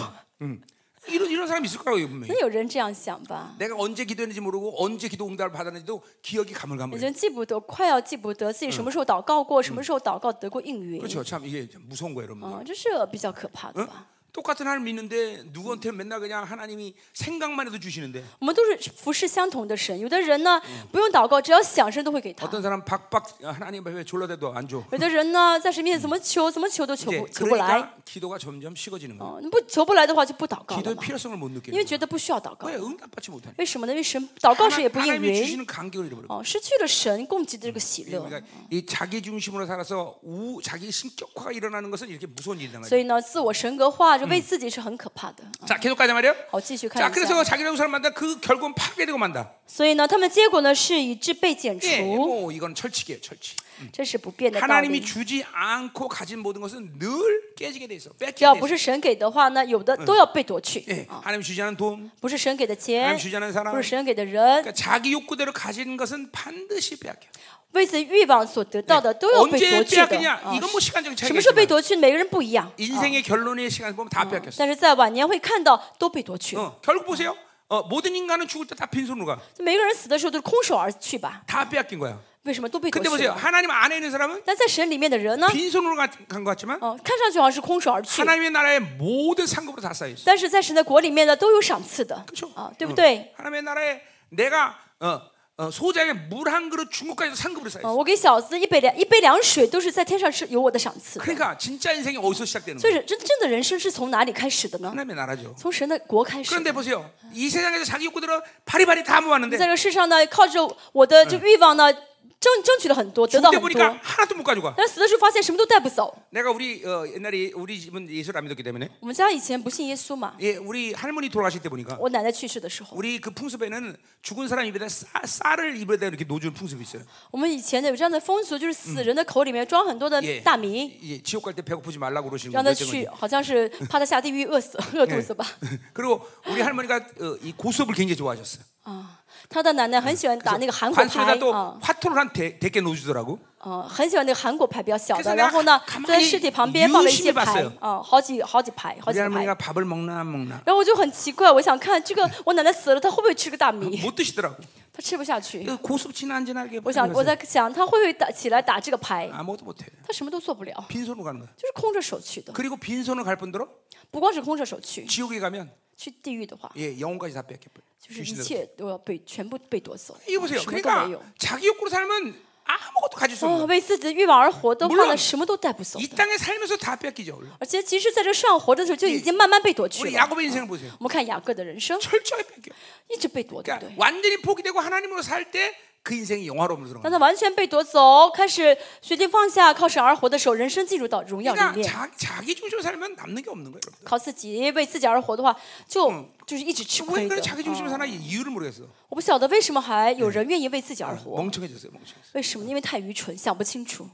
S1: 이런 이런 사람이 있을 거라고요 분명히.
S2: 那有人这样想吧？
S1: 내가 언제 기도했는지 모르고 언제 기도 응답을 받았는지도 기억이
S2: 已
S1: 가물가물해.
S2: 经记不得，快要记不得自己什么时候祷告过，什么时候祷告得过应允。
S1: 그렇죠. 참 이게 참 무서운 거예요, 여러분.
S2: 嗯，这是比较可怕
S1: 嗯
S2: 的吧？
S1: 똑같은 하나님 믿는데 누구한테 맨날 그냥 하나님이 생각만 해도 주시는데
S2: 我们都是服侍相同的神，有的人呢不用祷告，只要想神都会给他；
S1: 어떤 사람 박박 하나님 앞에 졸라대도 안 줘.
S2: 有的人呢在神面前怎么求怎么求都求
S1: 이제
S2: 不求不来。
S1: 그러니까 기도가 점점 식어지는 거예요.
S2: 哦，你不求不来的话就不祷告了
S1: 기도의
S2: 嘛，
S1: 필요성을 못
S2: 因为
S1: 느끼는 거예요.
S2: 觉得不需要祷告
S1: 왜 。 응답받지 못하냐?
S2: 为什么呢？因为神祷告时也不应
S1: 하나님이
S2: 允，
S1: 주시는 간격을 잃어버려.
S2: 哦，失去了神供给的这个喜乐。
S1: 그러니까 이 자기 중심으로 살아서 우 자기 신격화가 일어나는 것은 이렇게 무서운 일이란 말이에요.
S2: 所以呢，自我神格化，
S1: 嗯
S2: 就为自己是很可怕的。
S1: 자, 계속 가자 말이에요.
S2: 好，继续
S1: 자,
S2: 看一
S1: 그래서
S2: 下。
S1: 자기라고 어, 사람마다 그 결국은 파괴되고 만다.
S2: 所以呢，他们结果呢是以致被剪
S1: 예,
S2: 除，
S1: 뭐 이건 철칙이에요, 철칙.
S2: 这是不变的
S1: 嗯
S2: 道
S1: 하나님이
S2: 理。
S1: 주지 않고 가진 모든 것은 늘 깨지게 돼 있어.
S2: 只
S1: 뺏기게
S2: 要
S1: 돼
S2: 不
S1: 있어.
S2: 是神给的话呢，有的都要被夺去。
S1: 嗯 예, 하나님 주지 않은 돈,
S2: 不是神给的钱
S1: 하나님 ， 주지 않은 사람.
S2: 不是神给的人，
S1: 그러니까 자기 욕구대로 가진 것은 반드시 빼앗겨.
S2: 为此欲望所得到的都要被
S1: 언제
S2: 夺去的。
S1: 빼앗기냐?
S2: 啊
S1: 이건 뭐 시간적
S2: 什
S1: 차이가
S2: 么时候被
S1: 있지만
S2: 夺去，每个人不一样。
S1: 인생의 결론의 시간을 보면 다 어. 빼앗겼어.
S2: 但是在晚年会看到都被夺去，
S1: 어, 결국 보세요. 어, 모든 인간은 죽을 때 다 빈손으로 가.
S2: 每个人死的时候都是空手而去吧？
S1: 다 빼앗긴 거야.
S2: 为什么都被夺
S1: 근데
S2: 去
S1: 보세요.
S2: 了？
S1: 하나님 안에 있는 사람은
S2: 但在神里面的人
S1: 어?
S2: 呢？
S1: 빈손으로 간 것 같지만
S2: 哦，看上去好像是空手而去，
S1: 하나님의 나라의 모든 상급으로 다 쌓여 있어.
S2: 但是在神的国里面呢，都有赏赐的
S1: 그렇죠? 嗯
S2: 啊，对不对？
S1: 하나님의 나라에 내가 어, 어, 소자에게 물 한 그릇 준 것까지도 상급으로 쌓여
S2: 嗯，
S1: 있어.
S2: 我给小子一杯凉一杯凉水，都是在天上是有我的赏赐的。
S1: 그러니까 진짜 인생이 어디서 시작되는
S2: 所以
S1: 거야?
S2: 人真正的人生是从哪里开始的呢？
S1: 하나님의 나라죠.
S2: 从神的国开始。
S1: 그런데 보세요. 이 세상에서 자기 욕구대로 바리바리 다 모았는데
S2: 在这个世上呢，靠着我的这欲望呢，争争取了很多，得到
S1: 죽대
S2: 很
S1: 보니까
S2: 多。
S1: 하나도 못 가져가.
S2: 但是死的时候发现什么都带不走。
S1: 내가 우리 어, 옛날에 우리 집은 예수를 안 믿었기 때문에
S2: 我们家以前不信耶稣嘛，
S1: 예, 우리 할머니 돌아가실 때 보니까
S2: 我奶奶去世的时候，
S1: 우리 그 풍습에는 죽은 사람 입에다 쌀, 쌀을 입에다 이렇게 놓주는 풍습이 있어요.
S2: 我们以前呢有这样的风俗，就是死人的口里面装很多的
S1: 예,
S2: 大米，
S1: 예, 지옥 갈 때 배고프지 말라고 그러시는
S2: 让
S1: 거예요. 예.
S2: 他去，好像是怕他下地狱饿 死饿肚子吧。
S1: 그리고 우리 할머니가 어, 이 고수업을 굉장히 좋아하셨어요.
S2: 啊，他的奶奶很喜欢打那个韩国牌
S1: 관수에다 어. 또
S2: 啊，
S1: 화토를 한 대, 대개 놓주더라고.
S2: 啊，很喜欢那个韩国牌比较小
S1: 그래서
S2: 的，
S1: 내가
S2: 然后呢
S1: 가，만
S2: 在
S1: 히
S2: 尸体旁边放了一些
S1: 유심히
S2: 牌
S1: 봤어요
S2: 啊，好几好几排，好
S1: 우리
S2: 几排
S1: 할머니가 。 밥을 먹나 안 먹나
S2: 然后我就很奇怪，我想看这个我奶奶死了，她会不会吃个大米？
S1: 못 드시더라고.
S2: 她吃不下去。
S1: 이거 고속 지난지나 이렇게
S2: 我想我在想他会不会打起来打这个牌，
S1: 아무것도 못해.
S2: 他什么都做不了，
S1: 빈손으로 가는 거야.
S2: 就是空着手去的。
S1: 그리고 빈손으로 갈 뿐더러
S2: 不光是空着手去，
S1: 지옥에 가면
S2: 去地狱的话，
S1: 예 영혼까지 다 뺏겨
S2: 就是一
S1: 귀신들.
S2: 切都要被全部被夺走，
S1: 이 보세요. 어.
S2: 什么都没
S1: 그러니까
S2: 有。
S1: 자기 욕구로 살면 아무것도 가질 수
S2: 哦，
S1: 없는. 거야.
S2: 为自己的欲望而活的
S1: 물론
S2: 话呢，什么都带不走
S1: 이
S2: 的。
S1: 땅에 살면서 다 뺏기죠. 원래.
S2: 而且其实在这世上活着的时候，就已经慢慢被夺去
S1: 우리
S2: 了。
S1: 야곱의 인생을 보세요.
S2: 我们看雅各的人生，
S1: 철저하게 뺏겨.
S2: 一直被夺，对不
S1: 그러니까
S2: 对？
S1: 완전히 포기되고 하나님으로 살 때 그 인생이 영화로움으로
S2: 当
S1: 들어가.
S2: 他完全被夺走，开始决定放下，靠神而活的时候，人生进入到荣耀里
S1: 그러니까
S2: 面。
S1: 자, 자기 중심으로 살면 남는 게 없는 거예요. 여러분들.
S2: 靠自己为自己而活的话，就就是一直吃
S1: 왜
S2: 亏的
S1: 그래 。 자기
S2: 哦
S1: 중심으로 사나 이 이유를 어. 모르겠어.
S2: 我不晓得为什么还有人愿意为自己而活，
S1: 멍청해졌어요. 멍청해졌어.
S2: 为什么？因为太愚蠢，想不清楚，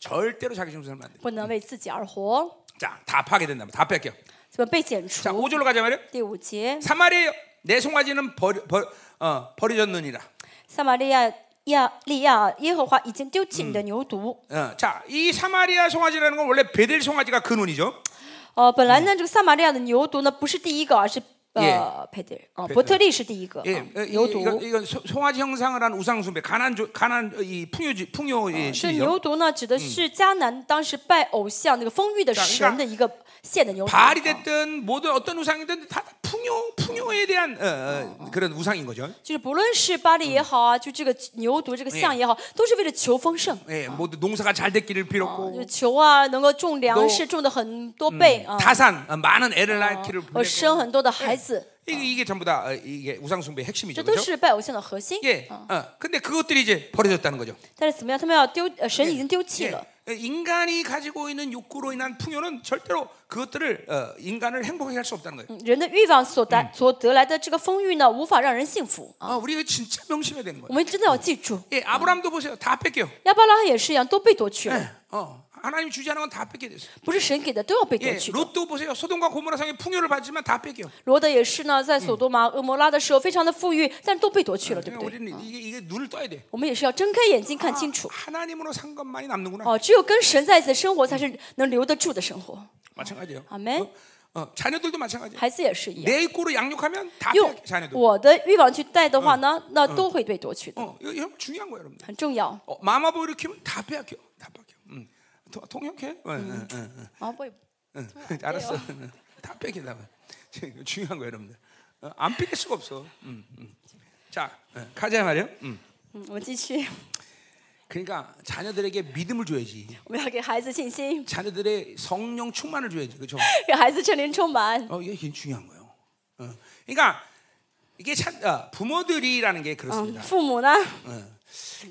S1: 절대로 자기 중심으로 살면 안 돼.
S2: 不能为自己而活，
S1: 자, 다 파괴된다면 다 뺏겨.
S2: 怎么被剪
S1: 자
S2: 除？
S1: 5절로 가자 말이요.
S2: 第五节，
S1: 사마리아 내 송아지는 버려, 버, 어, 버려졌느니라.
S2: 撒玛利亚亚利亚耶和华已经丢弃你的牛犊。
S1: 어, 자, 이 사마리아 송아지라는 건 원래 베델 송아지가 근원이죠.
S2: 呃，本来呢，这个撒玛利亚的牛犊呢，不是第一个，而是呃
S1: Yeah
S2: 佩德尔啊，
S1: 佩
S2: 伯特利是第一个
S1: 예,
S2: 啊
S1: 어, 이-
S2: 牛
S1: 이건,
S2: 犊。
S1: 이건 소- 송아지 형상을 한 우상숭배, 가난 조, 가난 어, 이 풍요지 풍요 의
S2: 这
S1: 신이죠.
S2: 牛犊呢，指的是迦南当时拜偶像那个丰裕的
S1: 그러니까
S2: 神嗯的一个献的牛犊。
S1: 발이
S2: 啊
S1: 됐든 모든 어떤 우상이든 다 풍요 풍요에 대한 어, 어, 그런 우상인 거죠.
S2: 就是不论是巴利也好啊，就这个牛犊这个像也好，都是为了求丰盛。
S1: 예, 모두 농사가 잘 됐기를
S2: 啊就
S1: 빌었고
S2: 求啊，能够种
S1: 都
S2: 粮食，种的很多倍啊，
S1: 다산 어, 많은 애를 낳기를
S2: 我
S1: 빌었고
S2: 生很多的孩子，
S1: 이게, 이게 전부 다 어, 이게 우상 숭배의
S2: 这
S1: 핵심이죠.
S2: 都
S1: 그렇죠?
S2: 是拜偶像的嗯核心。
S1: 예, 어, 근데 그것들이 이제 버려졌다는 거죠.
S2: 但是怎么样，他们要丢，呃神已经丢弃
S1: 예,
S2: 了。
S1: 어, 인간이 가지고 있는 욕구로 인한 풍요는 절대로 그것들을 어, 인간을 행복하게 할 수 없다는 거예요.
S2: 嗯人的欲望所得所得来的这个丰裕呢，无法让人幸福啊。
S1: 아, 우리가 진짜 명심해야 되는
S2: 我
S1: 거예요.
S2: 们真的要记住，
S1: 예, 아브라함도 보세요. 다 뺏겨요.
S2: 亚伯拉罕也是一样，都被夺去了，
S1: 어, 하나님 주지 않은 건 다 뺏게 됐어요.
S2: 不是神给的都要被夺
S1: 예,
S2: 去的。
S1: 롯도 보세요. 소돔과 고모라 성의 풍요를 받지만 다 뺏겨요.
S2: 罗德也是呢，在索多玛、俄摩拉的时候非常的富裕，但都被夺去了，对
S1: 그러니까
S2: 不对？
S1: 우리는 이게, 이게 눈을 떠야 돼.
S2: 我们也是要睁开眼睛看清楚
S1: 하나님으로 산 것만이 남는구나.
S2: 哦，只有跟神在一起的生活才是能留得住的生活。
S1: 마찬가지예요.
S2: 아멘.
S1: 어, 어, 자녀들도 마찬가지예요.
S2: 孩子也是一样。
S1: 내 입구로 양육하면 다
S2: 用
S1: 뺏겨, 자녀들.
S2: 我的欲望去带的话呢，那都会被夺去的，
S1: 어, 이거, 이거 중요한 거예요, 여러분.
S2: 很重要。
S1: 어, 마마보이를 키우면 다 뺏겨. 다 뺏겨. 음. 통- 통역해? 어, 어, 어.
S2: 啊，我也
S1: 응, 알았어. 응, 다 뺏기려고. 지금 중요한 거예요, 여러분들. 어, 안 뺏길 수가 없어. 음, 음. 자, 어, 가자 말이요. 음.
S2: 嗯，我们继续，
S1: 그러니까 자녀들에게 믿음을 줘야지.
S2: 我们要给孩子信心，
S1: 자녀들의 성령 충만을 줘야지. 그렇죠?
S2: 给孩子圣灵充满。
S1: 어, 이게 굉장히 중요한 거예요. 어. 그러니까 이게 참 어, 부모들이라는 게
S2: 嗯，
S1: 그렇습니다.
S2: 父母呢，
S1: 어.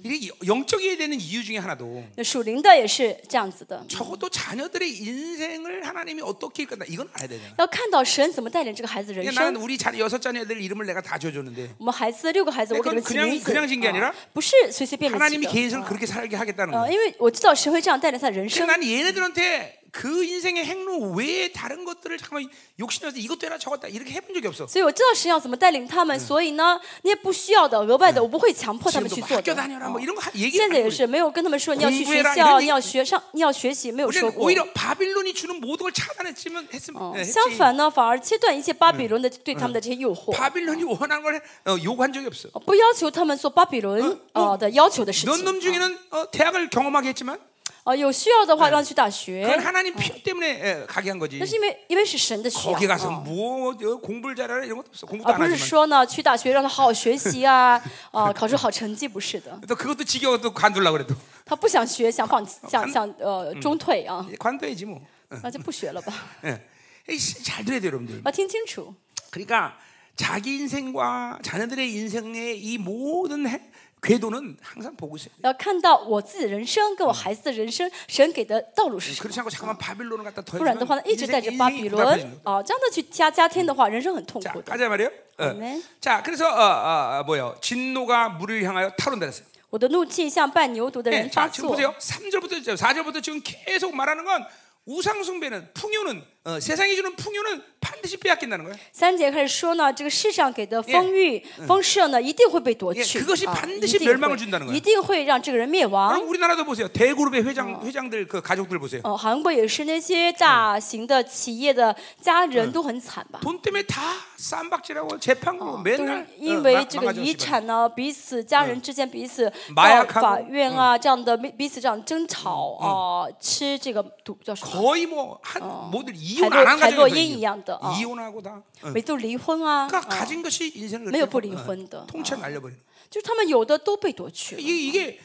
S1: 이게 여- 영적이어야 되는 이유 중에 하나도
S2: 那属灵的也是这样子的，
S1: 적어도 자녀들의 인생을 하나님이 어떻게 이끌까 이건 알아야 되잖아.
S2: 要看到神怎么带领这个孩子人
S1: 그러니까
S2: 生
S1: 나는 。 우리 자녀 여섯 자녀들 이름을 내가 다 지어줬는데
S2: 我们孩子六个孩子，
S1: 네
S2: 我给你们
S1: 그건
S2: 起
S1: 그냥
S2: 名字，
S1: 그냥진게아니라
S2: 啊不是随随便便起
S1: 하나님이
S2: 的。
S1: 계획을 그렇게 살게 하겠다는 거예요.
S2: 呃，因为我知道神会这样带领他的人
S1: 그
S2: 生
S1: 래 ， 나는 얘네들한테 그 인생의 행로 외에 다른 것들을 잠깐 욕심내서 이것도 해라 저것도 해라 이렇게 해본 적이 없어.
S2: 所以我知道神要怎么带领他们。所以呢，那些不需要的、额外的，我不会强迫他们
S1: 지금도
S2: 去
S1: 막
S2: 做
S1: 학교
S2: 的。
S1: 다녀라 뭐 이런 거 하- 얘기
S2: 现
S1: 안
S2: 在也
S1: 하고
S2: 是没有跟他们说你要去
S1: 공부해라
S2: 学
S1: 이런
S2: 校，
S1: 얘기
S2: 你要学上，你要学习，没有说
S1: 우리는
S2: 过。
S1: 오히려 바빌론이 주는 모든 걸 차단했지만 했으면
S2: 哦
S1: 예, 했지.
S2: 相反呢，反而切断一切巴比伦的嗯对他们的这些诱惑，呃
S1: 바빌론이 원하는 걸 해- 어, 요구한 적이 없어.
S2: 不要求他们做巴比伦呃的要求的事
S1: 넌 놈
S2: 情。
S1: 중에는 어, 대학을 경험하게 했지만
S2: 哦，有需要的话让去大
S1: 그건
S2: 学，
S1: 하나님 필요 때문에 예, 가게 한 거지.
S2: 那是因为因为是神的需
S1: 거기
S2: 要，
S1: 가서
S2: 啊
S1: 뭐 어, 아, 공부를 잘하라 이런 것도 없어. 공부도
S2: 而
S1: 안
S2: 不是
S1: 하지만.
S2: 说呢去大学让他好好学习啊， 啊考出好成绩不是的，
S1: 또 그것도 지겨워 또 관둘라 그래도
S2: 他不想学，想放想想呃中退啊，
S1: 이제 관둬야지 뭐.
S2: 那就不学了吧，
S1: 예. 에이, 씨, 잘 들어야 돼요, 여러분들.
S2: 要听清楚。
S1: 그러니까 자기 인생과 자녀들의 인생의 이 모든 해- 궤도는 항상 보고 있어요.
S2: 要看到我自己人生跟我孩子的人生，神给的道嗯路是什么？
S1: 그렇지 않고 잠깐만 바빌론을 갖다
S2: 不然的话呢，
S1: 더해주면
S2: 一直带
S1: 인생,
S2: 着巴
S1: 인생이
S2: 比
S1: 부담해지는
S2: 伦
S1: 거예요.
S2: 啊，这样的去加加添的话，人生很痛
S1: 자,
S2: 苦的。
S1: 가자 말이요. 에
S2: 아멘.
S1: 자, 그래서 어, 어, 어, 뭐요? 진노가 물을 향하여 타오른다 그랬어요.
S2: 我的怒气像拌牛犊的
S1: 예,
S2: 人发
S1: 자, 지금
S2: 作。
S1: 보세요. 3절부터 4절부터 지금 계속 말하는 건 우상숭배는 풍요는 어, 세상이 주는 풍요는 반드시 빼앗긴다는 거예요.
S2: 三节开始说呢，这个世上给的丰裕、丰盛呢，一定会被夺去
S1: 예, 그것이
S2: 啊
S1: 반드시
S2: 一定
S1: 멸망을준다는거예
S2: 会
S1: 요
S2: 一定会让这个哎人灭亡
S1: 그럼 。 우리나라도 보세요. 대그룹의 회장 회장들 그 가족들 보세요.
S2: 哦，韩国也是那些大型的企业的家人都很惨吧？
S1: 돈 때문에 다 쌈박질하고 재판으로
S2: 都是
S1: 맨날
S2: 因
S1: 어,
S2: 为
S1: 마-
S2: 这个
S1: 망가져
S2: 遗
S1: 집안.
S2: 产呢，彼此家人之间彼此
S1: 嗯麻
S2: 到
S1: 药看嗯
S2: 法
S1: 过
S2: 院啊这样的彼彼此这样争吵
S1: 嗯
S2: 啊，吃这个毒叫什么？
S1: 거의 뭐한 모두 이혼
S2: 발로-
S1: 안한
S2: 발로
S1: 가정이 거의
S2: 인이 양도, 어.
S1: 이혼하고 다. 어.
S2: 没都离婚啊，
S1: 그러니까
S2: 啊
S1: 가진 것이 인생을
S2: 매우
S1: 그렇게, 어,
S2: 불이혼도.
S1: 통째 날려버리는.
S2: 就是他们有的都被夺去了。
S1: 이게 이게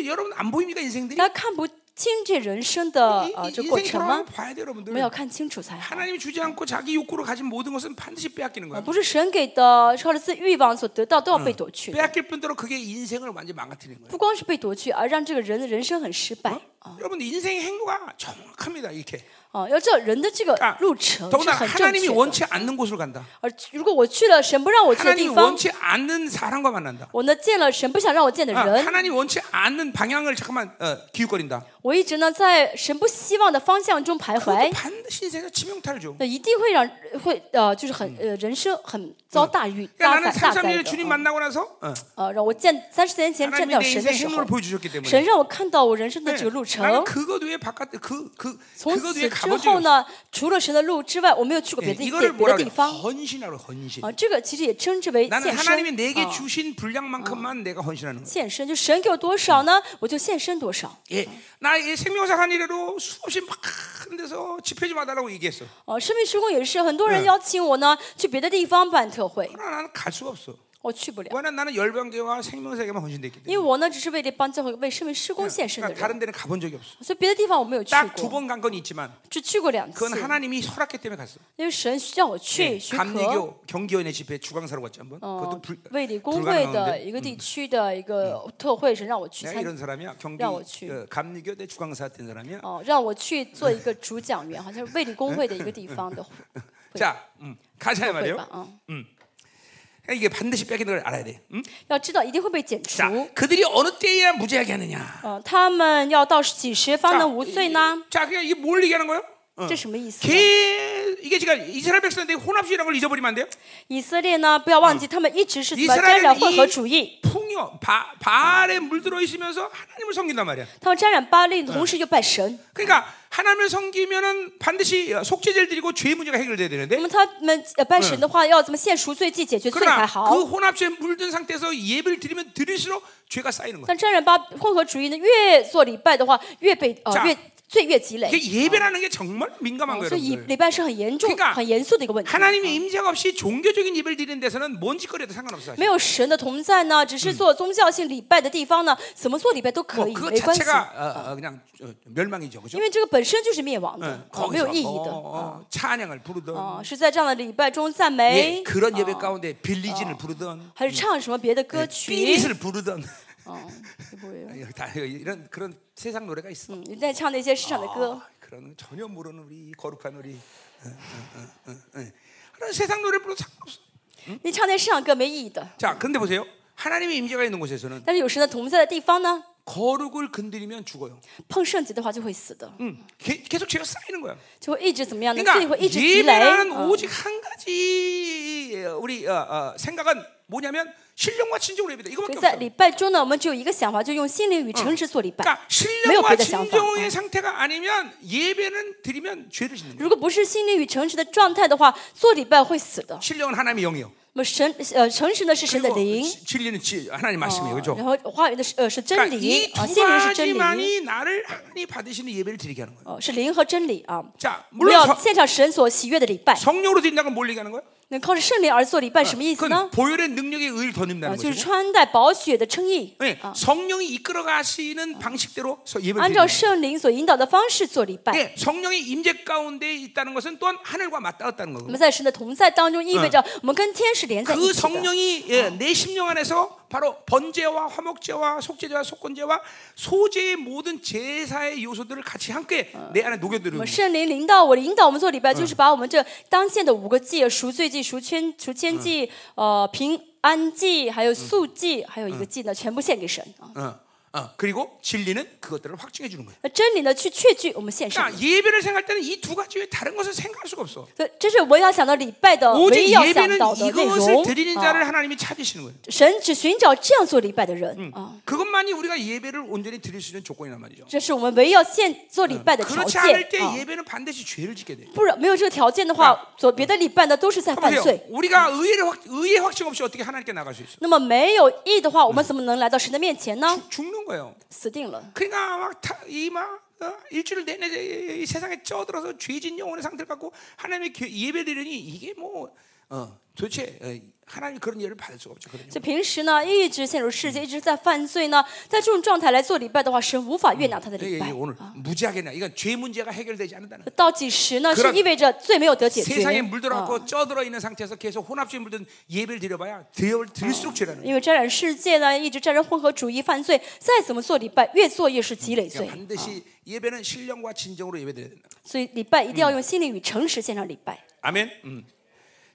S1: 이게 여러분 안 보입니까 인생들이?
S2: 大家看不清这人生的
S1: 이- 이-
S2: 啊这过
S1: 인생
S2: 程吗
S1: 상황 ？ 봐야 돼요
S2: 我
S1: 여러분들.
S2: 们要看清楚才好。
S1: 하나님이 주지 않고 자기 욕구로 가진 모든 것은 반드시 빼앗기는
S2: 啊
S1: 거야.
S2: 不是神给的，靠着自己欲望所得到都要
S1: 嗯
S2: 被夺去的，
S1: 빼앗길 뿐더러 그게 인생을 완전 히 망가뜨리는 거야.
S2: 不光是被夺去，而让这个人的人生很失
S1: 嗯
S2: 败。
S1: 여러분 인생의 행보가 정확합니다 이렇게.
S2: 哦，要知道人的这个路程是
S1: 더구나
S2: 很正
S1: 하나님이
S2: 确的。
S1: 원치 않는 곳으로 간다.
S2: 而如果我去了神不让我去的
S1: 하나님이
S2: 地方，
S1: 원치 않는 사람과 만난다.
S2: 我呢见了神不想让我见的
S1: 아,
S2: 人，
S1: 하나님 원치 않는 방향을 잠깐만 어, 기웃거린다.
S2: 我一直呢在神不希望的方向中徘徊
S1: 그것도 ， 반드시 인생에 치명타를 줘.
S2: 那一定会让会呃就是很呃人生很遭大遇大
S1: 그러니까 나는
S2: 灾大灾
S1: 33년에
S2: 的
S1: 주님 。 만나고 나서 어,
S2: 呃，让我见三十年前见
S1: 하나님이
S2: 到
S1: 내
S2: 神的
S1: 인생
S2: 时候
S1: 행로를 ， 보여주셨기 때문에
S2: 神让我看到我人生的
S1: 네,
S2: 这个路程
S1: 나는 。 그것 외에 바깥에 그, 그,
S2: 从
S1: 그것
S2: 此
S1: 외에
S2: 之后
S1: 가보지
S2: 呢，除了神的路之外，我没有去过别
S1: 예,
S2: 的别
S1: 이거를 어,
S2: 别的
S1: 뭐라
S2: 地
S1: 그래?
S2: 方
S1: 헌신하라고 헌신.
S2: 啊。这个其实也称之为
S1: 나는
S2: 献身
S1: 하나님이 。 내게
S2: 啊
S1: 주신 분량만큼만 내가 헌신하는 거야.
S2: 献身，就神给我多少呢，我就献身多少。
S1: 예, 나이 생명사 한 일에도 수없이 많은 데서 집회 좀 와달라고 얘기했어.
S2: 哦，生命施工也是，很多人邀请我呢去别的地方办特会，
S1: 그러나 나는 갈 수가 없어.
S2: 我去不了，
S1: 왜냐면 나는 열방계와 생명사에게만 헌신됐기
S2: 因为
S1: 때문에.
S2: 我呢只是为这帮教会为生命施
S1: 嗯
S2: 工献身的
S1: 그러니까
S2: 人，
S1: 다른 데는 가본 적이 없어.
S2: 所以别的地方我没有去
S1: 딱 두
S2: 过，
S1: 번 간 건 있지만
S2: 只去过两次，
S1: 그건 하나님이 허락했기 때문에 갔어.
S2: 因为神让我去
S1: 예,
S2: 许可。
S1: 감리교 경기원의 집회 주광사로 갔지 한번.
S2: 哦
S1: 그것도 불, ，
S2: 卫理公会的
S1: 불가능한데.
S2: 一个地区的一
S1: 嗯
S2: 个特会，神让我去
S1: 내가
S2: 参
S1: 이런 사람이야. 경기
S2: 야, 어, 어찌.
S1: 어, 감리교 내 주광사 된 사람이야.
S2: 哦，让我去做一个主讲员，好像是卫理公会的一个地方的
S1: 자, 음, 가자
S2: 会
S1: 말이요.
S2: 吧？嗯，
S1: 이게 반드시 빼앗기는 걸 알아야 돼. 음?
S2: 要知道一定会被剪除。
S1: 자, 그들이 어느 때에야 무죄하게 하느냐.
S2: 嗯，他们要到几时方
S1: 자,
S2: 能无罪呢？
S1: 자, 그냥 이게 뭘 얘기하는 거예요?
S2: 这什么意思呢？
S1: 개, 이게 지금 이스라엘 백성들이 혼합주의라는 걸 잊어버리면 안 돼요?
S2: 以色列呢，不要忘记他们一直是怎
S1: 嗯
S2: 么
S1: 以色列
S2: 沾染
S1: 人
S2: 混合主义，
S1: 풍요, 바, 바알에 물들어 있으면서 하나님을 섬긴단 말이야.
S2: 他们沾染巴利，同
S1: 嗯
S2: 时又拜神。
S1: 그러니까 하나님을 섬기면은 반드시 속죄제를 드리고 죄 문제가 해결돼야
S2: 那
S1: 되는데
S2: 么他们呃拜神的话，要怎么献赎罪祭解决罪才
S1: 그러나
S2: 好
S1: 그 ？ 혼합주의에 물든 상태에서 예배를 드리면 드릴수록 죄가 쌓이는 거야.
S2: 但沾染巴混合主义呢，越做礼拜的话，越被呃
S1: 자
S2: 越罪越积累。
S1: 이게 예배라는 게 정말 민감한
S2: 哦
S1: 거예요.
S2: 所以
S1: 여러분들.
S2: 礼拜是很严重
S1: 그러니까 、
S2: 很严肃的一个问题。
S1: 하나님의 임재가 없이 종교적인 예배를 드리는 데서는 뭔 짓거리도 상관없어요.
S2: 没有神的同在呢，只是做宗教性礼拜的地方呢，怎么做礼拜都可
S1: 뭐
S2: 以，
S1: 그것
S2: 没关系。
S1: 자체가 어, 어, 그냥 어, 멸망이죠, 그죠?
S2: 因为这个本身就是灭亡
S1: 嗯
S2: 的，啊没有
S1: 거기서
S2: 意义
S1: 어,
S2: 的。
S1: 어,
S2: 啊
S1: 찬양을 부르던
S2: 啊，是在这样的礼拜中赞
S1: 예,
S2: 美，
S1: 그런 예배 가운데 빌리진을 부르던
S2: 还是唱什么别的歌曲？
S1: 삐릿을 부르던
S2: 哦，这不是
S1: 다 이런 그런 세상 노래가 있어.
S2: 嗯，你在唱那些市场的歌，
S1: 아, 그런 거 전혀 모르는 우리 거룩한 우리 응, 응, 응, 응, 응. 그런 세상 노래 불러도 상관없어.
S2: 你唱那市场歌没意义的。
S1: 자, 근데 보세요. 하나님의 임재가 있는 곳에서는
S2: 但是有神的同在的地方呢，
S1: 거룩을 건드리면 죽어요.
S2: 碰圣洁的话就会死的，
S1: 응. 게- 계속 죄가 쌓이는 거야.
S2: 就会一直怎么样呢？罪
S1: 그러니까
S2: 会一直积累。
S1: 예배라는
S2: 啊
S1: 오직 한 가지 우리 어, 어, 생각은 뭐냐면 신령과 진정으로 예배다.
S2: 所
S1: 이거밖에
S2: 以在
S1: 없어.
S2: 礼拜中呢，我们只有一个想法，就用心灵与诚实做礼拜。
S1: 그러니까
S2: 没有
S1: 신령과
S2: 别的想法。
S1: 진정의 상태가 아니면 예배는 드리면 죄를 짓는 거야.
S2: 如果不是心灵与诚实的状态的话，做礼拜会死的。
S1: 신령은 하나님의 영이요.
S2: 那么神呃，诚实呢是神的
S1: 그리고
S2: 灵，
S1: 지- 진리는 지- 하나님 말씀이에요.
S2: 哦
S1: 그렇죠?
S2: 然后话语的是呃是真
S1: 그러니까
S2: 理啊，
S1: 이
S2: 心
S1: 두
S2: 灵是真理，
S1: 가지만이 나를 하나님 받으시는 예배를 드리게 하는 거예요.
S2: 哦是灵和真理啊。
S1: 자
S2: 我们
S1: 물론
S2: 要
S1: 성-
S2: 献上神所喜悦的礼拜，
S1: 성령으로 드린다는 건 뭘 얘기하는 거예요?
S2: 能靠着圣灵而做
S1: 嗯
S2: 礼拜，什么意思呢
S1: 그 ？ 보혈의 능력의 의를 더 입는다는
S2: 啊，就是
S1: 거죠.
S2: 穿戴宝血的称义，
S1: 네, 성령이 어, 이끌어 가시는 방식대로 서- 예배를
S2: 按
S1: 드리는 거예요.
S2: 照圣灵所引导的方式做礼拜。
S1: 네, 성령의 임재 가운데 있다는 것은 또한 하늘과 맞닿았다는
S2: 我
S1: 거고.
S2: 们在神的同在当中，意味着我们跟天使连在一
S1: 그
S2: 起的。
S1: 성령이 예, 내 심령 안에서 바로 번제와 화목제와 속제제와 속건제와 소제의 모든 제사의 요소들을 같이 함께 내 안에
S2: 我
S1: 녹여들고
S2: 们圣灵领导我，领导我们做礼拜，就是把我们这当献的五个祭——赎罪祭、赎愆、赎愆祭、呃平安祭，还有素祭，还有一个祭呢，全部献给神啊。
S1: 어, 어, 그리고 진리는 그것들을 확증해 주는 거예요.
S2: 那真理呢去确据我们现实。
S1: 그러니까 예배를 생각할 때는 이 두 가지 외에 다른 것을 생각할 수가 없어.
S2: 所以这是我要想到礼拜的唯
S1: 오직
S2: 一要想
S1: 예배는
S2: 到的内
S1: 이것을
S2: 容
S1: 드리는
S2: 啊。
S1: 자를 하나님이 찾으시는 거예요.
S2: 神只寻找这样做礼拜的人
S1: 嗯
S2: 啊，
S1: 어. 그것만이 우리가 예배를 온전히 드릴 수 있는 조건이란 말이죠.
S2: 这是我们唯一要现做礼拜的条
S1: 그렇지 어.
S2: 件
S1: 않을 때
S2: 啊。
S1: 예배는 반드시 죄를 짓게 돼.
S2: 不然没有这个条件的话，做别的礼拜呢都是在犯
S1: 보세요.
S2: 罪。
S1: 우리가 의의 확 의의 확증 없이 어떻게 하나님께 나갈 수 있어?
S2: 那么没有义的话，我们怎么能来到神的面前呢？
S1: 죽는 거예요.
S2: 死定了。
S1: 그러니까 막이막 어? 일주일 내내 이- 이 세상에 쪄들어서 죄진 영혼의 상태를 갖고 하나님의 교- 예배드리니 이게 뭐 어, 도대체 어, 하나님 그런 예를 받을 수가 없죠. 그러니까. 그런
S2: 就平时呢，一直陷入世界，一直在犯罪呢，在这种状态来做礼拜的话，神无法悦纳他的
S1: 예,
S2: 礼
S1: 예,
S2: 拜
S1: 예, 。 오늘 무지하게 나 이건 죄 문제가 해결되지 않는다는 거예요.
S2: 到几时呢？
S1: 그런
S2: 是意味着罪没有得解决。
S1: 세상에 물들어갖고
S2: 啊
S1: 쪄들어 있는 상태에서 계속 혼합주의 물든 예배를 드려봐야 드려 들수록 죄라는 거예요.
S2: 因为沾染世界呢，一直沾染混合主义犯罪，再怎么做礼拜，越做越是积累罪
S1: 그러니까 。 반드시 예배는 신령과 진정으로 예배드려야 된다.
S2: 所以礼拜一定要用心灵与诚实献上礼拜。
S1: 아멘. 음.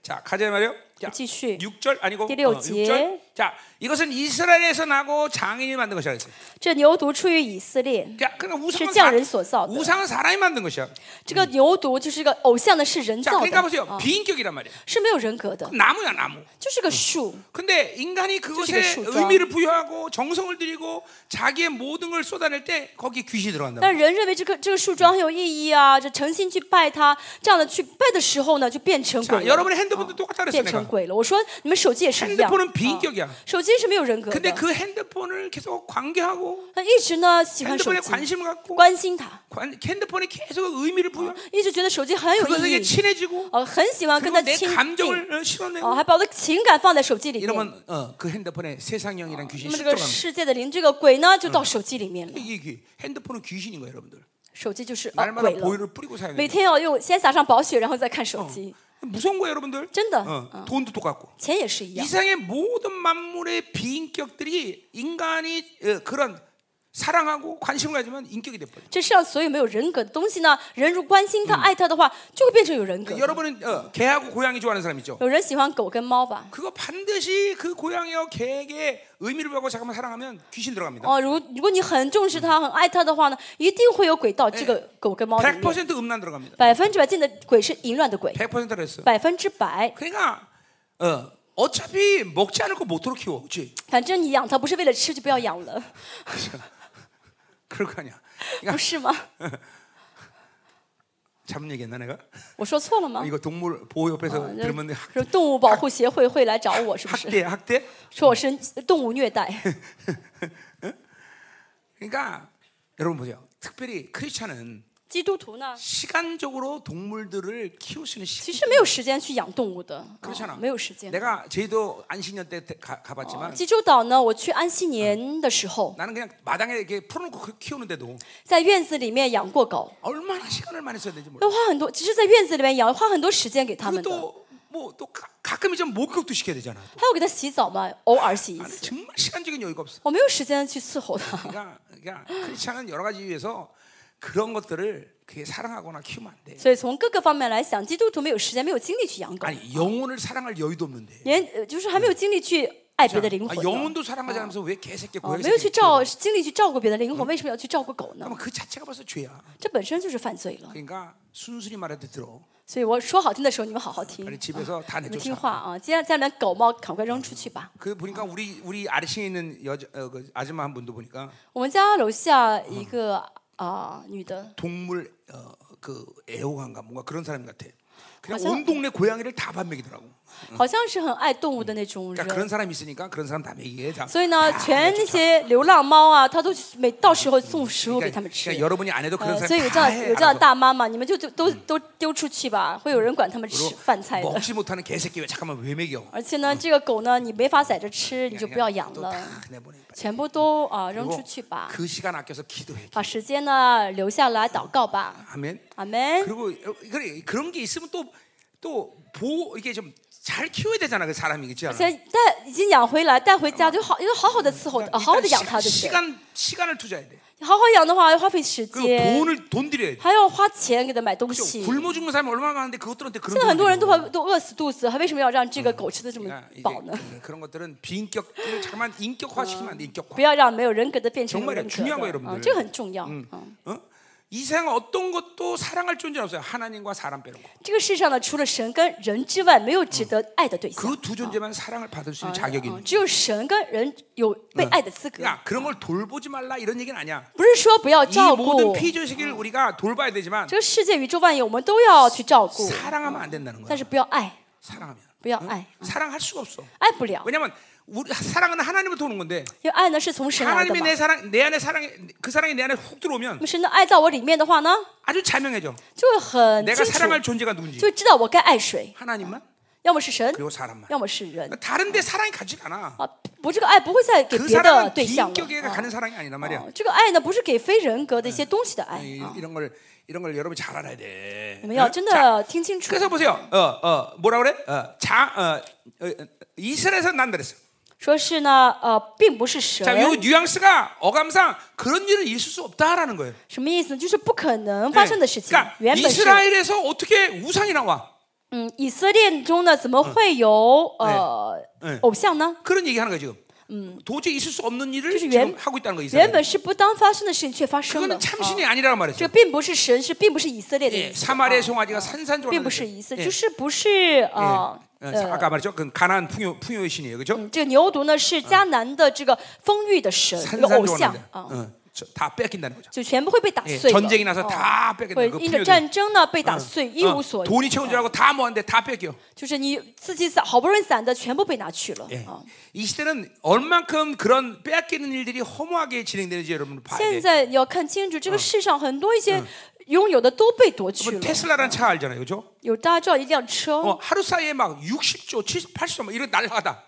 S1: 자 가자 말이요. 자,
S2: 지슈.
S1: 6절 아니고 어,
S2: 디레오지에.
S1: 6절. 자 이것은 이스라엘에서 나고 장인이 만든 것이라 했어요.
S2: 这牛犊出于以色列，
S1: 자, 그러니까 우상은,
S2: 실제하는 소서.
S1: 우상은 사람이 만든 것이야.
S2: 这个牛犊就是个偶像呢，是人
S1: 자,
S2: 造
S1: 그러니까
S2: 的，
S1: 보세요.
S2: 啊，
S1: 비인격이란 말이야.
S2: 是没有人格的，
S1: 나무야 나무.
S2: 就是个树。
S1: 근데 인간이 그것에
S2: 솔직히 쇼죠.
S1: 의미를 부여하고 정성을 들이고 자기의 모든 걸 쏟아낼 때 거기에 귀신이 들어간다.
S2: 但人认为这个这个树桩很有意义
S1: 嗯
S2: 啊，这诚心去拜它，这样的去拜的时候呢，就变成
S1: 자,
S2: 鬼了，
S1: 여러분의 핸드폰도 똑같다 그랬어
S2: 变成
S1: 내가.
S2: 鬼了。我说你们手机也是一样，
S1: 핸드폰은
S2: 啊
S1: 비인격이야.
S2: 手机是没有人格
S1: 근데
S2: 的。
S1: 그 핸드폰을 계속 관계하고
S2: 他一直呢喜欢手
S1: 핸드폰에
S2: 机，
S1: 관심을 어. 갖고
S2: 关心它，
S1: 관, 핸드폰에 계속 의미를 부여.
S2: 一直觉得手机很有
S1: 그것에게
S2: 意义，
S1: 친해지고
S2: 哦，很喜欢跟
S1: 그리고
S2: 它
S1: 내
S2: 亲近，
S1: 감정을 실어내고
S2: 哦，还把我的情感放在手机里面。
S1: 이러면 어, 그 핸드폰에 세상형이란 귀신이
S2: 那么
S1: 실종하는
S2: 这个
S1: 거야.
S2: 世界的灵，这个鬼呢，就到手机里面了。
S1: 이게 귀- 핸드폰은 귀신인 거예요, 여러분들.
S2: 手机就是哦
S1: 날마다
S2: 鬼了，
S1: 보일을 뿌리고 사야 嗯
S2: 每
S1: 돼요.
S2: 天要用先撒上保血，然后再看手机，
S1: 무서운 거예요, 여러분들.
S2: 真的，
S1: 어, 돈도 똑같고.
S2: 钱也是
S1: 이
S2: 一样。
S1: 세상의 모든 만물의 비인격들이 인간이 어, 그런 사랑하고 관심을 가지면 인격이 돼 버려.
S2: 这世上所有没有人格的东西呢，人如关心他、爱他的话，就会变嗯成有人格。
S1: 여러분은 어, 개하고 고양이 좋아하는 사람 있죠?
S2: 有人喜欢狗跟猫吧？
S1: 그거 반드시 그 고양이와 개에게 의미를 부여하고 잠깐만 사랑하면 귀신 들어갑니다.
S2: 哦，如如果你很重视它、很爱它的话呢，一定会有鬼到这个狗跟猫
S1: 어, 네,
S2: 里面。
S1: 100% 음란 들어갑니다.
S2: 百分之百进的鬼是淫乱的鬼，
S1: 100%를 했어.
S2: 百分之百。
S1: 그러니까 어, 어차피 먹지 않을 거 못으로 키워. 그렇지?
S2: 反正你养它不是为了吃，就不要养了，
S1: 그럴 거 아니야.
S2: 不
S1: 그러니까
S2: 是吗？
S1: 잘못 얘기했나 내가?
S2: 我说错了吗？啊
S1: 이거 동물
S2: 어,
S1: 보호협에서 들으면
S2: 就
S1: 학-
S2: 是动物保护协会会来找我，是不是？
S1: 학대 학대?
S2: 说我是动物虐待。
S1: 그러니까 여러분 보세요. 특별히 크리스찬은
S2: 基督徒呢，
S1: 시간적으로 동물들을 키울 수 있는
S2: 其
S1: 시간.
S2: 实没有时间去养动物的，啊
S1: 그렇잖아.
S2: 没有时间。
S1: 내가 제주도 안식년 때 데- 가, 가봤지만
S2: 济州岛呢，我去安溪年的时候，
S1: 나는 그냥 마당에 이렇게 풀어놓고 그- 키우는데도
S2: 在院子里面养过狗，
S1: 얼마나 시간을 많이 써야 되지 몰라.
S2: 要花很多，只是在院子里面养，花很多时间给它们
S1: 그리고
S2: 的。
S1: 또뭐또 가끔 이제 목욕도 시켜야 되잖아.
S2: 还要给它洗澡嘛，偶尔洗一
S1: 나는
S2: 次。
S1: 정말 시간적인 여유가 없어.
S2: 我没有时间去伺候它。
S1: 그러니까, 그러니까 크리스찬은 여러 가지 이유에서 그런 것들을 그게 사랑하거나 키우면 안 돼.
S2: 所以从各个方面来想，基督徒没有时间、没有精力去养狗，
S1: 아니 영혼을 사랑할 여유도 없는데.
S2: 连呃就是还没有精力去爱别的灵魂
S1: 아,
S2: 呢。
S1: 영혼도 사랑하지 않으면서 왜 개새끼
S2: 啊，
S1: 고양이
S2: 没有去
S1: 새끼
S2: 照精力去照顾别的灵魂，为什么要去照顾狗呢？
S1: 그러면 그 자체가 벌써 죄야.
S2: 这本身就是犯罪了。
S1: 그러니까 순순히 말해도 들어.
S2: 所以我说好听的时候，你们好好听，
S1: 아니
S2: 你
S1: 집에서 다
S2: 们听
S1: 음. 내쫓아.
S2: 话啊！今天家里面狗猫赶快扔出去吧。
S1: 그 보니까 우리 우리 아래층에 있는 여자 어, 그 아줌마 한 분도 보니까
S2: 我们家楼下一个啊、女的，
S1: 동물 어, 그 애호가인가 뭔가 그런 사람 같아. 그냥
S2: 맞아.
S1: 온 동네 고양이를 다 밥 먹이더라고.
S2: 好像是很爱动物的那种
S1: 그러니까 그런
S2: 人，
S1: 사람 이 있으니까 그런 사람 다 먹이게. 다.
S2: 所以呢，
S1: 다
S2: 全嗯啊那
S1: 내쫓아.
S2: 些流浪猫啊，她都去每到时候送食物给
S1: 그러니까,
S2: 他们吃
S1: 그러니까 。 여러분이 안 해도 그런
S2: 呃，
S1: 사람
S2: 所以有这
S1: 다
S2: 样
S1: 해.
S2: 有这样
S1: 알아서.
S2: 的大妈嘛，你们就就都都丢出去吧，会有人管他们吃
S1: 그리고
S2: 饭菜的。
S1: 먹지 못하는 개새끼 왜 잠깐만 왜 먹여?
S2: 而且呢，这个狗呢，你没法宰着吃，你就不要嗯养了，
S1: 또다 내보내.
S2: 全部都啊、扔出
S1: 그리고
S2: 去吧，
S1: 그 시간 아껴서 기도해.
S2: 把时间呢留下来祷告吧，
S1: 아멘. 어,
S2: 阿门。
S1: 그리고 그래 그런 게 있으면 또 또 보호 이게 좀 잘 키워야 되잖아 그 사람이 그렇지 않아?
S2: 现在带已经养回来，带回家就好，要好好的伺候，
S1: 그러니까
S2: 呃好好的养
S1: 일단
S2: 它，对
S1: 시-
S2: 不
S1: 시간 시간을 투자해야 돼.
S2: 对？好好养的话要花费时
S1: 그리고
S2: 间，
S1: 돈을 돈 들여야 돼.
S2: 还要花钱给它买东
S1: 예. 그죠?
S2: 西。
S1: 굶어 죽는 사람이 얼마나 많은데 그것들한테
S2: 现
S1: 그런
S2: 在很多
S1: 돈을
S2: 人
S1: 들여.
S2: 都快都饿死肚子，还为什么要让这
S1: 嗯
S2: 个狗吃的这么
S1: 그러니까 이게
S2: 饱呢？
S1: 그- 그런 것들은 비인격을 잠깐만 인격화시키면 안 돼. 인격화.
S2: 不要让没有人格的变成有
S1: 정말이야
S2: 人
S1: 중요한거예요
S2: 格
S1: 여러분들
S2: 的啊，这个很重要。嗯，
S1: 어? 이 세상 어떤 것도 사랑할 존재는 없어요. 하나님과 사람 빼놓고.
S2: 这个世上呢，除了神跟人之外，没有值得爱的对象
S1: 그 。두 존재만 사랑을 받을 수 있는 자격이
S2: 啊
S1: 있는.
S2: 只有神跟人有被爱的资格，
S1: 그러니까 그런 걸 돌보지 말라 이런 얘기는 아니야.
S2: 不是说不要
S1: 이
S2: 照
S1: 모든
S2: 顾
S1: 피조세계를 우리가 돌봐야 되지만
S2: 这个世界、宇宙万有，我们都要去照顾，
S1: 사랑하면 嗯 안 된다는
S2: 但
S1: 거야.
S2: 是不要爱，
S1: 사랑하면
S2: 不要爱，
S1: 사랑할 수가 없어.
S2: 爱不了，
S1: 왜냐면 우리 사랑은 하나님으로부터 오는 건데
S2: 因为爱呢是从神来的
S1: 하나님이
S2: 嘛。
S1: 내 사랑 내 안에 사랑이 그 사랑이 내 안에 훅
S2: 那
S1: 들어오면
S2: 么神的爱到我里面的话呢，
S1: 아주 자명해져.
S2: 就会很清
S1: 내가
S2: 楚，
S1: 사랑할 존재가 누군지
S2: 就知道我该爱谁，
S1: 하나님만
S2: 要么是神，
S1: 그리고 사람만.
S2: 要么是人
S1: 다른데 사랑이 가지가 않아.
S2: 啊。我这个爱不会再给
S1: 그
S2: 别的
S1: 사랑은
S2: 对象了。
S1: 비인격에게
S2: 啊
S1: 가는 사랑이 아니란 말이야.
S2: 啊这个爱呢，不是给非人格的一些东西的爱
S1: 이,
S2: 啊，
S1: 이런 걸 이런 걸 여러분 잘 알아야 돼.
S2: 我们要
S1: 아. 어?
S2: 真
S1: 자,
S2: 的听清楚。
S1: 그래서 보세요. 어, 어, 뭐라 그래? 어, 자, 어, 어, 어, 이스라엘에서 난 그랬어.
S2: 说是呢，呃，并不是神，
S1: 자, 요 뉘앙스가 어감상 그런 일은 있을 수 없다라는 거예요.
S2: 什么意思呢？就是不可能发生的事情
S1: 그러니까 。
S2: 原本是，
S1: 이스라엘에서 어떻게 우상이 나와?
S2: 嗯，以色列中呢，怎么会有呃
S1: 嗯
S2: 偶像呢？
S1: 그런 얘기하는 거예요 지금. 도저히 있을 수 없는 일을
S2: 그래서
S1: 지금
S2: 웬-
S1: 하고 있다는 거예요.
S2: 原
S1: 이스라엘.
S2: 本是不当发生的事情却发生了。
S1: 그거는
S2: 啊
S1: 참신이 아니라고
S2: 这
S1: 말했어요.
S2: 并不是神，是并不是以色列的
S1: 예,
S2: 意思，
S1: 사마리아 송아지가 산산조각.
S2: 并不是以色列，就是不是啊
S1: 예, 아까 말했죠. 그 가나안 풍요 풍요의 신이에요, 그렇죠?
S2: 嗯这个牛犊呢是迦南的这个丰裕的神，一个偶像
S1: 산산조각인데,
S2: 啊，
S1: 어, 저- 다 뺏긴다는 거죠.
S2: 就全部会被打
S1: 예,
S2: 碎了。
S1: 전쟁이 나서 다 뺏긴다.
S2: 会
S1: 그
S2: 因着
S1: 풍요들.
S2: 战争呢被打碎，一
S1: 어,
S2: 无所有。
S1: 돈이 채운 줄 알고 다 모았는데 다 뺏겨.
S2: 就是你自己攒好不容易攒的全部被拿去了
S1: 예.
S2: 啊！
S1: 이 시대는 얼만큼 그런 빼앗기는 일들이 허무하게 진행되는지 여러분 봐야
S2: 现
S1: 돼.
S2: 在你要看清楚，这个世上很多一些拥有的都被夺去
S1: 뭐
S2: 了。
S1: 테슬라라는 차 알잖아요, 그렇죠?
S2: 有大家知道一辆
S1: 어
S2: 车，
S1: 하루 사이에 막 60조, 70, 80조 막 이런 날라가다.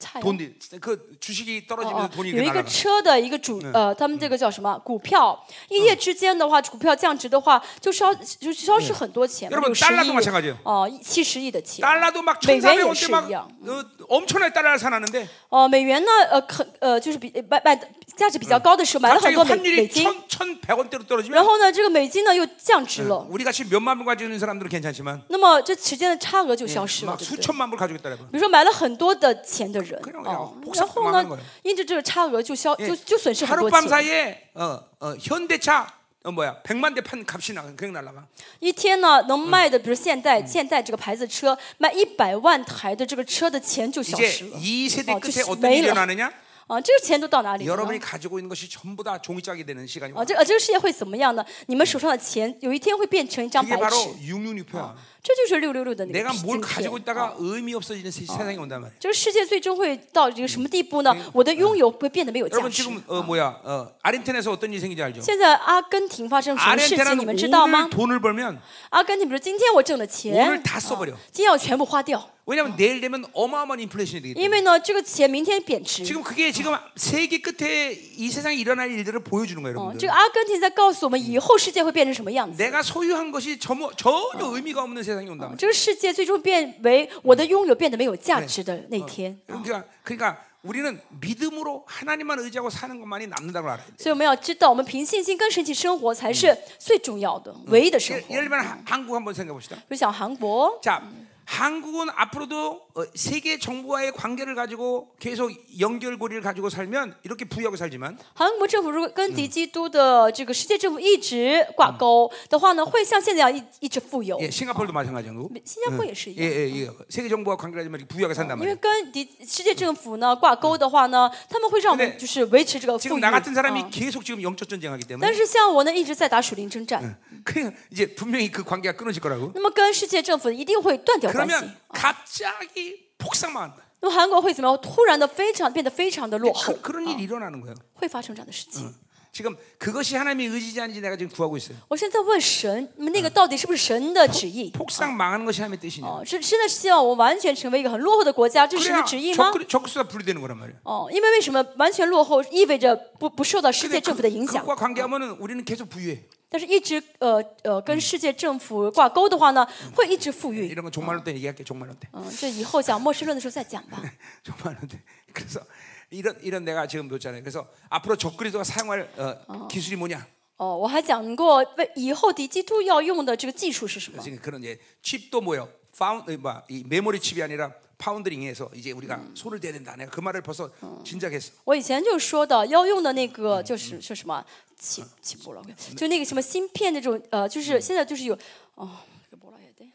S2: 菜哦
S1: 돈이 그 주식이
S2: 哦
S1: 떨어지면서
S2: 哦
S1: 돈이
S2: 有
S1: 이렇게
S2: 一个
S1: 날라가.
S2: 车的一个主呃，他们这个叫什么股票？一夜之间的话，股票降值的话，就消就消失很多钱嘛，
S1: 여러분
S2: 嗯有十
S1: 달러도마찬가지예
S2: 亿
S1: 요
S2: 哦，七十亿的钱。
S1: 달러도 막
S2: 매일
S1: 1,400원대 막
S2: 열심히 해요.
S1: 어, 엄청나게 달러를 사놨는데
S2: 哦，美元呢，呃，可呃，就是比卖卖价值比较高的时候买了很
S1: 갑자기
S2: 多美美
S1: 환율이
S2: 金，
S1: 1,000, 1,100원대로
S2: 然
S1: 떨어지면 예,
S2: 后呢，这个美金呢又降值了。
S1: 우리 같이 몇만 불 가지고 있는 사람들은 괜찮지만
S2: 那么这时间的差额就消失了，
S1: 막
S2: 对不对？
S1: 수천만 불 가지고 있다 여러분.
S2: 比如说买了很多的钱的人
S1: 그냥그냥
S2: 啊
S1: 복사
S2: 然后
S1: 망한거예요 ，
S2: 呢因着这个差额就消就就损失很多
S1: 예, 하룻밤
S2: 钱。
S1: 사이에 어, 어, 현대차 어, 뭐야 100만 대 판 값이 나 그냥 날라가.
S2: 一天呢能卖的，比如现代现代这个牌子车卖一百万台的这个车的钱就消失
S1: 이제
S2: 了
S1: 이 세대
S2: 哦，
S1: 끝에
S2: 就
S1: 어. 어떤 일이
S2: 没了
S1: 일어나느냐? 네.
S2: 啊！这个钱都到哪里了呢
S1: 여러분이 ？ 가지고 있는 것이 전부 다 종이짝이 되는 시간이
S2: 啊，
S1: 와.
S2: 这个呃这个世界会怎么样呢？你们手上的钱有一天会变成一张
S1: 이게 바로
S2: 白纸，
S1: 666표야.
S2: 这就是六六六的那
S1: 내가
S2: 个
S1: 뭘
S2: 今天
S1: 가지고 。 있다가 의미 아, 네, 없어지는 세- 세상이 온단 말이야.
S2: 这个世界最终会到一个什么地步呢？我的拥有会变得没嗯有价
S1: 여러분
S2: 值。
S1: 지금 어, 뭐야 어, 아르헨티나에서 어떤 일이 생기지 알죠?
S2: 现在阿根廷发生什么事情，你们知
S1: 아르헨티나는
S2: 道吗
S1: 오늘 ？ 돈을 벌면
S2: 阿根廷，比如今天我挣的
S1: 오늘
S2: 钱，
S1: 다 써버려.
S2: 今天要全部花掉，
S1: 왜냐하면 내일 되면 어마어마한 인플레이션이 되기
S2: 因
S1: 때문에.
S2: 为呢，这个钱明天贬值。
S1: 지금 그게 지금 세계 끝에 이 세상에 일어날 일들을 보여주는 거예요,
S2: 哦，
S1: 여러분들.
S2: 这个阿根廷在告诉我们，以后世界会变成什么样子。
S1: 내가 소유한 것이 전혀, 전혀 의미가 없는 세상이 온단 말이야.
S2: 这个世界最终变为我的拥有变得没有
S1: 嗯
S2: 价值的那天。
S1: 그러니까, 그러니까 우리는 믿음으로 하나님만 의지하고 사는 것만이 남는다고 알아야 돼.
S2: 所以我们要知道，我们凭信心跟神一起生活才
S1: 嗯
S2: 是最重要的、唯一的生
S1: 예를
S2: 活。
S1: 예를 들면 하- 한국 한번 생각해 봅시다.
S2: 就像韩国，
S1: 자, 한국은 앞으로도 어, 세계 정부와의 관계를 가지고 계속 연결고리를 가지고 살면 이렇게 부유하고 살지만
S2: 韩国政府如果
S1: 嗯
S2: 跟敌基督的这个世界政府一直挂钩的话呢，会像现在一样一一直富有。
S1: 예, 싱가포르도 마찬가지고
S2: 新加坡也是一
S1: 예,
S2: 样。
S1: 예, 예. 세계 정부와 관계를 가지면 이렇게 부유하게 산단
S2: 因为
S1: 어, 말이에요.
S2: 跟敌世界政府呢挂钩的话呢，他们会让我
S1: 근데
S2: 们就是维持这个富
S1: 嗯 지금
S2: 裕。
S1: 나 같은
S2: 啊
S1: 사람이 계속 지금 영적 전쟁하기
S2: 但
S1: 때문에
S2: 是像我呢，一直在打属灵征
S1: 嗯
S2: 战，
S1: 그냥 이제 분명히 그 관계가 끊어질 거라고.
S2: 那么跟世界政府一定会断掉关系。
S1: 그러면 갑자기 폭삭만 한다.
S2: 那么韩国会怎么样？突然的非常变得非常的落后
S1: 그, ， 그런 일이 일어나는 거예요.
S2: 会发生这样的事
S1: 嗯
S2: 情。
S1: 지금 그것이 하나님의 의지지 아닌지 내가 지금 구하고 있어요.
S2: 我现在问神，那个到底是不是神的旨意？
S1: 폭삭 망하는 것이 하나님의 뜻이냐?
S2: 哦，是真的希望我完全成为一个很落后的国家，这是神的
S1: 그래야
S2: 旨意吗？
S1: 적그리- 적그리스도가 분리되는 거란 말이에요.
S2: 哦，因为为什么完全落后意味着不不受到世界
S1: 근데
S2: 政府
S1: 그,
S2: 的影响？
S1: 그것과 관계하면은 우리는 계속 부유해.
S2: 但是一直呃呃跟世界政府挂钩的话呢，会一直富裕。
S1: 이런 건 종말론 때 얘기할게 종말론 때
S2: 嗯，这以后讲末世论的时候再讲吧。
S1: 종말론 때 그래서 이런 이런 내가 지금 놓잖아요. 그래서 앞으로 적그리스도가 사용할 어, 기술이 뭐냐?
S2: 哦，我还讲过为以后敌基督要用的这个技术是什么？
S1: 지금 그런 이제 칩도 뭐요? 파운드 뭐이 메모리 칩이 아니라 파운드링에서 이제 우리가 손을 대야 된다. 내가 그 말을 벌써 진작했어.
S2: 我以前就说的，要用的那个就是是什么起起波了，就那个什么芯片那种呃，就是现在就是有哦，这个波浪也对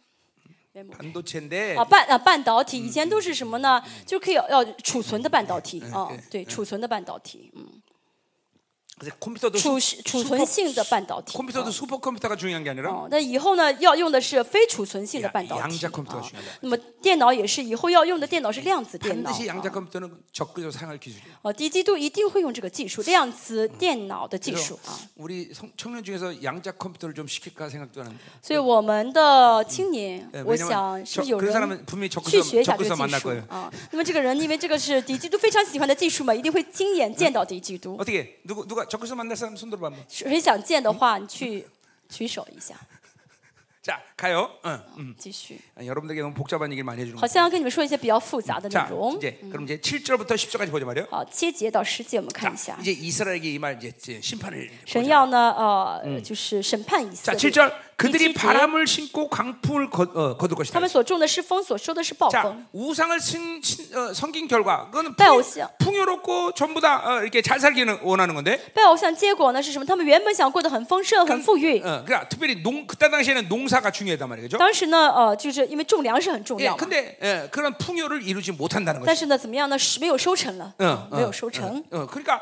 S1: 반도체인데
S2: 啊半啊半导体，以前都是什么呢？就可以要储存的半导体啊，对，储存的半导体，嗯，
S1: 그래서 컴퓨터도
S2: 储
S1: 슈-
S2: 储
S1: 슈퍼-
S2: 存性的半导体。
S1: 컴퓨터도 슈퍼컴퓨터가 중요한 게 아니라
S2: 哦，那以后呢，要用的是非储存性的半导
S1: 양자
S2: 体
S1: 컴퓨터가중요하다
S2: 啊。那么电脑也是，以后要用的电脑是量子电脑。
S1: 반드시
S2: 啊
S1: 양자 컴퓨터는 적그리스도 사용할 기술이에요.
S2: 哦，低基度一定会用这个技术，量子电脑的技
S1: 그래서
S2: 术啊。
S1: 우리 성- 청년 중에서 양자 컴퓨터를 좀 시킬까 생각도 하는데.
S2: 所以我们的青年
S1: 예, ，
S2: 我
S1: 왜냐면
S2: 想是
S1: 저-
S2: 不是有
S1: 그
S2: 人
S1: 사람은 분명히
S2: 去
S1: 적그리스도
S2: 学一
S1: 적그리스도
S2: 下这个技
S1: 만날
S2: 术
S1: 거예요.
S2: 啊？那么这个人因为这个是敌基督非常喜欢的技术嘛，一定会亲眼见到敌基督。
S1: 어떻게 누구 누가 적그리스도 만날 사람 손 들어봐 한번.
S2: 谁想见的话，你去举手一下，
S1: 자 가요. 응.
S2: 继续。
S1: 아, 여러분들에게 너무 복잡한 얘기를 많이 해주는
S2: 好
S1: 거예요. 음.
S2: 像要跟你们说一些比较复杂的内
S1: 자,
S2: 容。
S1: 이제 그럼 이제 7절부터 10절까지 보자 말이요.
S2: 好，七节到十节我们看一
S1: 자,
S2: 下，
S1: 이제 이스라엘에게 임할 이제- 이제 심판을
S2: 神
S1: 보자.
S2: 要呢，呃，就是审判以
S1: 자,
S2: 色列。
S1: 7절
S2: 第
S1: 그들이
S2: 七节
S1: 바람을 심고 강풍을 거, 어, 거둘
S2: 他
S1: 것이다.
S2: 们所种的是风，所收的是暴风。
S1: 자, 우상을 신, 신, 어, 섬긴 결과 그거는
S2: 네,
S1: 풍요-
S2: 오시오.
S1: 풍요롭고 전부 다 어, 이렇게 잘 살기는 원하는 건데.
S2: 拜偶像结果呢是什么？他们原本想过得很丰盛、很富裕。
S1: 어, 그러니까 특별히 농 그때 당시에는 농사가 중요했단 말이죠.
S2: 当时呢，呃，就是因为种粮食很重
S1: 예,
S2: 要嘛，
S1: 근데 예, 그런 풍요를 이루지 못한다는
S2: 但
S1: 거죠.
S2: 是呢，怎么样呢？是没有收成了，
S1: 어,
S2: 没有收成。
S1: 어, 그러니까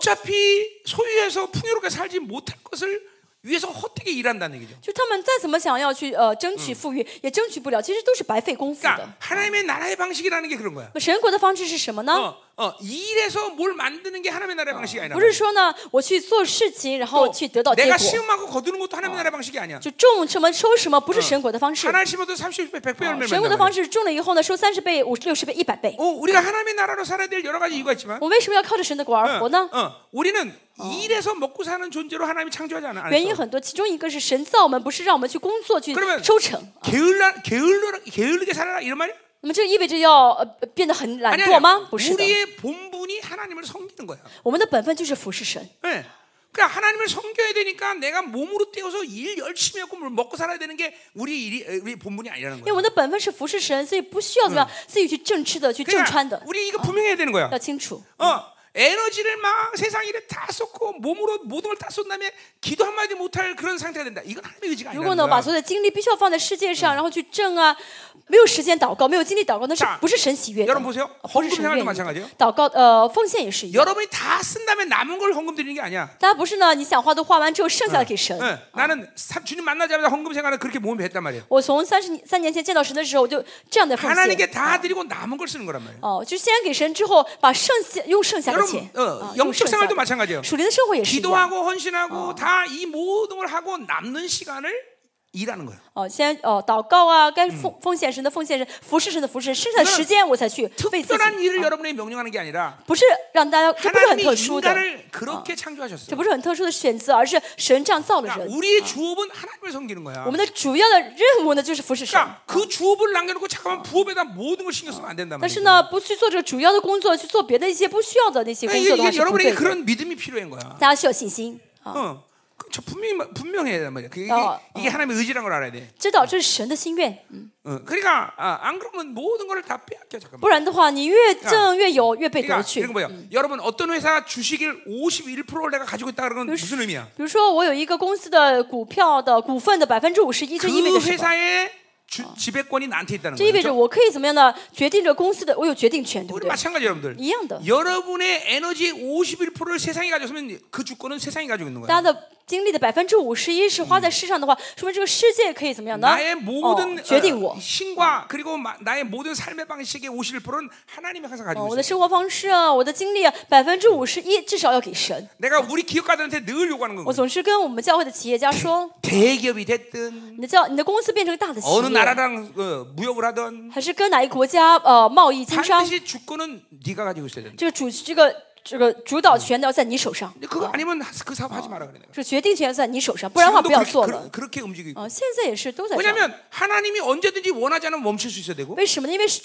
S1: 어차피 소유해서 풍요롭게 살지 못할 것을 위해서 헛되게 일한다는 얘기죠.
S2: 就他们再怎么想要去呃争取富裕，也争取不了，其实都是白费功夫
S1: 그러니까
S2: 的。
S1: 하나님의 나라의 방식이라는 게 그런 거야.
S2: 那神国的方式是什么呢？
S1: 어, 어, 일해서 뭘 만드는 게 하나님의 나라의 방식이 아니라.
S2: 不是说呢，我去做事情，然
S1: 어,
S2: 后去得到结
S1: 내가
S2: 果，
S1: 심음하고 거두는 것도 하나님의 나라의 방식이 아니야.
S2: 就种什么收什么，不是神国的方式。
S1: 하나 심어도 30배, 100배 열매를
S2: 神国的
S1: 맺는다.
S2: 方式种了以后呢，收三十倍、五十、六十倍、一百倍。
S1: 어, 우리가 하나님의 나라로 살아야 될 여러 가지 이유가 있지만
S2: 我为什么要靠着神的国
S1: 어,
S2: 而活呢？
S1: 어, 우리는 일해서 먹고 사는 존재로 하나님이 창조하지 않아.
S2: 原因很多，其中一个是神造我们，不是让我们去工作去
S1: 그러면
S2: 收成。
S1: 게을러, 게을러, 게을르게 살아라 이런 말이야?
S2: 那么这意味着要呃呃变得很懒
S1: 아니,
S2: 惰吗
S1: 아니야. ？
S2: 不是的，
S1: 우리의 본분이 하나님을 섬기는 거야.
S2: 我们的本分就是服侍神。
S1: 예. 그러니까 하나님을 섬겨야 되니까 내가 몸으로 뛰어서 일 열심히 하고 뭘 먹고 살아야 되는 게 우리 일이 우리 본분이 아니라는
S2: 因为
S1: 거야.
S2: 我们的本分是服侍神，所以不需要怎么样自己去正吃的、去正
S1: 그러니까
S2: 穿的，
S1: 우리 이거 분명해야 되는 거야.
S2: 要清楚。
S1: 어, 에너지를 막 세상 일에 다 쏟고 몸으로 모든 걸 다 쏜 다음에 기도 한 마디 못할 그런 상태가 된다. 이건 하나님의 의지가
S2: 如果
S1: 아니라는
S2: 呢，把
S1: 거야.
S2: 所有的精力必须要放在世界上，然后去挣啊，没有时间祷告，没有精力祷告，那是
S1: 자
S2: 不是神喜悦的？
S1: 여러분보세요
S2: 不是神
S1: 헌금생활도
S2: 愿意
S1: 마찬가지예요
S2: 的。祷告呃，奉献也是一样。
S1: 여러분이 다 쓴 다음에 남은 걸 헌금 드리는 게 아니야.
S2: 大家不是呢，你想花都花完之后，剩下的给神。
S1: 예, 나는 삼- 주님 만나자마자 헌금 생활을 그렇게 몸에 했단 말이에요.
S2: 我从三十三年前见到神的时候，我就这样的奉献
S1: 하나님께 。다 드리고 남은 걸 쓰는 거란 말이에요.
S2: 哦，就先给神之后，把剩下用剩下的钱
S1: 여러분, ， 어,
S2: 啊用剩
S1: 영적
S2: 下
S1: 생활도
S2: 的。
S1: 마찬가지예요.
S2: 属灵的生活也是一样。
S1: 기도하고 헌신하고 다 이 모든 걸 하고 남는 시간을 일하는 거예요.
S2: 哦，先哦祷告啊，该奉奉献神的奉献神，服侍神的服侍，剩下的时间我才去为自己，
S1: 특별한 일을 여러분에게 명령하는 게 아니라
S2: 不是让大家，这不是很
S1: 하나님이
S2: 特殊的，
S1: 인간을 그렇게 창조하셨어요.
S2: 这不是很特殊的选择，而是神这样造了
S1: 그러니까
S2: 人。
S1: 우리의 주업은 하나님을 섬기는 거야.
S2: 我们的主要的任务呢，就是服侍神。
S1: 그러니까 그 주업을 남겨놓고 잠깐만 부업에다 모든 걸 아. 신경 쓰면 안 된단
S2: 但是
S1: 말이에요.
S2: 呢，不去做这个主要的工作，去做别的一些不需要的那些
S1: 그러니까 이게,
S2: 工作的话
S1: 이게
S2: 是不对
S1: 여러분에게
S2: 的。
S1: 그런 믿음이 필요한 거야.
S2: 大家需要信心啊，
S1: 어, 그저 분명히 마- 분명해야 된단 말이야. 그게 이게,
S2: 어,
S1: 이게 하나님의 의지란 걸 알아야 돼.
S2: 知道这是神的心愿，嗯
S1: 어, 그러니까 아, 안 그러면 모든 걸 다 빼앗겨 잠깐만.
S2: 不然的话，你越挣越有，越被夺
S1: 그러니까
S2: 去
S1: 이런 。 거예요. 여러분 어떤 회사 주식을 51%를 내가 가지고 있다 그러면 무슨 의미야?
S2: 比如说，我有一个公司的股票的股份的百分之五十一，这意味着
S1: 그
S2: 什么？
S1: 회사의 주, 지배권이 나한테 있다는
S2: 这意味
S1: 거예요.
S2: 着
S1: 그렇죠?
S2: 我可以怎么样呢？决定着公司的，我有决定权，对不
S1: 우리
S2: 对？
S1: 마찬가지 여러분들.
S2: 一样的，
S1: 여러분의 에너지의 51%를 세상이 가져으면 그 주권은 세상이 가지고 있는
S2: 大
S1: 거야.
S2: 家的精力的百分之五十一是花在世上的话，说明这个世界可以怎么样呢？
S1: 나의 모든
S2: 哦、决定我
S1: 어, 。 신과 그리고 마- 나의 모든 삶의 방식의 51%는 하나님이 항상
S2: 哦
S1: 가지고
S2: 我的
S1: 있어.
S2: 生活方式啊，我的精力啊，百分之五十一至少要给神。
S1: 내가 우리 기업가들한테 늘 요구하는
S2: 我
S1: 거거든.
S2: 总是跟我们教会的企业家说，
S1: 대기업이 됐든
S2: 你的教你的公司变成个大的企
S1: 어느
S2: 业，
S1: 나라랑 어, 무역을 하든
S2: 还是跟哪一个国家呃贸易经商，
S1: 반드시 주권은 네가 가지고 있어야 된다.
S2: 这个主这个这个主导权要在你手上，
S1: 근데 그거 아니면 그 사업 하지 마라 그래 내가.
S2: 这决定权要在你手上，不然的话不要
S1: 지금도
S2: 做
S1: 그렇게,
S2: 了
S1: 그, 。 그렇게 움직이고.
S2: 啊，现在也是都在这样。
S1: 왜냐하면 하나님이 언제든지 원하지 않으면 멈출 수 있어야 되고.
S2: 为什么呢？因为神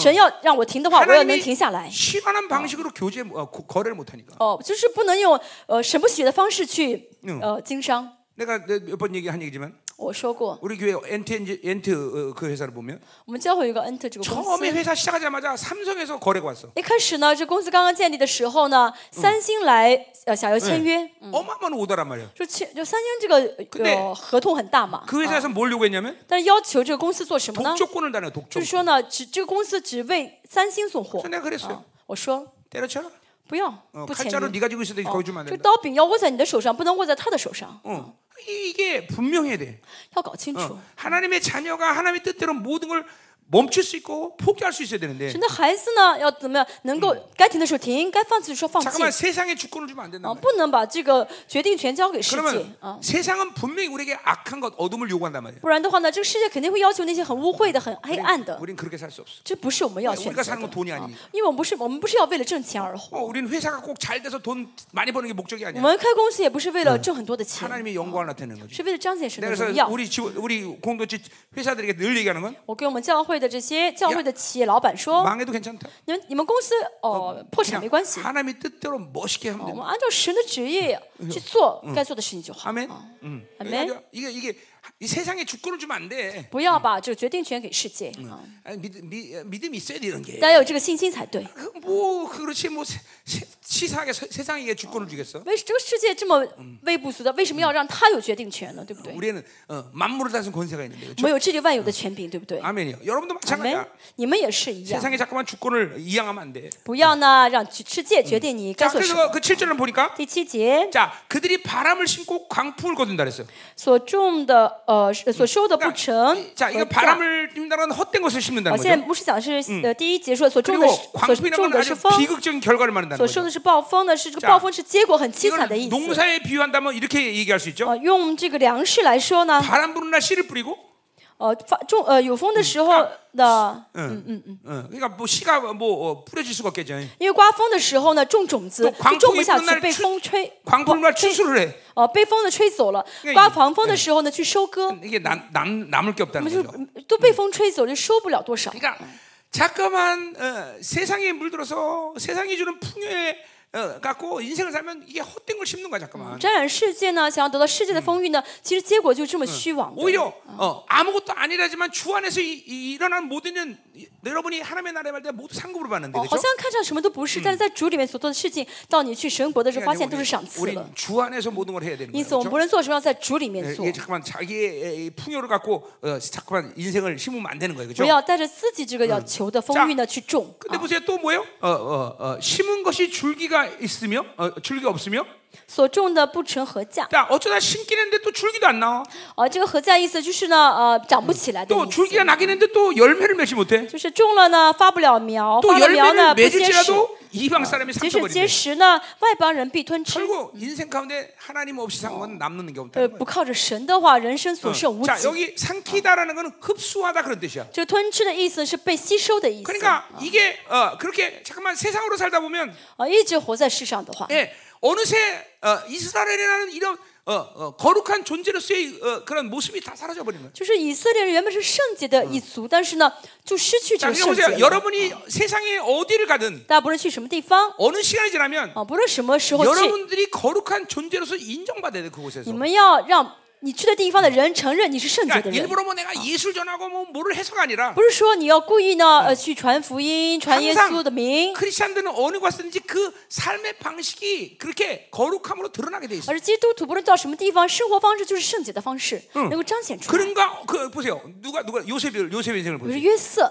S2: 神要让我停的话，我也能
S1: 하나님이
S2: 停下嗯来。
S1: 어, 시간한 방식으로 교제 어, 고- 거래를 못 하니까.
S2: 哦，就是不能用呃神不许的方式去呃经商。
S1: 내가 몇 번 얘기한 얘기지만
S2: 我说过，
S1: 우리 교회 엔트 엔트 어, 그 회사를 보면
S2: 我们教会有一个恩特这个公
S1: 처음에
S2: 司，
S1: 회사 시작하자마자 삼성에서 거래가 왔어.
S2: 一开始呢，这公司刚刚建立的时候呢，三星来呃想要签约，
S1: 예. 어마어마한 오더란 말이야.
S2: 就签就三星这个
S1: 对
S2: 呃合同很大嘛，
S1: 그 회사에서 뭘 요구했냐면
S2: 但是要求这个公司做什么呢？
S1: 독점권을 달아요.
S2: 就
S1: 독점.
S2: 是说呢，只这个公司只为三星送货啊
S1: 그래서 。 내가 그랬어요.
S2: 我说哦
S1: 때려쳐.
S2: 不要
S1: 어, ，
S2: 不签
S1: 칼자루
S2: 约。
S1: 네가 쥐고 있어도 거기 주면 안
S2: 这
S1: 된다.
S2: 刀柄要握在你的手上，不能握在他的手上，
S1: 어. 이- 이게 분명해야 돼.
S2: 要搞清楚。
S1: 하나님의 자녀가 하나님의 뜻대로 모든 걸 멈출 수 있고 포기할 수 있어야 되는데
S2: 神的孩子呢，要怎么样？能够该停的时候停，该放弃的时候放弃
S1: 잠깐만 세상의 주권을 주면 안
S2: 啊，
S1: 된다.
S2: 不能把这个决定权交给世界
S1: 그러면
S2: 啊，
S1: 세상은 분명히 우리에게 악한 것, 어둠을 요구한단 말이야.
S2: 不然的话呢，这个世界肯定会要求那些很污秽的、很黑暗的，
S1: 우린 그렇게 살 수 없어.
S2: 这不是我们要
S1: 우리
S2: 选
S1: 가
S2: 择
S1: 사는
S2: 的
S1: 건돈이아니
S2: 啊
S1: 니까 ，
S2: 因为我们不是我们不是要为了挣钱而活，
S1: 어, 우린 회사가 꼭 잘 돼서 돈 많이 버는 게 목적이
S2: 我
S1: 아니야.
S2: 们开公司也不是为了挣很多的钱，
S1: 하나님의 영광을 나타내는 거지.
S2: 是为了彰显神的
S1: 내가
S2: 荣
S1: 그래서
S2: 耀。
S1: 우리 지원, 우리 공동체 회사들에게 늘 얘기하는 건
S2: 我跟我们教会的这些教会的企业老板说，
S1: 망해도 괜찮다.
S2: 你们你们公司哦破产
S1: 그냥
S2: 没关系，
S1: 하나님의 뜻대로 멋있게
S2: 我
S1: 하면 돼.
S2: 们按照神的哎嗯旨意去做该做的事情就好。
S1: 아멘.
S2: 啊
S1: 음.
S2: 아멘.
S1: 그러니까 이게 이게 이 세상에 주권을 주면 안 돼.
S2: 不要把这个决定权给世界啊。
S1: 아니, 믿음, 미, 믿음이 있어야 돼 이런 게.
S2: 大家有这个信心才对。
S1: 그뭐 그렇지 뭐 세- 세- 치사하게 세- 세상에게 주권을 주겠어?
S2: 为什这个世界这么微不足道，为什么要让他有决定权呢？对不对？
S1: 우리는 어, 만물을 다스리는 권세가 있는데. 그렇죠?
S2: 我们有治理万有的权柄，对不对？
S1: 아멘이요. 여러분도
S2: 你们
S1: 마찬가지야.
S2: 你们也是一样，
S1: 세상에 자꾸만 주권을 이양하면 안 돼.
S2: 不要呢让世界决定你该
S1: 자,
S2: 做什么。
S1: 그래서 그 7절을 보니까
S2: 第七节
S1: 자, 그들이 바람을 심고 광풍을 거둔다 그랬어요.
S2: 所种的呃是所收的不
S1: 그렇죠.
S2: 成
S1: 자,
S2: 和
S1: 이거
S2: 价。
S1: 바람을 심는다는 건 헛된 것을
S2: 啊，
S1: 심는다는
S2: 现在
S1: 거죠.
S2: 牧师讲的是呃第一节说所种的
S1: 그리고
S2: 是所
S1: 광풍이라는
S2: 种
S1: 건
S2: 的是
S1: 아주
S2: 风，
S1: 비극적인 결과를 말한다는
S2: 所收
S1: 거죠.
S2: 的是暴风呢是这个
S1: 자
S2: 暴风是结果很凄惨的意
S1: 이거는
S2: 思。
S1: 농사에 비유한다면 이렇게 얘기할 수 있죠.
S2: 啊，用这个粮食来说呢，
S1: 바람 부는 날 씨를 뿌리고,
S2: 呃发种呃有风的时候的。
S1: 어, 그러니까 뭐 씨가 뭐 어, 뿌려질 수가 없겠죠.
S2: 因为刮风的时候呢，种种子
S1: 또
S2: 就种不下
S1: 광풍이불
S2: 去，
S1: 날
S2: 被
S1: 출
S2: 风吹，
S1: 광풍 날 추수를 해.
S2: 呃，被风呢吹走了
S1: 그러니까 。
S2: 刮狂风的时候呢，去收割，
S1: 이게 남, 남 남을 게
S2: 我
S1: 없다는
S2: 们就嗯
S1: 거죠.
S2: 都被风吹走，就收不了多少。
S1: 그러니까 자꾸만 어, 세상에 물들어서 세상이 주는 풍요에 어, 갖고 인생을 살면 이게 헛된 걸 심는 거야 자꾸만.
S2: 沾染世界呢，想要得到世界的风雨呢，其实结果就这么虚妄的。
S1: 오히려 어, 아무것도 아니라지만 주 안에서 이, 이, 일어난 모든 일은 이- 여러분이 하나님의 나라에 말때 모두 상급으로 받는데
S2: 哦，好
S1: 그렇죠?
S2: 像看上什么都不是，但是在主里面所做的事情，到嗯你去神国的时候，发现都是赏赐
S1: 우리
S2: 了。
S1: 주 안에서 모든 걸 해야 되는
S2: 因此，我们
S1: 거죠.
S2: 不论做什么，要在主里面做
S1: 이게 ， 잠깐만 자기의 이 풍요를 갖고 어, 잠깐만 인생을 심으면 안 되는 거예요,
S2: 不
S1: 그렇죠?
S2: 要带着自己这个要求的
S1: 자
S2: 风雨呢去种。
S1: 근데 보세요 또 뭐예요? 어, 어, 어, 심은 것이 줄기가 있으며 어, 줄기가 없으며
S2: 所种的不成禾价，
S1: 자 어쩌다 심긴 했는데 또 줄기도 안 나와.
S2: 啊，这个禾价意思就是呢，呃，长不起来的
S1: 또
S2: 意思。
S1: 줄기가 나긴 했는데 또 열매를 맺지 못해.
S2: 就是种了呢，发不了苗；
S1: 또
S2: 发了苗呢，
S1: 열매를
S2: 不结
S1: 어,
S2: 实。
S1: 맺을지라도 이방 사람이
S2: 即使结
S1: 삼켜버린대.
S2: 实呢，外邦人必吞吃。
S1: 결국 인생 가운데 하나님 없이 산 건 남는 게
S2: 呃，
S1: 없다는 거예요.
S2: 不靠着神的话，人
S1: 그
S2: 生所剩无几
S1: 자, 。 여기 삼키다라는 거는 흡수하다 그런 뜻이야.
S2: 这吞吃的意思是被吸收的意思。
S1: 그러니까 이게 어, 그렇게 잠깐만 세상으로 살다 보면
S2: 啊，一直活在世上的话，
S1: 예, 어느새 어, 이스라엘이라는 이런 어, 어, 거룩한 존재로서의 어, 그런 모습이 다 사라져 버린 거예요.
S2: 就是以色列人原本是圣洁的一族，但是呢，就失去这
S1: 자,
S2: 个
S1: 그러니까
S2: 圣洁
S1: 보세요.
S2: 了。
S1: 여러분이 세상에 어디를 가든
S2: 大家不论去什么地方，
S1: 어느 시간이 지나면
S2: 啊，不论什么时候去，
S1: 여러분들이 거룩한 존재로서 인정받아야 돼 그곳에서.
S2: 你们要让你去的地方的人承哎认你是圣洁
S1: 그러니까
S2: 的人。
S1: 일부러 뭐 내가 예술 전하고 뭐 뭐를 해서가 아니라
S2: 不是说你要故意呢，呃，去传福音、传耶
S1: 항상
S2: 稣的名，
S1: 크리스천들은 어느 곳든지 그 삶의 방식이 그렇게 거룩함으로 드러나게 돼 있어.
S2: 而基督徒不论到什么地方，生活方式就是圣洁的方式，能够彰显出来。
S1: 그런가 그 보세요. 누가 누가 요셉을 요셉의 인생을
S2: 比如
S1: 보세요.
S2: 约瑟，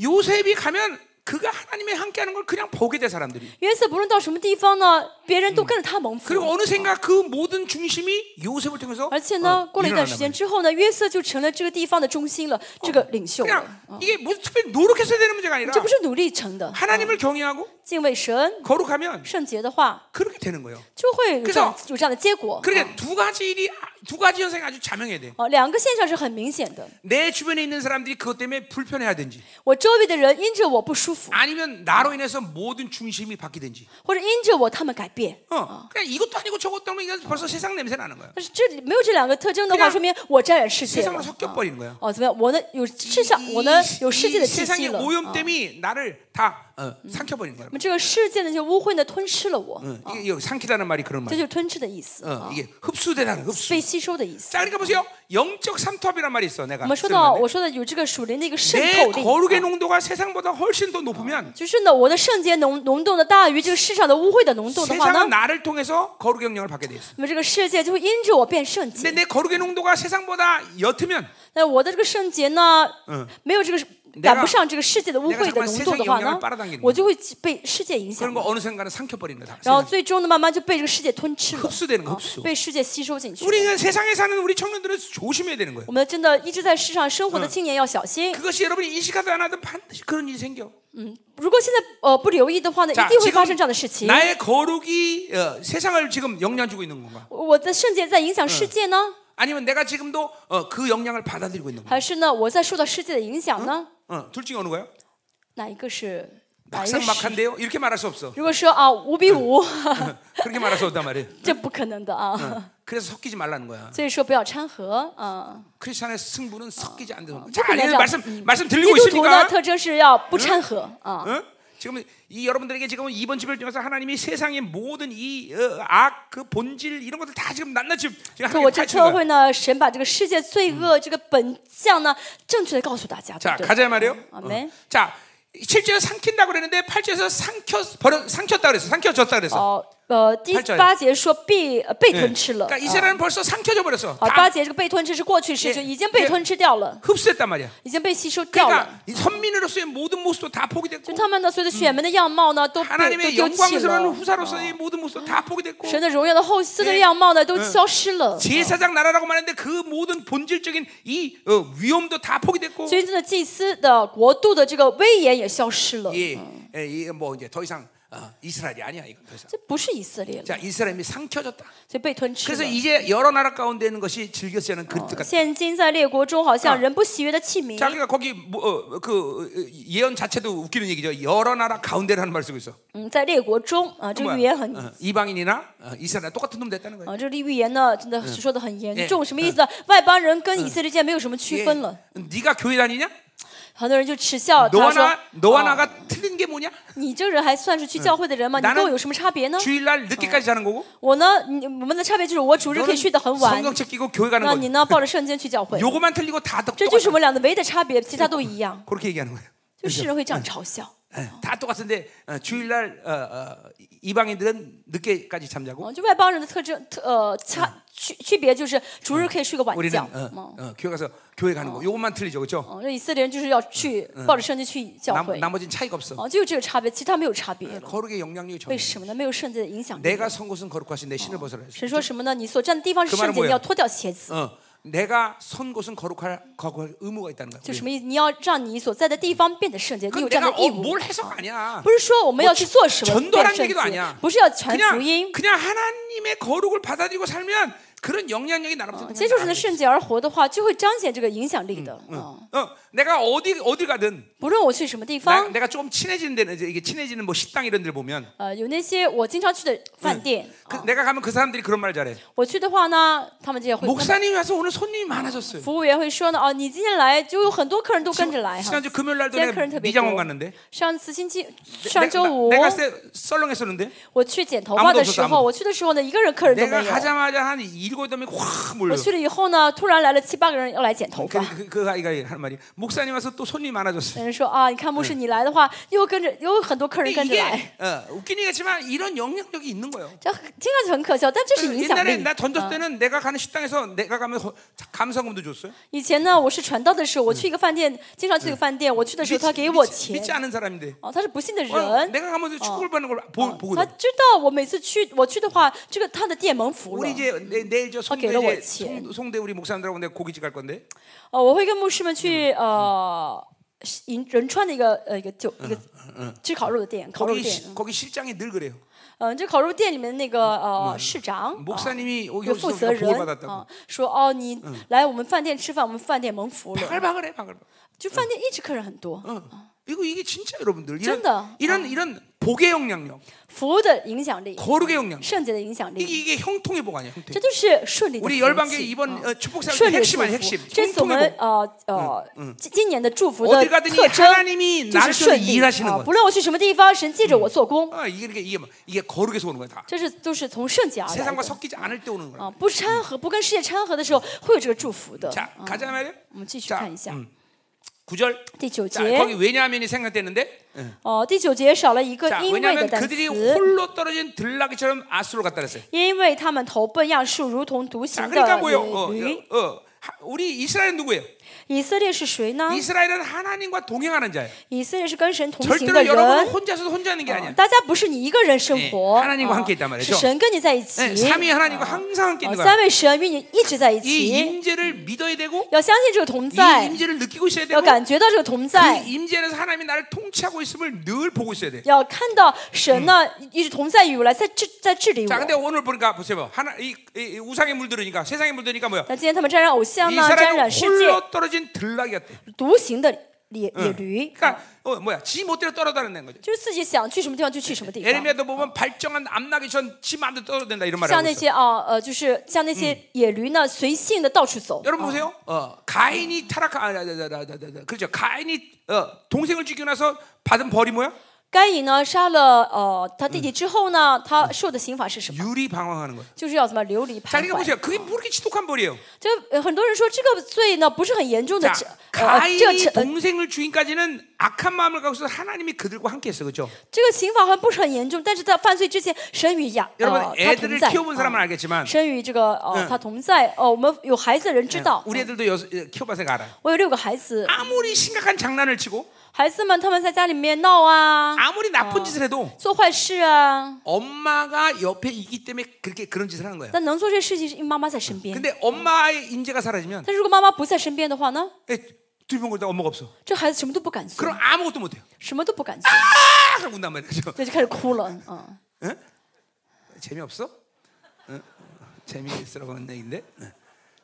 S1: 요셉이 가면 그가 하나님의 함께하는 걸 그냥 보게 돼 사람들이.
S2: 约瑟不论到什么地方呢，别人都跟着他蒙
S1: 그리고
S2: 福。
S1: 어느샌가 그 모든 중심이 요셉을 통해서
S2: 而且呢，
S1: 어,
S2: 过了一段
S1: 일어난단
S2: 时间之后呢，约瑟就成了这个地方的中心了，嗯这个领袖
S1: 말이야.
S2: 了。
S1: 그냥 이게 무슨 특별히 노력해서 되는 문제가 아니라
S2: 这不是努力成的，
S1: 하나님을 경외하고
S2: 敬畏神、
S1: 거룩하면
S2: 圣洁的话，
S1: 그렇게 되는 거예요.
S2: 就会有这样有这样的结果。
S1: 어. 그러니까 두 가지 일이 두 가지 현상이 아주 자명해야 돼.
S2: 哦，两个现象是很明显的。
S1: 내 주변에 있는 사람들이 그것 때문에 불편해하든지
S2: 我周围的人因着我不舒服，
S1: 아니면 나로 인해서 모든 중심이 바뀌든지.
S2: 或者因着我他们改变。
S1: 어, 그냥 이것도 아니고 저것도 아니고 이건 벌써 세상 냄새 나는 거야.
S2: 但是这里没有这两个特征的
S1: 그냥
S2: 话，说明我沾染世界
S1: 세상으로
S2: 了。
S1: 섞여 버리는 거야.
S2: 哦，怎么样？我呢有世上，我呢有世界的气息
S1: 세상의
S2: 了。啊
S1: 오염됨이 나를 다 어, 삼켜버리는 거야.
S2: 那么这个世界呢，就污秽的吞噬了我，
S1: 어, 이게 이거 삼키다는 말이 그런
S2: 这
S1: 말이야.
S2: 就是吞噬的意思，
S1: 어, 이게 흡수되다는 거야, 흡수.
S2: 被吸收的意思。
S1: 자 그러니까 보세요. 영적 삼투압이란 말이 있어.
S2: 我
S1: 내가
S2: 们说到，
S1: 쓰는 건데.
S2: 我说的有这个属灵的一个渗
S1: 내
S2: 透力
S1: 거룩의
S2: 啊。
S1: 농도가 세상보다 훨씬 더 높으면
S2: 就是呢，我的圣洁浓浓度呢，大于这个世上的污秽的浓度的话
S1: 세상은
S2: 呢，
S1: 나를 통해서 거룩의 영향을 받게 돼 있어.
S2: 那么这个世界就会因着我变圣
S1: 근데
S2: 洁。
S1: 내 거룩의 농도가 세상보다 옅으면
S2: 那我的这个圣洁呢，没有这个赶不上这个世界的污秽的浓度的话
S1: 내가잠깐세상의영향
S2: 呢
S1: 을빨아당기는거야 ，
S2: 我就会被世界影
S1: 그런
S2: 响
S1: 거 ， 어느 순간은 삼켜버리는 거다.
S2: 然后
S1: 세상에.
S2: 最终呢，慢慢就被这个世界吞吃了，啊
S1: 흡수되는 거 흡수.
S2: 被世界吸收进去。
S1: 우리 그 세상에 사는 우리 청년들은 조심해야 되는 거예요.
S2: 我们真的一直在世上生活的青年要小心。
S1: 그것이 여러분이 인식하든 안 하든 반드시 그런 일이 생겨.
S2: 如果现在呃不留意的话呢，一定会发生这样的事
S1: 지금
S2: 情。
S1: 나의 거룩이 어, 세상을 지금 영향 주고 있는 건가?
S2: 我的圣洁在影响世界呢，
S1: 아니면 내가 지금도 어, 그 영향을 받아들이고 있는 건가?
S2: 还是呢我在受到世界的影响呢？
S1: 어, 둘 중에 어느 거예요?
S2: 哪一个是哪一个是？
S1: 막상막한데요. 이렇게 말할 수 없어.
S2: 如果说啊五比五，嗯
S1: 그렇게 말할 수 없단 말이에요.
S2: 这不可能的啊。
S1: 그래서 섞이지 말라는 거야.
S2: 所以说不要掺和啊。
S1: 크리스천의 승부는 섞이지 않는 자,
S2: 그냥
S1: 이
S2: 자-
S1: 말씀 말씀
S2: 嗯基
S1: 들리고
S2: 督徒的
S1: 있으니까.
S2: 特征是要不掺和啊。
S1: 어? 지금 이 여러분들에게 지금 이번 집을 통해서 하나님이 세상의 모든 어, 이악그 본질 이런 것들 다 지금 낱낱이 지금
S2: 所以我
S1: 하나님
S2: 这嗯
S1: 파헤친
S2: 特
S1: 거야.
S2: 会呢，神把这个世界罪恶这个本相呢，正确的告诉大家。
S1: 자,
S2: 对不
S1: 가자 이 말이에요. 어.
S2: 对？阿门。
S1: 자, 7절에서 삼킨다고 그랬는데 8절에서 삼켜 버려 삼켰다 그랬어. 삼켜졌다 그랬어.
S2: 哦，呃，第
S1: 팔절에
S2: 八节说被呃被
S1: 예.
S2: 吞吃了。
S1: 그러니까 아,
S2: 啊
S1: 이스라엘은 벌써 삼켜져 버렸어.
S2: 好，
S1: 다
S2: 八节这个被吞吃是过去式，
S1: 예
S2: 就已经
S1: 예
S2: 被吞吃掉了，
S1: 흡수했단 말이야.
S2: 已经被吸收掉了。
S1: 그러니까 이 선민으로서의 모든 모습도 다 포기됐고
S2: 就他们呢，所有的选民的样貌呢，都被都
S1: 하나님의
S2: 丢弃
S1: 영광스러운
S2: 了。
S1: 후사로서의 모든 모습도 다 포기됐고
S2: 神的荣耀的后嗣
S1: 예
S2: 的样貌呢，都消失了。
S1: 제사장 나라라고 말하는데 그 모든 본질적인 이 어, 위험도 다 포기됐고
S2: 所以这个祭司的国度的这个威严也消失了。
S1: 예, 예, 이게 뭐 이제 더 이상 어, 이스라엘이 아니야 이건 더 이상.
S2: 这不是以色列了，
S1: 자 이스라엘이 삼켜졌다.
S2: 所以被吞吃
S1: 그래서
S2: 了。
S1: 이제 여러 나라 가운데 있는 것이 즐겨 쓰는 그릇 같다.
S2: 现今在列国中，好
S1: 啊
S2: 像人不喜悦的器皿
S1: 자 。 그러니까 거기 뭐, 어, 그 어, 예언 자체도 웃기는 얘기죠. 여러 나라 가운데라는 말 쓰고 있어.
S2: 嗯，在列国中啊，这个预言很
S1: 어, 이방인이나 어, 이스라엘 똑같은 놈 됐다는 거예요.
S2: 啊，这个预言呢，真的是说的很严
S1: 嗯
S2: 重。什么意思呢？外邦人跟以色列之间没有什么区
S1: 예.
S2: 分了。
S1: 네가 교회 다니냐?
S2: 很多人就耻笑他
S1: 너와
S2: 说
S1: 나 ：“ 너와
S2: 哦
S1: 나가 틀린 게 뭐냐?
S2: 你这个人还算是去教会的嗯人吗？你
S1: 나는
S2: 跟我有什么差
S1: 어?
S2: 别呢？
S1: 주일날 늦게까지 자는 거고
S2: 我呢，你我们的差别就是我主日可
S1: 너는
S2: 以睡得很晚，
S1: 성경책 끼고 교회
S2: 那
S1: 가는
S2: 你
S1: 거
S2: 呢抱着圣经去教会，
S1: 요거만 틀리고 다 똑-
S2: 这就是
S1: 똑같아.
S2: 我们俩的唯一的差别，其他都一 样。
S1: 그렇게 얘기하는 거예요.
S2: 就世人会这样嘲笑，
S1: 예, 다 똑같은데 어, 주일날 어, 어, 이방인들은 늦게까지 잠자고
S2: 啊，就外邦人的特征特呃差区区别就是主日可以睡个晚
S1: 우리는
S2: 觉，
S1: 어,
S2: 嗯，
S1: 어, 교회 가서 교회 가는 거 요것만 틀리죠, 그렇죠?
S2: 哦，那以色列人就是要去抱着圣经去教会，
S1: 나머지는 차이가 없어.
S2: 哦，就有这个差别，其他没有差别了。
S1: 거룩의 영향력이 전.
S2: 为什么呢？没有圣洁的影响
S1: 嗯
S2: 力。
S1: 내가 선 곳은 거룩하신 내 신을 벗어라. 했어.
S2: 神说什么呢？你所站的地方是
S1: 그
S2: 圣
S1: 말은뭐예
S2: 洁，
S1: 요
S2: 你要脱掉鞋子，
S1: 어, 내가 선 곳은 거룩할 거룩할 의무가 있다는 거야.
S2: 就什么意思？你要让你所在的地方变得圣洁，你
S1: 그건
S2: 有这样
S1: 내가
S2: 的义
S1: 어,
S2: 务。
S1: 뭘 해석 아니야.
S2: 不是说我们要去做什么
S1: 전도라는
S2: 变圣
S1: 얘기도아니야
S2: 洁，不是要传福
S1: 그냥
S2: 音。
S1: 그냥 하나님의 거룩을 받아들이고 살면 그런 영향력이 나로부터
S2: 接受神的圣洁而活的话，就会彰显这个影响力的。
S1: 嗯
S2: 啊，
S1: 어, 내가 어디 어딜 가든
S2: 不论我去什么地
S1: 나,
S2: 方，
S1: 내가 조금 친해지는 데는 이제 이게 친해지는 뭐 식당 이런 데를 보면
S2: 呃，有那些我经常去的饭店，
S1: 그, 내가 가면 그 사람들이 그런 말 잘해.
S2: 我去的话呢，他们这些会。他们
S1: 목사님이 와서 오늘 손님이 많아졌어요.
S2: 服务员会说呢，哦，你今天来就有很多客人都跟着来哈。
S1: 지난주 금요일 날도
S2: 그냥
S1: 내가
S2: 그런 데
S1: 미장원
S2: 믿고.
S1: 갔는데
S2: 上次星期
S1: 내,
S2: 上周
S1: 나,
S2: 五，
S1: 내가 그때 썰렁했었는데
S2: 我去剪头发的时
S1: 아무도없었어아무도
S2: 候，我去的时候呢，一个人客人都
S1: 내가
S2: 没有。
S1: 가자마자 한 일곱 여덟 명확
S2: 我
S1: 몰려.
S2: 去了以后呢，突然来了七八个人要来剪头
S1: 그,
S2: 发。
S1: 그, 그 아이가 하는 말이 목사님 와서 또 손님이 많아졌어요.
S2: 有人说啊，你看牧师你来的话，又跟着又有很多客人
S1: 근데
S2: 跟着
S1: 이게
S2: 来，
S1: 어, 웃긴 얘기지만 이런 영향력이 있는 거예요.
S2: 这很听上去很可笑，但这是影响
S1: 네, 옛날에
S2: 力
S1: 나 。 던졌을 때는 내가 가는 식당에서 내가 가면 허- 감사금도 줬어요.
S2: 以前呢，我是传道的时候，我去一个饭店，经常去一个饭店，我去的时候他给我
S1: 믿지,
S2: 钱
S1: 믿지 ， 않은 사람인데
S2: 哦，他是不信的
S1: 어,
S2: 人，
S1: 내가 가면 축복을 받는 걸 보,
S2: 哦他
S1: 보거든.
S2: 知道我每次去我去的话，这个他的店蒙福
S1: 우리
S2: 了。
S1: 이제 내, 내일 저 송대
S2: 걔가
S1: 이제
S2: 워치해.
S1: 송- 송대 우리 목사님들하고 내가 고깃집 갈 건데
S2: 嗯哦，我会跟牧师们去呃银仁川的一个呃一个酒一个吃烤肉的店，烤肉
S1: 거기
S2: 店。
S1: 시- 거기 실장이 늘 그래요.
S2: 嗯，这烤肉店里面那个呃市长，啊
S1: 아. 목사님이 어,
S2: 有负
S1: 여기서
S2: 责
S1: 복을
S2: 人
S1: 받았다고.
S2: 啊，说哦，你来我们饭店吃饭，我们饭店蒙福了，
S1: 바글바글 해, 바글바글.
S2: 就饭店一直客人很多。
S1: 어. 이거 이게 진짜 여러분들 이런
S2: 쩐다.
S1: 이런 이런 복의 영향력,
S2: 福的影响力，
S1: 거룩의 영향력.
S2: 圣洁的影响
S1: 이게
S2: 力，
S1: 이게 형통의 복 아니야, 형통.
S2: 这就是顺利的
S1: 우리
S2: 福
S1: 열방계
S2: 气。
S1: 이번
S2: 啊
S1: 어, 축복
S2: 顺
S1: 사역
S2: 利的
S1: 핵심
S2: 祝
S1: 아니
S2: 福
S1: 핵심. ，
S2: 这是我
S1: 형통의
S2: 们
S1: 복.
S2: 呃呃今今年的祝福的
S1: 어딜 가든이
S2: 特征，
S1: 하나님이 아,
S2: 就是
S1: 나를 통해
S2: 顺利
S1: 일하시는
S2: 啊！
S1: 거야.
S2: 不论我去什么地方，神记着我做工，
S1: 아, 이게 그러니까 이게 뭐, 이게 거룩에서 오는 거야 다.
S2: 这是都是从圣洁而来
S1: 세상과
S2: 的
S1: 섞이지 않을 때 오는 거야.
S2: 啊！不掺和，不跟世界掺和的时候，会有这个祝福的。
S1: 자,
S2: 啊
S1: 가자 말이야.
S2: 我们继续
S1: 자,
S2: 看一下嗯
S1: 9절.
S2: 第九
S1: 자,
S2: 节
S1: 거기 。 왜냐하면이 생각되는데. 응.
S2: 哦，第九节少了一个
S1: 자,
S2: 因为的
S1: 왜냐하면
S2: 单
S1: 그들이
S2: 词，
S1: 홀로 떨어진 들나귀처럼 아수로 갔다 그랬어요.
S2: 因为他们投奔亚述，如同独
S1: 자,
S2: 行的
S1: 그러니까 뭐요?
S2: 驴。
S1: 어, 어, 하- 우리 이스라엘 은 누구예요?
S2: 以色列是谁
S1: 아.
S2: 呢？
S1: 이스라엘은 하나님과 동행하는 자예요.
S2: 以色列是跟神同行的
S1: 절대로
S2: 人。
S1: 여러분은 혼자서 혼자 하는 게 아니야.
S2: 啊大家不是你一哎个人生活，啊
S1: 예 하나님과함께있단말이죠
S2: 是神跟你在一起。
S1: 네, 삼위 하나님과 항상 함께
S2: 哦
S1: 있는
S2: 三
S1: 거야.
S2: 位神与你一直在一
S1: 이
S2: 起，
S1: 임재를 믿어야 되고
S2: 要相信这个同
S1: 이
S2: 在，
S1: 임재를 느끼고 있어야
S2: 要
S1: 되고
S2: 感觉到这个同在
S1: 그 ， 임재에서 하나님이 나를 통치하고 있음을 늘 보고 있어야 돼.
S2: 要看到神呢一直同在与我来在治在治理我
S1: 자, 。 근데 오늘 보니까 보세요. 뭐, 하나 이, 이- 이 우상에 물들으니까 세상에 물들으니까 뭐야?
S2: 那今天他们沾染偶像
S1: 이
S2: 呢，沾染
S1: 사람이
S2: 世界，
S1: 홀로 떨어진 들락이 같대.
S2: 独行的野野驴。
S1: 그러니까 어, 뭐야? 지 못대로 떨어다니는 거죠.
S2: 就是自己想去什么地方就去什么地方。
S1: 에레미야도 보면 발정한 암나기 전지 마음대로 떨어진다 이런 말을
S2: 像
S1: 하고
S2: 那
S1: 있어.
S2: 些啊呃，就是像那些野驴呢，随性的到处走。
S1: 여러분 보세요. 어, 가인이 타락한 아, 아, 아, 아, 아, 아, 아, 그렇죠. 가인이 어, 동생을 죽이고 나서 받은 벌이 뭐야?
S2: 该隐呢杀了呃他弟弟之后呢，他受的刑罚是什么？
S1: 유리 방황하는 거예요.
S2: 就是要怎么流离
S1: 자
S2: 徘
S1: 그러니까
S2: 徊。
S1: 보세요. 그게 뭐 그렇게 지독한 벌이에요.
S2: 这呃很多人说这个罪呢不是很严重的
S1: 자 ， 아,
S2: 这呃这
S1: 가인이
S2: 这呃
S1: 동생을 죽인까지는 악한 마음을 갖고 있어서 하나님이 그들과 함께 했어. 그렇죠?
S2: 这个刑罚还不是很严重，但是在犯罪之前，神与亚呃
S1: 여러분
S2: 他同
S1: 애들을
S2: 在，
S1: 키워본 사람은
S2: 啊
S1: 알겠지만
S2: 神与这个呃他同在，哦我们有孩子的人知道，
S1: 우리 애들도 여섯- 예, 키워봐서 알아.
S2: 我有六个孩子，
S1: 아무리 심각한 장난을 치고
S2: 孩子们他们在家里面闹啊，
S1: 아무리 나쁜 짓을 해도
S2: 做坏事啊，
S1: 엄마가 옆에 있기 때문에 그렇게 그런 짓을 하는 거예요.
S2: 但能做这些事情是因为妈妈在身边。
S1: 근데 엄마의 임재가 사라지면
S2: 但是如果妈妈不在身边的话呢，
S1: 예, 뒤집은 걸다 엄마가 없어.
S2: 这孩子什么都不敢做，
S1: 그럼 아무것도 못해요.
S2: 什么都不敢做，
S1: 아! 하고 운단 말이죠.
S2: 这就开始哭了。嗯，
S1: 재미없어? 응? 어, 재미있으라고는 얘기인데 응.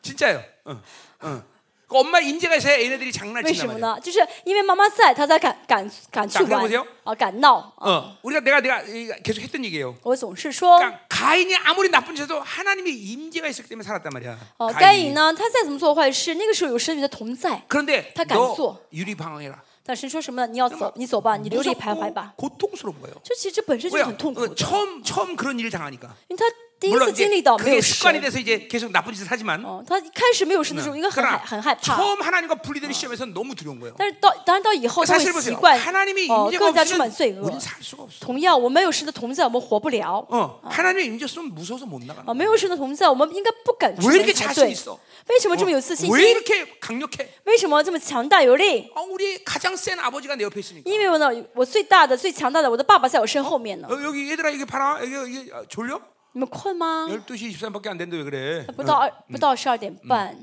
S1: 진짜요. 응. 응. 그 엄마 임재가 있어야 얘네들이
S2: 为
S1: 장난치나
S2: 什么
S1: 말이야.
S2: 呢？就是因为妈妈在，她才敢敢敢去
S1: 咋看不
S2: 玩
S1: 行
S2: 啊，敢闹。
S1: 어, 우리가 내가 내가 이- 계속 했던 얘기예요.
S2: 我总是说，
S1: 그러니까 가인이 아무리 나쁜 짓도 하나님의 임재가 있었기 때문에 살았단 말이야.
S2: 哦，
S1: 어, 가인이.
S2: 该隐呢，他再怎么做坏事，那个时候有神与他同在。
S1: 그런데
S2: 다
S1: 너
S2: 감소.
S1: 유리 방황해라.
S2: 但神说什么呢？你要走，你走
S1: 아,
S2: 吧，你流离徘徊
S1: 무섭고
S2: 吧。
S1: 고통스러운 거예요.
S2: 这其实本身就是很
S1: 왜요?
S2: 痛苦
S1: 어,
S2: 的，
S1: 처음 처음 그런 일을 당하니까.
S2: 因为他第一
S1: 물론
S2: 次
S1: 이제
S2: 经历到没
S1: 그게
S2: 有
S1: 습관이
S2: 神。
S1: 돼서 이제 계속 나쁜 짓을 하지만 어.
S2: 哦，他一开始没有神的时
S1: 嗯
S2: 候，应该很害
S1: 그러나
S2: 很害怕。
S1: 처음 하나님과 어, 분리되는 시험에서 너무 두려운 거예요. 그
S2: 但是到当然到以后，他会
S1: 사실
S2: 习
S1: 보세요.
S2: 惯
S1: 하나님의
S2: 哦，
S1: 임재가
S2: 更加充满
S1: 없으면
S2: 罪恶
S1: 우리는 。살 수가 없어.
S2: 同样，我们有神的同在，我们活不了。
S1: 어, 하나님의 임재 없으면 무서워서 못 나가.
S2: 啊，没有神的同在，我们应该不敢出
S1: 왜
S2: 门
S1: 이렇게
S2: 才
S1: 자신
S2: 对
S1: 있어 。
S2: 为什么这么有自信
S1: 왜
S2: 心？
S1: 이렇게 강력해?
S2: 为什么这么强大有力？
S1: 어, 우리 가장 센 아버지가 내 옆에 있으니까.
S2: 因为我呢，我最大的、最强大的，我的爸爸在我身后面呢。
S1: 어, 여기 얘들아 여기 봐라. 여기, 여기 어, 졸려?
S2: 你们困吗？
S1: 12시 23분밖에 안 됐는데 왜 그래?
S2: 不到二，不到十二点半。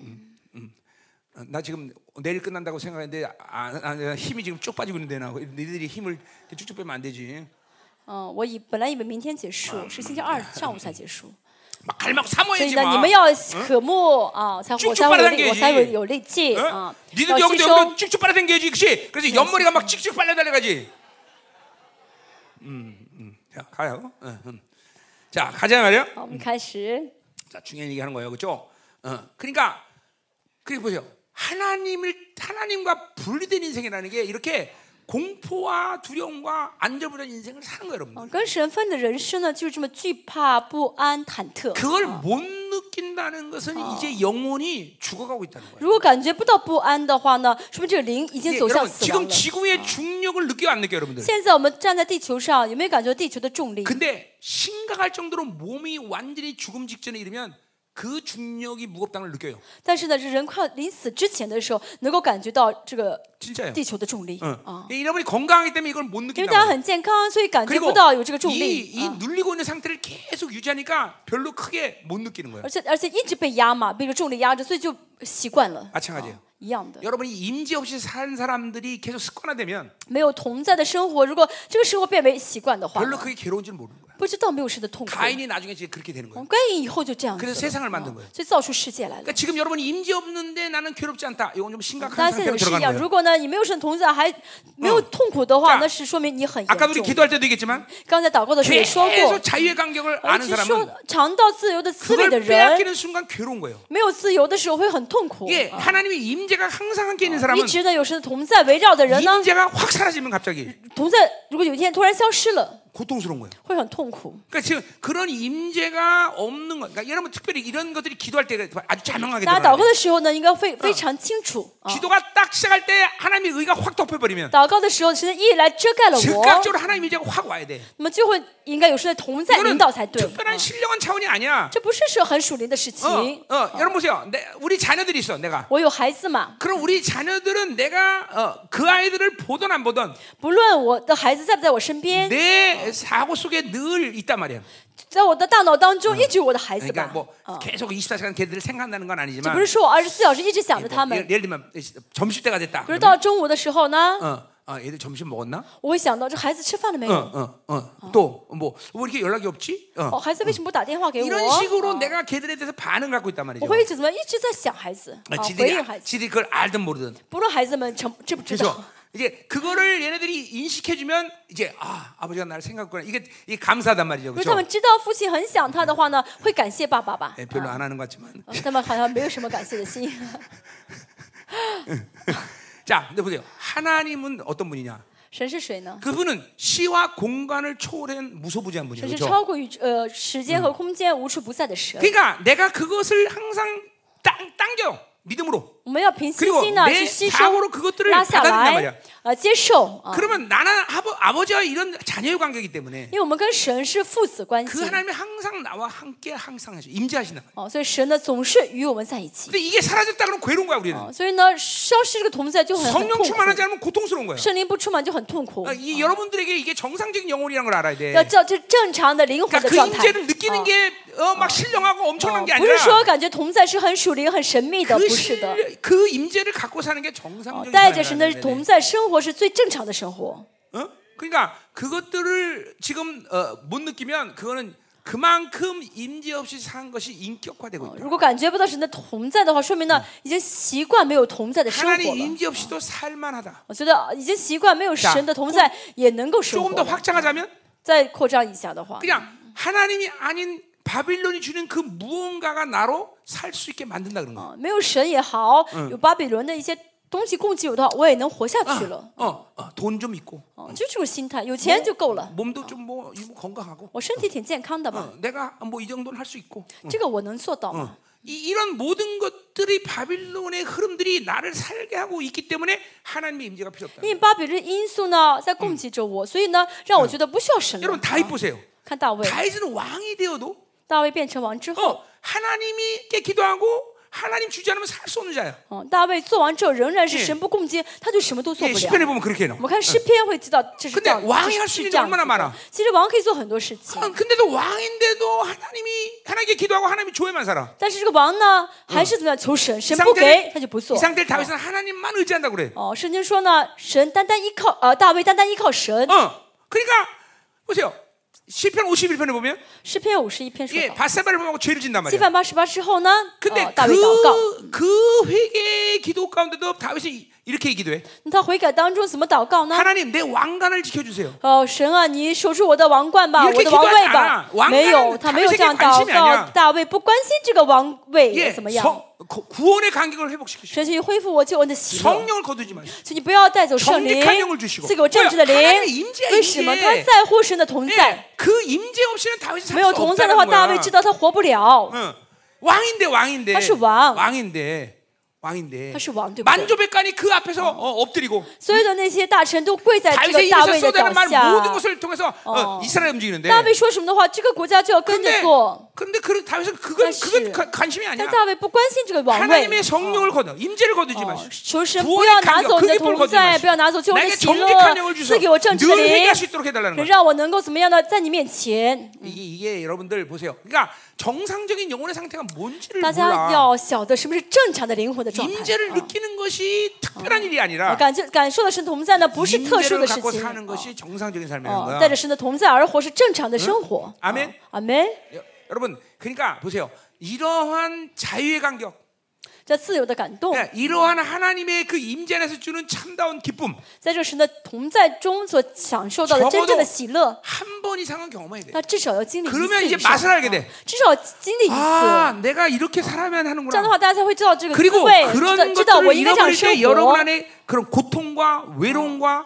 S1: 어, 나 지금 내일 끝난다고 생각했는데 아, 아, 힘이 지금 쭉 빠지고 있는데 나 너희들이 힘을 쭉쭉 빼면 안 되지.
S2: 嗯，我以本来以为明天结束，是星期二上午才结束。
S1: 막 갈망
S2: 所以
S1: 사모해야지
S2: 呢，你
S1: 막. 어?
S2: 们要渴慕啊，才
S1: 쭉쭉
S2: 我才会有力，
S1: 빨아당겨야지
S2: 我才会有力气
S1: 어?
S2: 啊。
S1: 니들
S2: 要吸
S1: 여기도 네,
S2: 收
S1: 여기도 쭉쭉 빨아당겨야지, 그렇지? 그래서 옆머리가 막 쭉쭉 빨려달려가지. 음, 음, 자 가요. 응, 응. 자 가자 말이요.
S2: 好，我们开始。
S1: 자 중요한 얘기하는 거예요, 그렇죠? 어, 그러니까 그렇게 보세요. 하나님을 하나님과 분리된 인생이라는 게 이렇게 공포와 두려움과 안절부절 인생을 사는 거예요, 여러분.
S2: 嗯，跟神分的人生呢，就是这么惧怕、不安、忐忑。
S1: 그걸 못 느낀다는 것은 이제 영혼이 죽어가고 있다는 거예요.
S2: 如果感觉不到不安的话呢，说明这个灵已经
S1: 이게
S2: 走向
S1: 여러분
S2: 死
S1: 지금
S2: 亡了。
S1: 지구의 중력을 느껴 안 느껴, 요 여러분들?
S2: 现在我们站在地球上，有没有感觉到地球的重力？
S1: 근데 심각할 정도로 몸이 완전히 죽음 직전에 이르면 그 중력이 무겁다는 걸 느껴요.
S2: 但是呢，是人快临死之前的时候，能够感觉到这个
S1: 진짜요.
S2: 地球的重力啊、
S1: 응. 여러분이 건강하기 때문에 이걸 못
S2: 因为大家
S1: 느낀다.
S2: 很健康，所以感觉
S1: 그리고
S2: 不到有这个重
S1: 이,
S2: 力
S1: 이
S2: 啊。
S1: 눌리고 있는 상태를 계속 유지하니까 별로 크게 못 느끼는 거예요.
S2: 而且而且一直被压嘛，被这个重力压着，所以就习惯了。
S1: 哎 마찬가지예요.
S2: 一样的。
S1: 여러분이 임재 없이 산 사람들이 계속 습관화되면
S2: 没有同在的生活，如果这个生活变为习惯的话，
S1: 별로 그게 괴로운 줄 모르는 거야.
S2: 不知道没有神的痛苦。
S1: 가인이 나중에 이제 그렇게 되는 거야.
S2: 嗯，该隐以后就这样子了，
S1: 그래서세상을만든
S2: 嗯
S1: 거예요
S2: 所以造出世界来了。嗯
S1: 그러니까 지금 여러분이 임재 없는데 나는 괴롭지 않다. 이건 좀 심각한
S2: 大家现在
S1: 상태로
S2: 也是一
S1: 들어가는
S2: 样，
S1: 거예요.
S2: 啊
S1: 嗯
S2: 如果呢你没有神同在，还没有痛苦的话，
S1: 자
S2: 那是说明你很严
S1: 아까 우리
S2: 重。
S1: 기도할 때도 얘기했지만
S2: 刚才祷告的时候也说过
S1: 계속 ， 자유의 간격을
S2: 而
S1: 아는
S2: 且说
S1: 사람은
S2: 尝到自由的滋味
S1: 그걸
S2: 的人，
S1: 빼앗기는 순간 괴로운 거예요.
S2: 没有自由的时候会很痛苦。
S1: 이게
S2: 啊
S1: 하나님의 임재가 항상 함께 있는
S2: 一
S1: 사람은
S2: 直呢有神的同在围绕的人呢，
S1: 임재가 확 사라지면 갑자기
S2: 同在如果有一天突然消失了，
S1: 고통스러운 거예요.
S2: 会很痛苦。
S1: 그러니까 지금 그런 임재가 없는 거. 그러니까 여러분 특별히 이런 것들이 기도할 때 아주 자명하게
S2: 大家祷
S1: 드러나요.
S2: 告的时候呢，应该非非常清楚啊。
S1: 기도가 딱 시작할 때 하나님의 의가 확 덮여버리면
S2: 祷告的时候，神的意来遮盖了我，
S1: 즉각적으로 하나님의 의가 확 와야 돼.
S2: 那么就会应该有神的同在领
S1: 이거는
S2: 导才对。
S1: 특별한
S2: 啊
S1: 신령한 차원이 아니야.
S2: 这不是是很属灵的事
S1: 어,
S2: 情。
S1: 어, 여러분 보세요. 내, 우리 자녀들이 있어. 내가.
S2: 我有孩子嘛，
S1: 그럼 우리 자녀들은 내가 어, 그 아이들을 보든 안 보든
S2: 不论我的孩子在不在我身边，
S1: 내 사고 속에 늘 있단 말이야.
S2: 在我的大脑当中一直有我的孩子
S1: 그러니까
S2: 吧。
S1: 뭐
S2: 啊，
S1: 계속 24시간 걔들을 생각한다는 건
S2: 这
S1: 아니지만
S2: 不是说我二十四小时一直想着
S1: 뭐,
S2: 他
S1: 예를,
S2: 们，
S1: 예를 들면 점심 때가 됐다.
S2: 可
S1: 그러면,
S2: 是到中午的时候呢，
S1: 어, 어, 얘들 점심 먹었나?
S2: 我会想到这孩子吃饭了没
S1: 어,
S2: 有？
S1: 어, 어. 또뭐 왜 이렇게 연락이 없지? 어.
S2: 哦，孩子为什么不打电话给我？
S1: 이런 식으로
S2: 哦
S1: 내가 걔들에 대해서 반응 갖고 있단 말이죠.
S2: 我会一直怎么样一直在想孩子啊
S1: 아, ，
S2: 回
S1: 지들이,
S2: 应孩子，
S1: 지들이 그걸 알든 모르든.
S2: 不论孩子们成知不知道
S1: 그래서 。 이제 그거를 얘네들이 인식해주면 이제 아 아버지가 나를 생각했구나 이게 이게 감사하단 말이죠.
S2: 如果他们
S1: 그렇죠?
S2: 知道父亲很想他的话呢，会感谢爸爸吧？
S1: 예, 별로 안 하는 것 같지만.
S2: 啊他们好像没有什么感谢的心。
S1: 자, 근데 보세요. 하나님은 어떤 분이냐?
S2: 神是谁呢？
S1: 그분은 시와 공간을 초월한 무소부지한 분이죠.
S2: 神是
S1: 그렇죠?
S2: 超过宇宙呃时间和空间无处不在的神。
S1: 그러니까 내가 그것을 항상 땅 당겨 믿음으로
S2: 我们要凭信
S1: 그리고
S2: 心呢
S1: 내
S2: 去吸收
S1: 사고로 그것들을
S2: 拉下
S1: 받아들인단
S2: 来
S1: 말이야. ，
S2: 呃，接受啊，
S1: 그러면 나는 아버, 아버지와 이런 자녀의 관계이기 때문에
S2: 因为我们跟神是父子关系
S1: 그 ， 하나님이 항상 나와 함께 항상 하시 임재하신다.
S2: 哦，所以神呢总是与我们在一起，
S1: 근데 이게 사라졌다 그러면 괴로운 거야 우리는.
S2: 哦所以呢消失这个同在就很很
S1: 어, 성령
S2: 痛苦，
S1: 충만하지 않으면 고통스러운 거예요.
S2: 圣灵不充满就很痛苦
S1: 그러니까 ，이 여러분들에게 이게 정상적인 영혼이라는 걸 알아야 돼.
S2: 要叫这正常的灵魂
S1: 그러니까
S2: 的
S1: 그
S2: 状态。
S1: 임재를 느끼는 게 어, 막 신령하고 엄청난 게
S2: 啊不是
S1: 아니라
S2: 说感觉同在是很属灵、很神秘的，
S1: 그
S2: 不是的。
S1: 실- 그 임재를 갖고 사는 게
S2: 哦
S1: 정상적인
S2: 带
S1: 사람이라는
S2: 着神的
S1: 거예요.
S2: 同在生活是最正常的生活。
S1: 어? 그러니까 그것들을 지금 어, 못 느끼면 그거는 그만큼 임재 없이 산 것이 인격화되고 있다.
S2: 如果感觉不到神的同在的话，说明呢已经习惯没有同在的生活
S1: 하나님
S2: 了。
S1: 임재 없이도 살만하다.
S2: 我觉得已经习惯没有神的同在也能够生
S1: 조금
S2: 活
S1: 더
S2: 了。
S1: 확장하자면
S2: 再扩张一下的话，
S1: 그냥 하나님이 아닌 바빌론이 주는 그 무언가가 나로 살 수 있게 만든다 그런 거야.
S2: 啊，没有神也好，有巴比伦的一些东西供给我的话，我也能活下去了。
S1: 어, 어, 돈 좀 있고
S2: 哦，就这种心态，有钱就够了。
S1: 몸도 좀뭐 건강하고
S2: 我身体挺健康的
S1: 어,
S2: 嘛，
S1: 내가 뭐 이 정도는 할 수 있고
S2: 这个我能做到嘛。
S1: 이, 이런 모든 것들이 바빌론의 흐름들이 나를 살게 하고 있기 때문에 하나님의 임재가 필요 없다.
S2: 因为巴比伦因素呢在供给着我，所以呢让我觉得不需要神了
S1: 여러분 。
S2: 啊
S1: 다윗 보세요.
S2: 看大卫，
S1: 다윗은 왕이 되어도
S2: 大卫变成王之后，
S1: 어, 하나님께 기도하고 하나님 주지 않으면 살 수 없는 예, 자야.
S2: 嗯，大卫做完之后仍然是
S1: 예
S2: 神不供给，他就什么都做
S1: 예,
S2: 不
S1: 10편에
S2: 了。
S1: 보면 그렇게 해요.
S2: 我们看诗篇会知道这是
S1: 근데
S2: 这样，
S1: 왕이
S2: 这
S1: 할수
S2: 是
S1: 있는
S2: 是这
S1: 게
S2: 样子
S1: 얼마나많아
S2: 的。嗯其实王可以做很多事情，
S1: 어, 근데도 왕인데도 하나님이 하나님께 기도하고 하나님이 조에만 살아.
S2: 但是这个王呢还是怎么样求神，
S1: 이
S2: 神不
S1: 상태를,
S2: 给他就不做
S1: 이 。 상태를 다윗은 하나님만 의지한다고 그래.
S2: 哦，圣经说呢，神单单依靠呃大卫单单依靠神。
S1: 어. 그러니까 보세요. 10편 51편에 보면
S2: 诗篇五十一篇说
S1: 예,
S2: 到，
S1: 바세바를 보면 죄를 진단
S2: 西
S1: 말이야.
S2: 范八十八之后呢，
S1: 근데
S2: 呃大卫祷告，
S1: 그, 그 회개의 기도 가운데도 다윗이 이렇게 기도해.
S2: 他悔改当中怎么祷告呢？
S1: 하나님 내 왕관을 지켜주세요.
S2: 哦，神啊，你守住我的王冠吧，
S1: 이렇게
S2: 我的啊王
S1: 기도하지않아 왕관은。
S2: 位吧没有，他没有这样
S1: 당신에게 관심이
S2: 祷
S1: 아니야
S2: 告。大卫不关心这个王位
S1: 예,
S2: 怎么样，
S1: 성- 구- 구원의 간격을 회복시키시고
S2: 神去恢复我救恩的喜乐。
S1: 성령을 거두지 마시고
S2: 请你不要带走圣灵
S1: 정직한 영을 주시고 ，
S2: 赐给我正直的灵
S1: 뭐야, 하나님의 임재야, 。
S2: 为什么
S1: 임재.
S2: 他在乎神的同在？
S1: 그 임재 없이는 다윗이
S2: 没有
S1: 살 수
S2: 同在的话，嗯
S1: 없다는
S2: 大
S1: 거야.
S2: 卫知道他活不了。
S1: 응. 왕인데 왕인데
S2: 다시 왕.
S1: 왕인데 왕인데
S2: 다시 왕, 네,
S1: 만조백관이 그 앞에서 어, 엎드리고
S2: 所有的那些大臣都跪在这个
S1: 다윗의
S2: 大
S1: 입에서
S2: 卫的脚
S1: 쏟아내는 말
S2: 下。
S1: 모든 것을 통해서 어,
S2: 어.
S1: 이스라엘 움직이는데
S2: 大卫说什么的话，这个国家就要跟着
S1: 근데
S2: 做。
S1: 근데 그 다윗은 그건
S2: 다시.
S1: 그건 가- 관심이
S2: 但
S1: 아니야
S2: 大卫不关心这个
S1: 뭐,
S2: 王位。
S1: 하나님의 성령을 거둬 임재를 거두지
S2: 哦
S1: 마시고
S2: 求神不
S1: 구원의
S2: 要拿
S1: 간격,
S2: 走你的
S1: 그게 뭘
S2: 同
S1: 거두지
S2: 在，不
S1: 마시고
S2: 要拿走救恩的
S1: 나에게
S2: 喜乐
S1: 정직한 영을 ， 주소
S2: 赐给我正直的
S1: 늘
S2: 灵
S1: 회개할 ，수 있도록 해달라는 거야
S2: 让我能够怎么样呢？在你面前，
S1: 이게, 이게 여러분들 보세요 어. 그러니까 정상적인 영혼의 상태가 뭔지를
S2: 大家
S1: 몰라
S2: 要晓得什么是正常的灵魂的个状态。
S1: 임재를
S2: 啊
S1: 느끼는 것이 특별한 일이
S2: 啊
S1: 아니라
S2: 感觉感受到神同在呢，不是特殊
S1: 임재를
S2: 的事
S1: 갖고 어.
S2: 情。
S1: 사는 것이 정상적인
S2: 哦
S1: 삶이라는 ，
S2: 哦
S1: 거야.
S2: 带着神的同在而活是正常的生活。
S1: 嗯아멘
S2: 啊阿门。
S1: 여- 여러분, 그러니까 보세요. 이러한 자유의 간격,
S2: 这自由的感动，
S1: 예, 이러한 하나님의 그 임재 안에서 주는 참다운 기쁨
S2: 在这个神的同在中所享受到的真正的喜乐，
S1: 한 번 이상은 경험해야 돼.
S2: 那至少要经历一
S1: 그러면이
S2: 次
S1: 제
S2: 以上
S1: 맛을알게돼
S2: 啊至少经历一次。
S1: 아, 내가 이렇게 살아야만
S2: 这样的
S1: 하는구나.
S2: 话，大家才会知道这个滋
S1: 그리고
S2: 味，知道
S1: 그런
S2: 知道我
S1: 것들을
S2: 应该这样
S1: 잃어버릴
S2: 生
S1: 때 여러분
S2: 活。
S1: 안에 그런 고통과 외로움과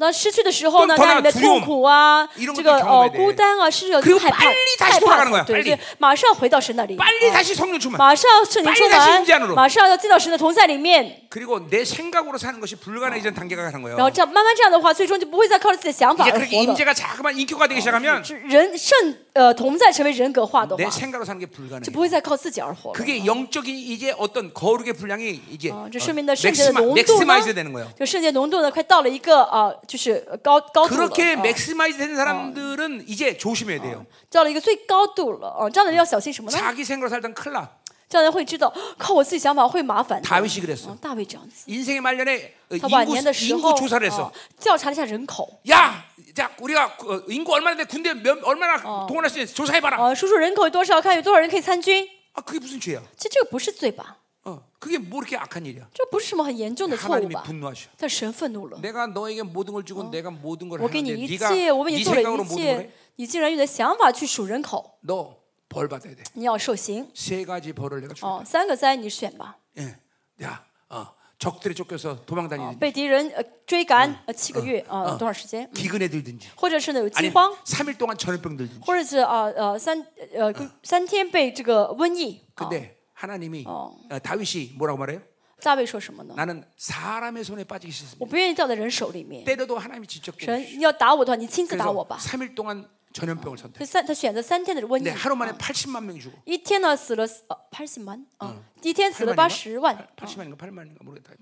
S2: 那失去的时候呢，
S1: 更더나
S2: 那你的
S1: 두려움
S2: 痛苦啊
S1: 이런것들，
S2: 这个
S1: 경험해야
S2: 哦
S1: 돼
S2: 孤单啊，是有
S1: 그리고
S2: 害怕，
S1: 빨리다시
S2: 害
S1: 돌아가는거야
S2: 怕，对
S1: 빨리
S2: 对，马上回到神那里，
S1: 빨리
S2: 啊
S1: 다시 성령 충만.
S2: 马上圣灵充
S1: 빨리다시임재안으
S2: 满
S1: 로 ，
S2: 马上要进到神的同在里面，
S1: 그리고 내 생각으로 사는 것이 불가능해지는 단계가 가는
S2: 然后
S1: 거예요.
S2: 这样慢慢这样的话，最终就不会再靠着自己的想法
S1: 이제
S2: 而
S1: 그렇게
S2: 活了。
S1: 임재가 자그만 인격화 되기 시작하면
S2: 是人圣呃同在成为人格化的话
S1: 내 ， 생각으로 사는 게
S2: 就
S1: 불가능해. 아.
S2: 不会再靠自己而活了。
S1: 그게 영적인 이제 어떤 거룩의 분량이 이제
S2: 啊，
S1: 어,
S2: 这说明的圣洁的浓度呢
S1: 맥스마이즈 ， 되는 거예요.
S2: 就圣洁浓度呢，快到了一个啊、呃就是呃高高度了，
S1: 그렇게
S2: 啊
S1: 맥스마이즈 된 사람들은 이제 조심해야 돼요.
S2: 到了一个最高度了啊、这样的人要小心什么呢？
S1: 자기 생각으로 살던 큰일 나.
S2: 这样的人会知道，靠我自己想法会麻烦的。
S1: 다윗이 그랬어.
S2: 啊，大卫这样子，
S1: 인생의 말년에 어,
S2: 他晚
S1: 인구,
S2: 年的时候
S1: 인구 조사를
S2: 啊
S1: 했어.
S2: 调查了一下人口，
S1: 야, 자 우리가 그, 어, 인구 얼마나 돼 군대 몇, 얼마나 동원할 수 있는지 조사해봐라.
S2: 啊，数数人口有多少，看有多少人可以参军。
S1: 아, 그게 무슨 죄야?
S2: 其实这个不是罪吧？
S1: 어, 그게 뭐 이렇게 악한 일이야?
S2: 这不是什么很严重的错误
S1: 하나님이
S2: 吧？
S1: 분노하셔.
S2: 但神愤怒了，
S1: 내가 너에게 모든 걸 주고 내가 모든 걸
S2: 我给你
S1: 하는데
S2: 一
S1: 네가
S2: 切，我为
S1: 네
S2: 你做了
S1: 생각으로
S2: 一
S1: 모든 걸 해?
S2: 切，你竟然用你的想法去数人口，
S1: 너 벌 받아야 돼.
S2: 你要受刑。
S1: 세 가지 벌을 내가 줄.
S2: 哦，三个灾你选吧。
S1: 예. 야, 어, 적들이 쫓겨서 도망다니는
S2: 被敌人呃追赶呃七个月啊、呃多少时间？
S1: 기근에 들든지
S2: 或者是呢有饥
S1: 아니
S2: 荒，
S1: 3일 동안 전염병 들든지.
S2: 或者是啊呃三呃三天被这个瘟疫。啊
S1: 근데 하나님이
S2: 어.
S1: 어, 다윗이 뭐라고 말해요?
S2: 大卫说什么呢？
S1: 나는 사람의 손에 빠지기
S2: 我
S1: 싫습니다.
S2: 不愿意掉在人手里面。
S1: 때려도 하나님이 지적해.
S2: 神，你要打我的话，你亲自打我
S1: 그래서
S2: 吧。
S1: 3일 동안 전염병을
S2: 这
S1: 선택.
S2: 三他选择三天的瘟
S1: 근데
S2: 疫，
S1: 하루 만에 80만 명이 죽어.
S2: 一天呢死了呃八十万啊，一天死了
S1: 팔만인가?
S2: 八十万，
S1: 80만인가 8만인가 모르겠다.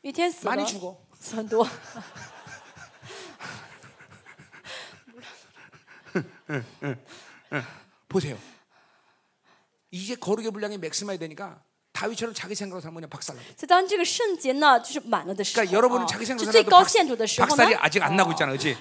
S2: 一天死了
S1: 많이 죽어.
S2: 死很多。
S1: 보세요. 이제 거룩의 분량이 맥스마이 되니까 다윗처럼 자기 생각으로 살면 그냥 박살나.
S2: 所以当这个圣节呢就是满了的时
S1: 그러니까
S2: 候，
S1: 여러분은
S2: 啊
S1: 자기
S2: 是
S1: 생각으로
S2: 最
S1: 살아도
S2: 高限度的
S1: 박-
S2: 时候呢，
S1: 박살이 아직 안 나고 있잖아, 그렇지?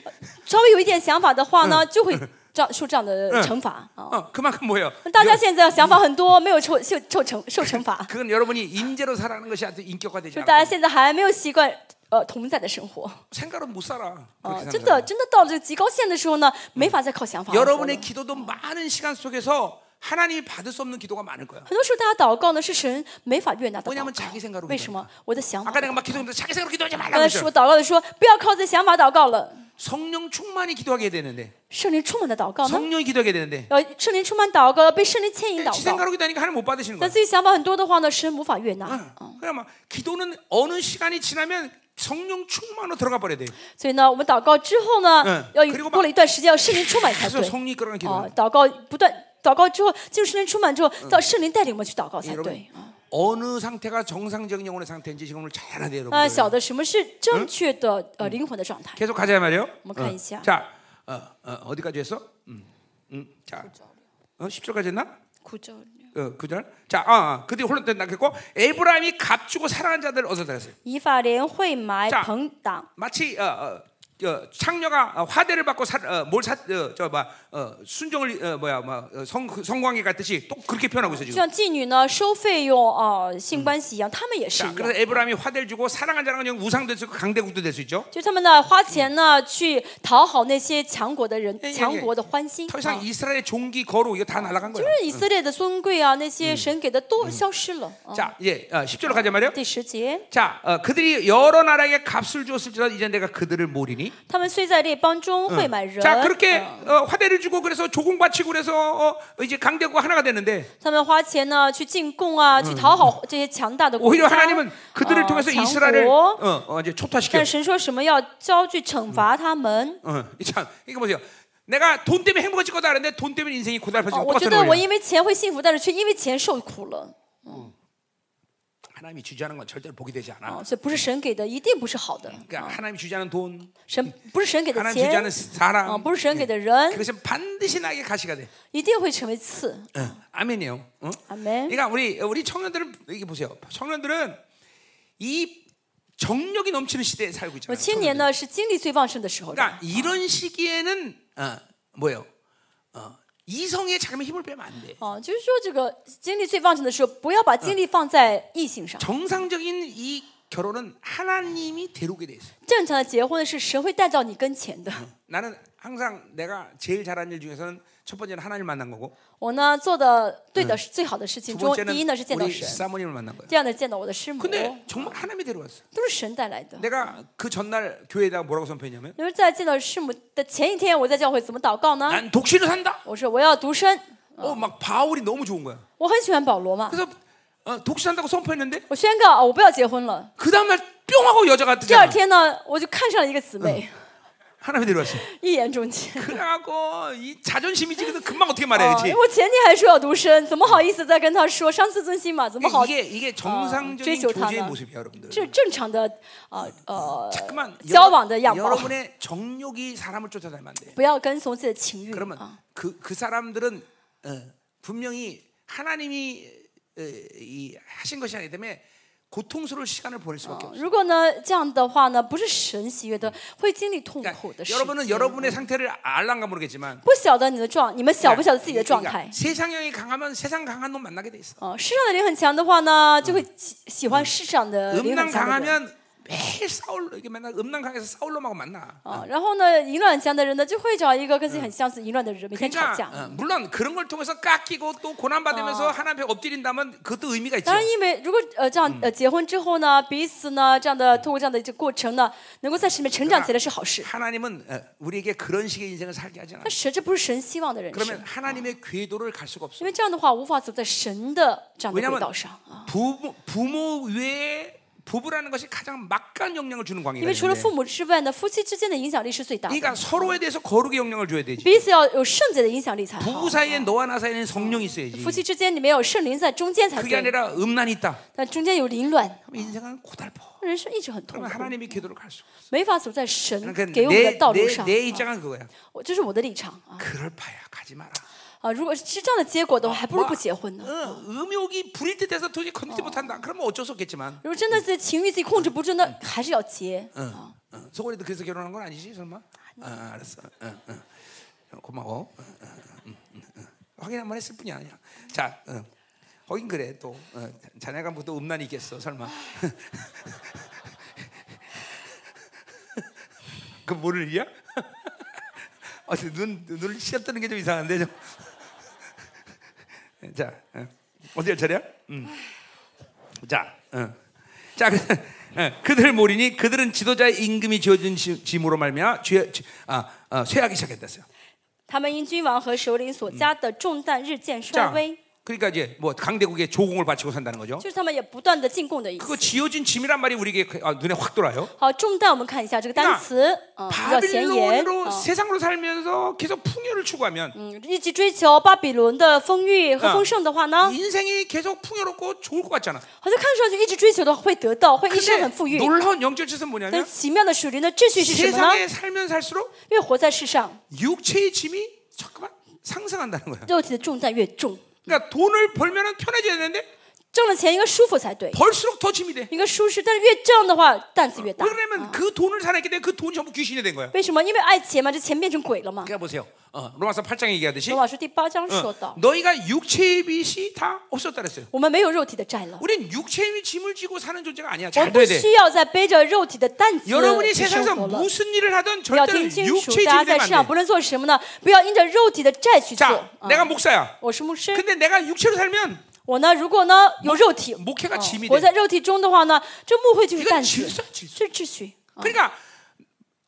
S2: 稍微有一点想法的话呢，就会遭受这样的惩罚啊。
S1: 어, 그만큼 뭐예요?
S2: 大家
S1: 여-
S2: 现在想法很多，没有受受受惩 受惩罚，
S1: 그건 여러분이 임재로 살아가는 것이 아주 인격화되지
S2: 就是大家
S1: 않아.
S2: 现在还没有习惯呃同在的生活。
S1: 생각은 못 살아.
S2: 啊，
S1: 그렇게
S2: 真的
S1: 생각하면.
S2: 嗯真的到了这个极高线的时候呢，没法再靠想法而活了
S1: 여러분의 。 기도도 많은 시간 속에서 하나님이 받을 수 없는 기도가 많을 거야.
S2: 很多时候大家祷告呢是神没法悦纳的祷告。
S1: 왜냐면자기생각으로
S2: 为什么？我的想法
S1: 아까 。 내가 막 기도했는데 자기 생각으로 기도하지
S2: 刚
S1: 말라고
S2: 才说
S1: 했죠.
S2: 祷告的说，不要靠自己想法祷告了，
S1: 성령 충만히 기도하게 되는데
S2: 圣灵充满哎的祷告呢？
S1: 성령이 기도하게 되는데
S2: 要圣灵充满祷告，要被圣灵牵
S1: 지
S2: 引祷告。
S1: 생각으로 기도하니까 하나님 못 받으시는
S2: 但
S1: 거야.
S2: 自己想法很多的话呢，神无法悦纳。
S1: 그냥 막 기도는 어느 시간이 지나면 성령 충만으로 들어가 버려야 돼요.
S2: 所以呢，我们祷告之后呢，
S1: 嗯
S2: 要
S1: 그리고막
S2: 过了一段时间，要圣灵充满才
S1: 그래서
S2: 对。
S1: 성령이 끌어가는 기도.
S2: 哦，祷告不断，祷告之后进入圣灵充满之后，到圣灵带领我们去祷告才
S1: 여러분
S2: 对。啊
S1: 어느 상태가 정상적인 영혼의 상태인지 지금 오늘 잘 알아야 돼요,
S2: 那
S1: 여러분.
S2: 啊晓得什么是正确的呃灵魂的状态？
S1: 계속 가자 말이요.
S2: 한번 뭐 가이시야.
S1: 자, 어, 어, 디까지 했어? 음, 음, 자, 어, 10절까지 했나?
S2: 苦咒。
S1: 어, 9절. 자, 아, 아, 그들이 혼란 된다 그랬고 에브라임이 값주고 사랑한 자들을 얻어 달았어요.
S2: 以法莲会埋
S1: 자
S2: 朋党，
S1: 마치 어, 어, 어, 창녀가 어, 화대를 받고 사, 어, 뭘 사, 어, 저, 뭐, 어, 순종을 어, 뭐야, 뭐, 어, 성, 성광이 같듯이 또 그렇게 표현하고 있어
S2: 就
S1: 지금.
S2: 像妓女呢收费用啊、呃性关系一样，他们也是
S1: 자,
S2: 一
S1: 그래서
S2: 样。
S1: 에브라임이 화대를 주고 사랑한 자랑은 영 우상도 될 수 있고 강대국도 될 수 있죠.
S2: 就他们呢花钱呢去讨好那些强国的人
S1: 예 ，
S2: 强国的欢心。
S1: 더
S2: 啊
S1: 이상 이스라엘의 종기 거룩 이거 다 날아간 거야.
S2: 就是以色列的尊贵啊，那
S1: 嗯
S2: 些神给的都消失了。啊
S1: 자, 이제 어, 10절로 가자 말이요.
S2: 第十节。
S1: 자, 어, 그들이 여러 나라에게 값을 줬을지라도 이제 내가 그들을 모리니.
S2: 他们虽在列邦中会买人，
S1: 嗯 자, 그렇게 어, 화대를 주고 그래서 조공 바치고 그래서 어, 이제 강대국 하나가 됐는데
S2: 他们花钱呢去进贡啊，去讨好这些强大的国
S1: 嗯 오히려
S2: 家。
S1: 하나님은 그들을
S2: 啊
S1: 통해서
S2: 强
S1: 이스라엘을
S2: 国
S1: 어, 어, 이제 어, 초토화시켜.
S2: 但神说什么要交去惩罚他们。
S1: 어, 참, 이거 보세요. 내가 돈 때문에 행복해질 거다 그랬는데 돈 때문에 인생이
S2: 哦，
S1: 고달파지고
S2: 我觉
S1: 嗯 똑같은
S2: 得我
S1: 거예요.
S2: 因为钱会幸福，但是却因为钱受苦了。
S1: 하나님이 주저하는 건 절대로 복이 되지 않아.
S2: 啊，所以不是神给的，一定不是好的。
S1: 그러니까 하나님이 주저하는 돈,
S2: 神不是神给的
S1: 하나님 주저하는
S2: 钱，
S1: 사람,
S2: 啊，不是神给的人，
S1: 그것은 반드시 나에게 가시가 돼.
S2: 一定会成为刺。
S1: 嗯 어, 아멘이요. 어?
S2: 아멘.
S1: 그러니까 우리 우리 청년들은 이게 보세요. 청년들은 이 정력이 넘치는 시대에 살고
S2: 我
S1: 있잖아요.
S2: 千年呢是精力最旺盛的时候的。
S1: 그러니까 이런 시기에는 어, 뭐예요? 어, 이성에 잠깐만 힘을 빼면 안 돼.
S2: 哦，就是说这个精力最旺盛的时候，不要把精力放在异性
S1: 嗯
S2: 上。
S1: 정상적인 이 결혼은 하나님이 데려오게 돼 있어.
S2: 正常的结婚是神会带到你跟前的。
S1: 나는 항상 내가 제일 잘한 일 중에서는 첫 번째는 하나님 만난 거고
S2: 我呢做的对的是最好的事
S1: 두
S2: 情中，第一
S1: 번째는
S2: 呢是见到
S1: 우리
S2: 神，
S1: 사모님을 만난 거야.
S2: 第二呢见到我的师母，
S1: 근데 정말 하나님이 데려왔어.
S2: 都是神带来的。
S1: 내가 그 전날 교회에다가 뭐라고 선포했냐면
S2: 就是在见到师母的前一天，我在教会怎么祷告呢？
S1: 난 독신을 산다.
S2: 我说我要独身，
S1: 어, 막 바울이 너무 좋은 거야.
S2: 我很喜欢保罗嘛，
S1: 그래서 어, 독신한다고 선포했는데
S2: 我宣告、哦、我不要结婚了。
S1: 그 다음날 뿅 하고 여자가
S2: 第二
S1: 뜨잖아.
S2: 天呢，我就看上了一个姊妹，
S1: 하나님이 데려왔어.
S2: 一眼中情。
S1: 그래갖고 이 자존심이지. 그래서 금방 아, 어떻게
S2: 啊
S1: 말해야
S2: 因
S1: 되지?
S2: 为我前天还说要独身，怎么好意思再跟他说伤自尊心嘛？怎么好？
S1: 이게 이게 정상적인
S2: 어,
S1: 교제의
S2: 어.
S1: 모습이에요, 여러분들.
S2: 这正常的啊呃，
S1: 잠깐만
S2: 交往的
S1: 여
S2: 样貌。
S1: 여러분의 정욕이 사람을 쫓아다니면 안 돼.
S2: 不要跟从自己的情欲
S1: 그러면
S2: 啊。
S1: 그 그 사람들은 어, 분명히 하나님이 어, 이, 하신 것이 아니기 때문에 고통스러울 시간을 보낼 수밖에
S2: 啊
S1: 없어요.
S2: 如果呢这样的话呢，不是神喜悦的，会经历痛苦
S1: 그러니까
S2: 的事
S1: 여러분은
S2: 情。
S1: 여러분의 상태를 아, 알랑가 모르겠지만
S2: 不晓得你的状，你们晓不晓得自己的状
S1: 그러니까
S2: 态？
S1: 세상형이 강하면 세상 강한 놈 만나게 돼 있어.
S2: 啊，世上的灵很强的话呢，就会喜喜欢世上的灵
S1: 음란
S2: 很强的人。
S1: 강하면 매일 싸울 이게 맨날 음란 강해서 싸울 놈하고 만나.
S2: 啊，然后呢，淫乱很强的人呢，就会找一个跟自己很相似、淫乱的人，每天吵
S1: 그러니까
S2: 架。
S1: 어, 물론 그런 걸 통해서 깎이고 또 고난 받으면서 하나님 앞에 엎드린다면 그것도 의미가 있죠.
S2: 当然，因为如果呃这样呃结婚之后呢，彼此呢这样的通过这样的这个过程呢，能够在神里面成长起来是好事。
S1: 하나님은 어, 우리에게 그런 식의 인생을 살게 하지 않아.
S2: 但神这不是神希望的人生
S1: 그러면 ， 하나님의 궤도를 갈 수가 없어.
S2: 因为这样的话无法走在神的这样的轨
S1: 왜냐하면
S2: 道上
S1: 아.
S2: 啊。
S1: 부모, 부모 외에 부부라는 것이 가장 막강한 영향을 주는
S2: 因
S1: 관계가
S2: 为除了
S1: 있는데
S2: 父母之外呢，夫妻之间的影响力是最大的，
S1: 그러니까 서로에 대해서 거룩의 영향을 줘야 되지.
S2: 彼此要有圣洁的影响力才好
S1: 부부 。 사이에 너와 나 사이에는 성령이 있어야지.
S2: 夫妻之间你们要有圣灵在中间才
S1: 그게
S2: 对，
S1: 아니라 네. 음란이 있다.
S2: 但中间有凌乱，
S1: 그럼 인생은 고달퍼.
S2: 人生一直很痛
S1: 그러면
S2: 苦，
S1: 하나님의 궤도를 갈 수.
S2: 没法走在神
S1: 그러니까
S2: 给我们的道路
S1: 내내
S2: 上。
S1: 내
S2: 啊
S1: 입장은 그거야.
S2: 我这是我的立场啊
S1: 그럴 바야 가지 마라.
S2: 啊！如果是这样的结果的话，还不如不结婚呢。
S1: 어, 음욕이 부릴 듯해서 도저히 컨트롤 못한다. 그러면 어쩔 수 없겠지만.
S2: 如果真的是情欲自己控制不住，那还是要结。
S1: 어, 어. 소골이도 그래서 결혼한 건 아니지 설마? 어, 알았어. 어, 어. 고마워. 어, 어, 음, 음, 음. 확인 한 번 했을 뿐이 아니야. 자, 어. 거긴 그래 또 어, 자네가 뭐또 음란이 있겠어 설마? 그 뭐를 이야? 어째 눈눈 시야 뜨는 게 좀 이상한데 좀. 자, 어. 어디 할 차례야? 음. 자, 어. 자, 그, 어, 그들을 모르니 그들은 지도자의 임금이 지어준 지- 짐으로 말미암아 죄, 죄- 아, 아, 쇠하기 시작했댔어요.
S2: 他们因君王和首领所加的重担日渐衰
S1: 자,
S2: 微，
S1: 그러니까 이제 뭐 강대국에 조공을 바치고 산다는 거죠.
S2: 就是他们也不断的进贡的意思
S1: 그거 。 지어준 짐이란 말이 우리에게 그- 아, 눈에 확 돌아요.
S2: 好，重担我们看一下这个
S1: 那
S2: 单词，嗯，比较显眼，
S1: 바빌론으로
S2: 嗯
S1: 세상으로 살면서 계속 풍요를 추구하면
S2: 嗯，一直追求巴比伦的丰裕和丰盛的话呢，
S1: 인생이 계속 풍요롭고 좋을 것 같잖아.
S2: 好像看上去一直追求的会得到，会一生
S1: 근데
S2: 很富裕。
S1: 놀라운 영적 뜻은
S2: 但
S1: 뭐냐면
S2: 是奇妙的属灵的秩序是什么呢？
S1: 세상에 살면 살수록
S2: 越活在世上，
S1: 육체의 짐이 잠깐만 상승한다는 거야.
S2: 肉体的重担越重。
S1: 그러니까 돈을 벌면은 편해져야 되는데
S2: 挣了钱应该舒服才对，
S1: 벌수록 더 짐이 돼.
S2: 应该舒适，但是越挣的话担子越大
S1: 왜 。 그러냐면 그 돈을 살았기 때문에 그 돈이 전부 귀신이 된 거야.
S2: 为什么？因为爱钱嘛，这钱变成鬼了嘛。
S1: 그러니까 보세요. 어, 로마서 8장 얘기하듯이
S2: 罗老师第八章
S1: 어,
S2: 说到，
S1: 너희가 육체의 빚이 다 없었다 그랬어요.
S2: 我们没有肉体的债了，
S1: 우린 육체의 짐을 지고 사는 존재가 아니야.
S2: 我
S1: 잘
S2: 们不
S1: 돼야 돼.
S2: 需要再背着肉体的担子
S1: 여러분이
S2: 去
S1: 세상에서
S2: 生活了。
S1: 무슨 일을 하든
S2: 要
S1: 절대로
S2: 听清楚，
S1: 육체의
S2: 大家
S1: 짐이
S2: 在
S1: 되면
S2: 世上
S1: 안 돼.
S2: 不论做什么呢，不要因着肉体的债去做。
S1: 자,
S2: 啊
S1: 내가 목사야.
S2: 我是牧师，
S1: 근데 내가 육체로 살면
S2: 我呢，如果呢有肉体，
S1: 목회가
S2: 啊
S1: 짐이
S2: 我
S1: 돼.
S2: 在肉体中的话呢，这牧会就是
S1: 이건
S2: 担子，
S1: 질서야, 질서.
S2: 这是秩序。
S1: 그러니까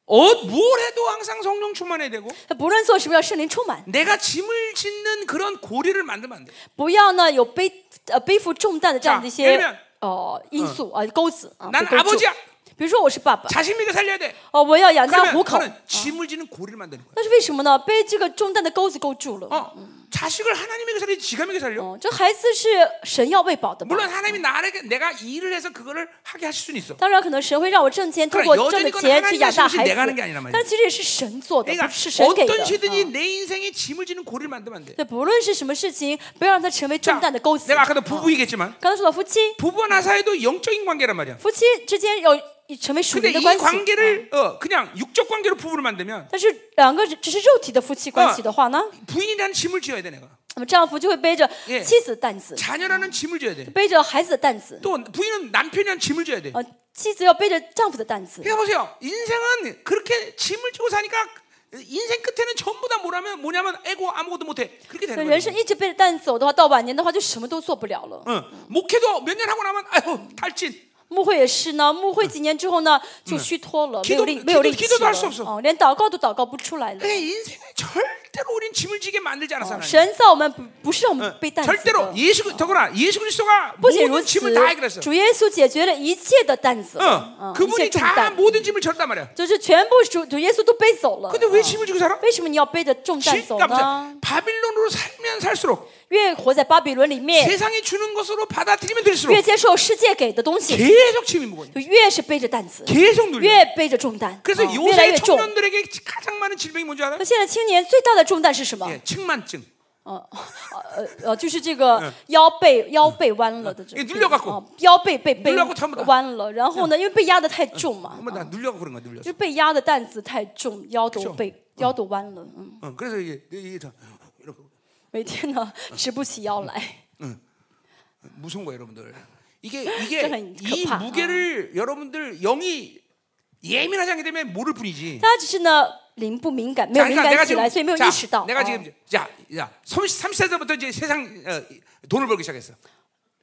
S1: 어, 뭘 해도 항상 성령 충만해야 되고
S2: 不论做什么，要圣灵充满，
S1: 내가 짐을 짓는 그런 고리를 만들면 안 돼.
S2: 不要呢有背呃背负重担的这样的一
S1: 자
S2: 些
S1: 예를들면
S2: 哦、因素啊、钩子啊。
S1: 난
S2: 被勾住
S1: 아버지야
S2: 比如说我是爸爸，
S1: 자신 있게 살려야 돼.
S2: 哦，我要
S1: 아,
S2: 养家
S1: 그러면
S2: 糊口，
S1: 그거는 짐을 지는 고리를 만드는 거야.
S2: 但是为什么呢？被这个重担的钩子勾住了。
S1: 어, 자식을 하나님에게 살리 지가 에게 살려?
S2: 嗯，这孩子是神要喂饱的吧？
S1: 물론 하나님이 나에게 내가 일을 해서 그거를 하게 하실 수는 있어.
S2: 当然，可能神会让我挣钱，通
S1: 그래
S2: 过
S1: 여전히
S2: 挣的
S1: 그건
S2: 钱
S1: 하나님의
S2: 去养大孩
S1: 솜씨인내가하는게
S2: 子
S1: 아니란말이야 ，
S2: 但其实也是神做的，
S1: 그러니까
S2: 不是神给的。
S1: 어떤
S2: 嗯
S1: 시든지 내 인생에 짐을 지는 고리를 만들면 안 돼.
S2: 对，不论是什么事情，不要让它成为重
S1: 자,
S2: 担的钩子。
S1: 내가 아까도
S2: 嗯
S1: 부부이겠지만
S2: 刚才说到夫妻，
S1: 부부와 나 사이도 영적인 관계란 말이야.
S2: 夫妻之间有成为属
S1: 근데
S2: 灵的
S1: 이
S2: 关系。嗯
S1: 어, 관계를 어, 그냥 육적 관계로 부부를 만들면 어,
S2: 但是两个只只是肉体的夫妻关系的话呢，
S1: 부인이라는 짐을 지어야 돼 내가.
S2: 那么丈夫就会背着
S1: 예
S2: 妻子的担子，
S1: 자녀라는 짐을 져야 돼.
S2: 背着孩子的担子，
S1: 또 부인은 남편이라는 짐을 져야 돼.
S2: 呃，妻子要背着丈夫的担子。
S1: 그러니까 보세요. 인생은 그렇게 짐을 지고 사니까 인생 끝에는 전부 다 뭐라면 뭐냐면 에고 아무것도 못해. 그렇게
S2: 所
S1: 되는
S2: 以人
S1: 거예요.
S2: 生一直背着担子走的话，到晚年的话就什么都做不了了。
S1: 응. 어, 목회도 몇 년 하고 나면 아유 탈진.
S2: 牧会也是呢，牧会几年之后呢就虚脱了，
S1: 기도
S2: 没有力
S1: 기도
S2: 没有力气
S1: 기도도할수없어
S2: 了，哦，连祷告都祷告不出来了。
S1: 내 인생에 절대로 우린 짐을 지게 만들지 않았어. 하나님. 어,
S2: 神造我们不不是让我们背担子的。嗯
S1: 절대로 예수 그- 더구나 예수 그리스도가
S2: 不仅如
S1: 모든
S2: 此
S1: 짐을 다 해결했어. ，
S2: 主耶稣解决了一切的担子了，
S1: 어,
S2: 嗯，一切
S1: 그분이
S2: 重
S1: 다
S2: 担，
S1: 모든 짐을 졌단 말이야.
S2: 就是全部主主耶稣都背走了。
S1: 근데 왜
S2: 嗯
S1: 짐을 지고 살아?
S2: 为什么你要背着重担走
S1: 그러니까
S2: 呢？
S1: 무슨 바빌론으로 살면 살수록
S2: 越活在巴比伦里面，
S1: 세상이 주는 것으로 받아들이면
S2: 越
S1: 될수록
S2: 接受世界给的东西，
S1: 계속 짐이 무거워.
S2: 就越是背着担子，
S1: 계속 눌려.
S2: 越背着重担，
S1: 그래서
S2: 嗯越来越
S1: 요새
S2: 重。
S1: 청년들에게 가장 많은 질병이 뭔지 알아요?
S2: 那现在青年最大的重担是什么？
S1: 예, 측만증.
S2: 哦，呃呃，就是这个腰背腰背弯了的这
S1: 예
S2: 个
S1: 눌려갖고
S2: 哦腰背被背
S1: 눌려갖고참다
S2: 弯了，然后呢，因为被压的太重嘛，
S1: 한번 나 눌려고 그런 거야 눌려서.
S2: 就是被压的担子太重，腰都
S1: 그죠
S2: 被腰都弯了，嗯，
S1: 어, 그래서 이게 이게 다 이렇게
S2: 每天呢直不起腰来，
S1: 무서운 거예요, 여러분들. 이게 이게
S2: 저는
S1: 이
S2: 급하-
S1: 무게를 여러분들 영이 예민하지 않게 되면 모를 뿐이지.
S2: 大家只是呢灵不敏感，没有
S1: 자,
S2: 敏
S1: 그러니까 내가
S2: 感起来，所以
S1: 지금
S2: 没有
S1: 자,
S2: 意识到。
S1: 내가
S2: 哦
S1: 지금 자, 야, 30, 30살 때부터 이제 세상 어, 이- 돈을 벌기 시작했어.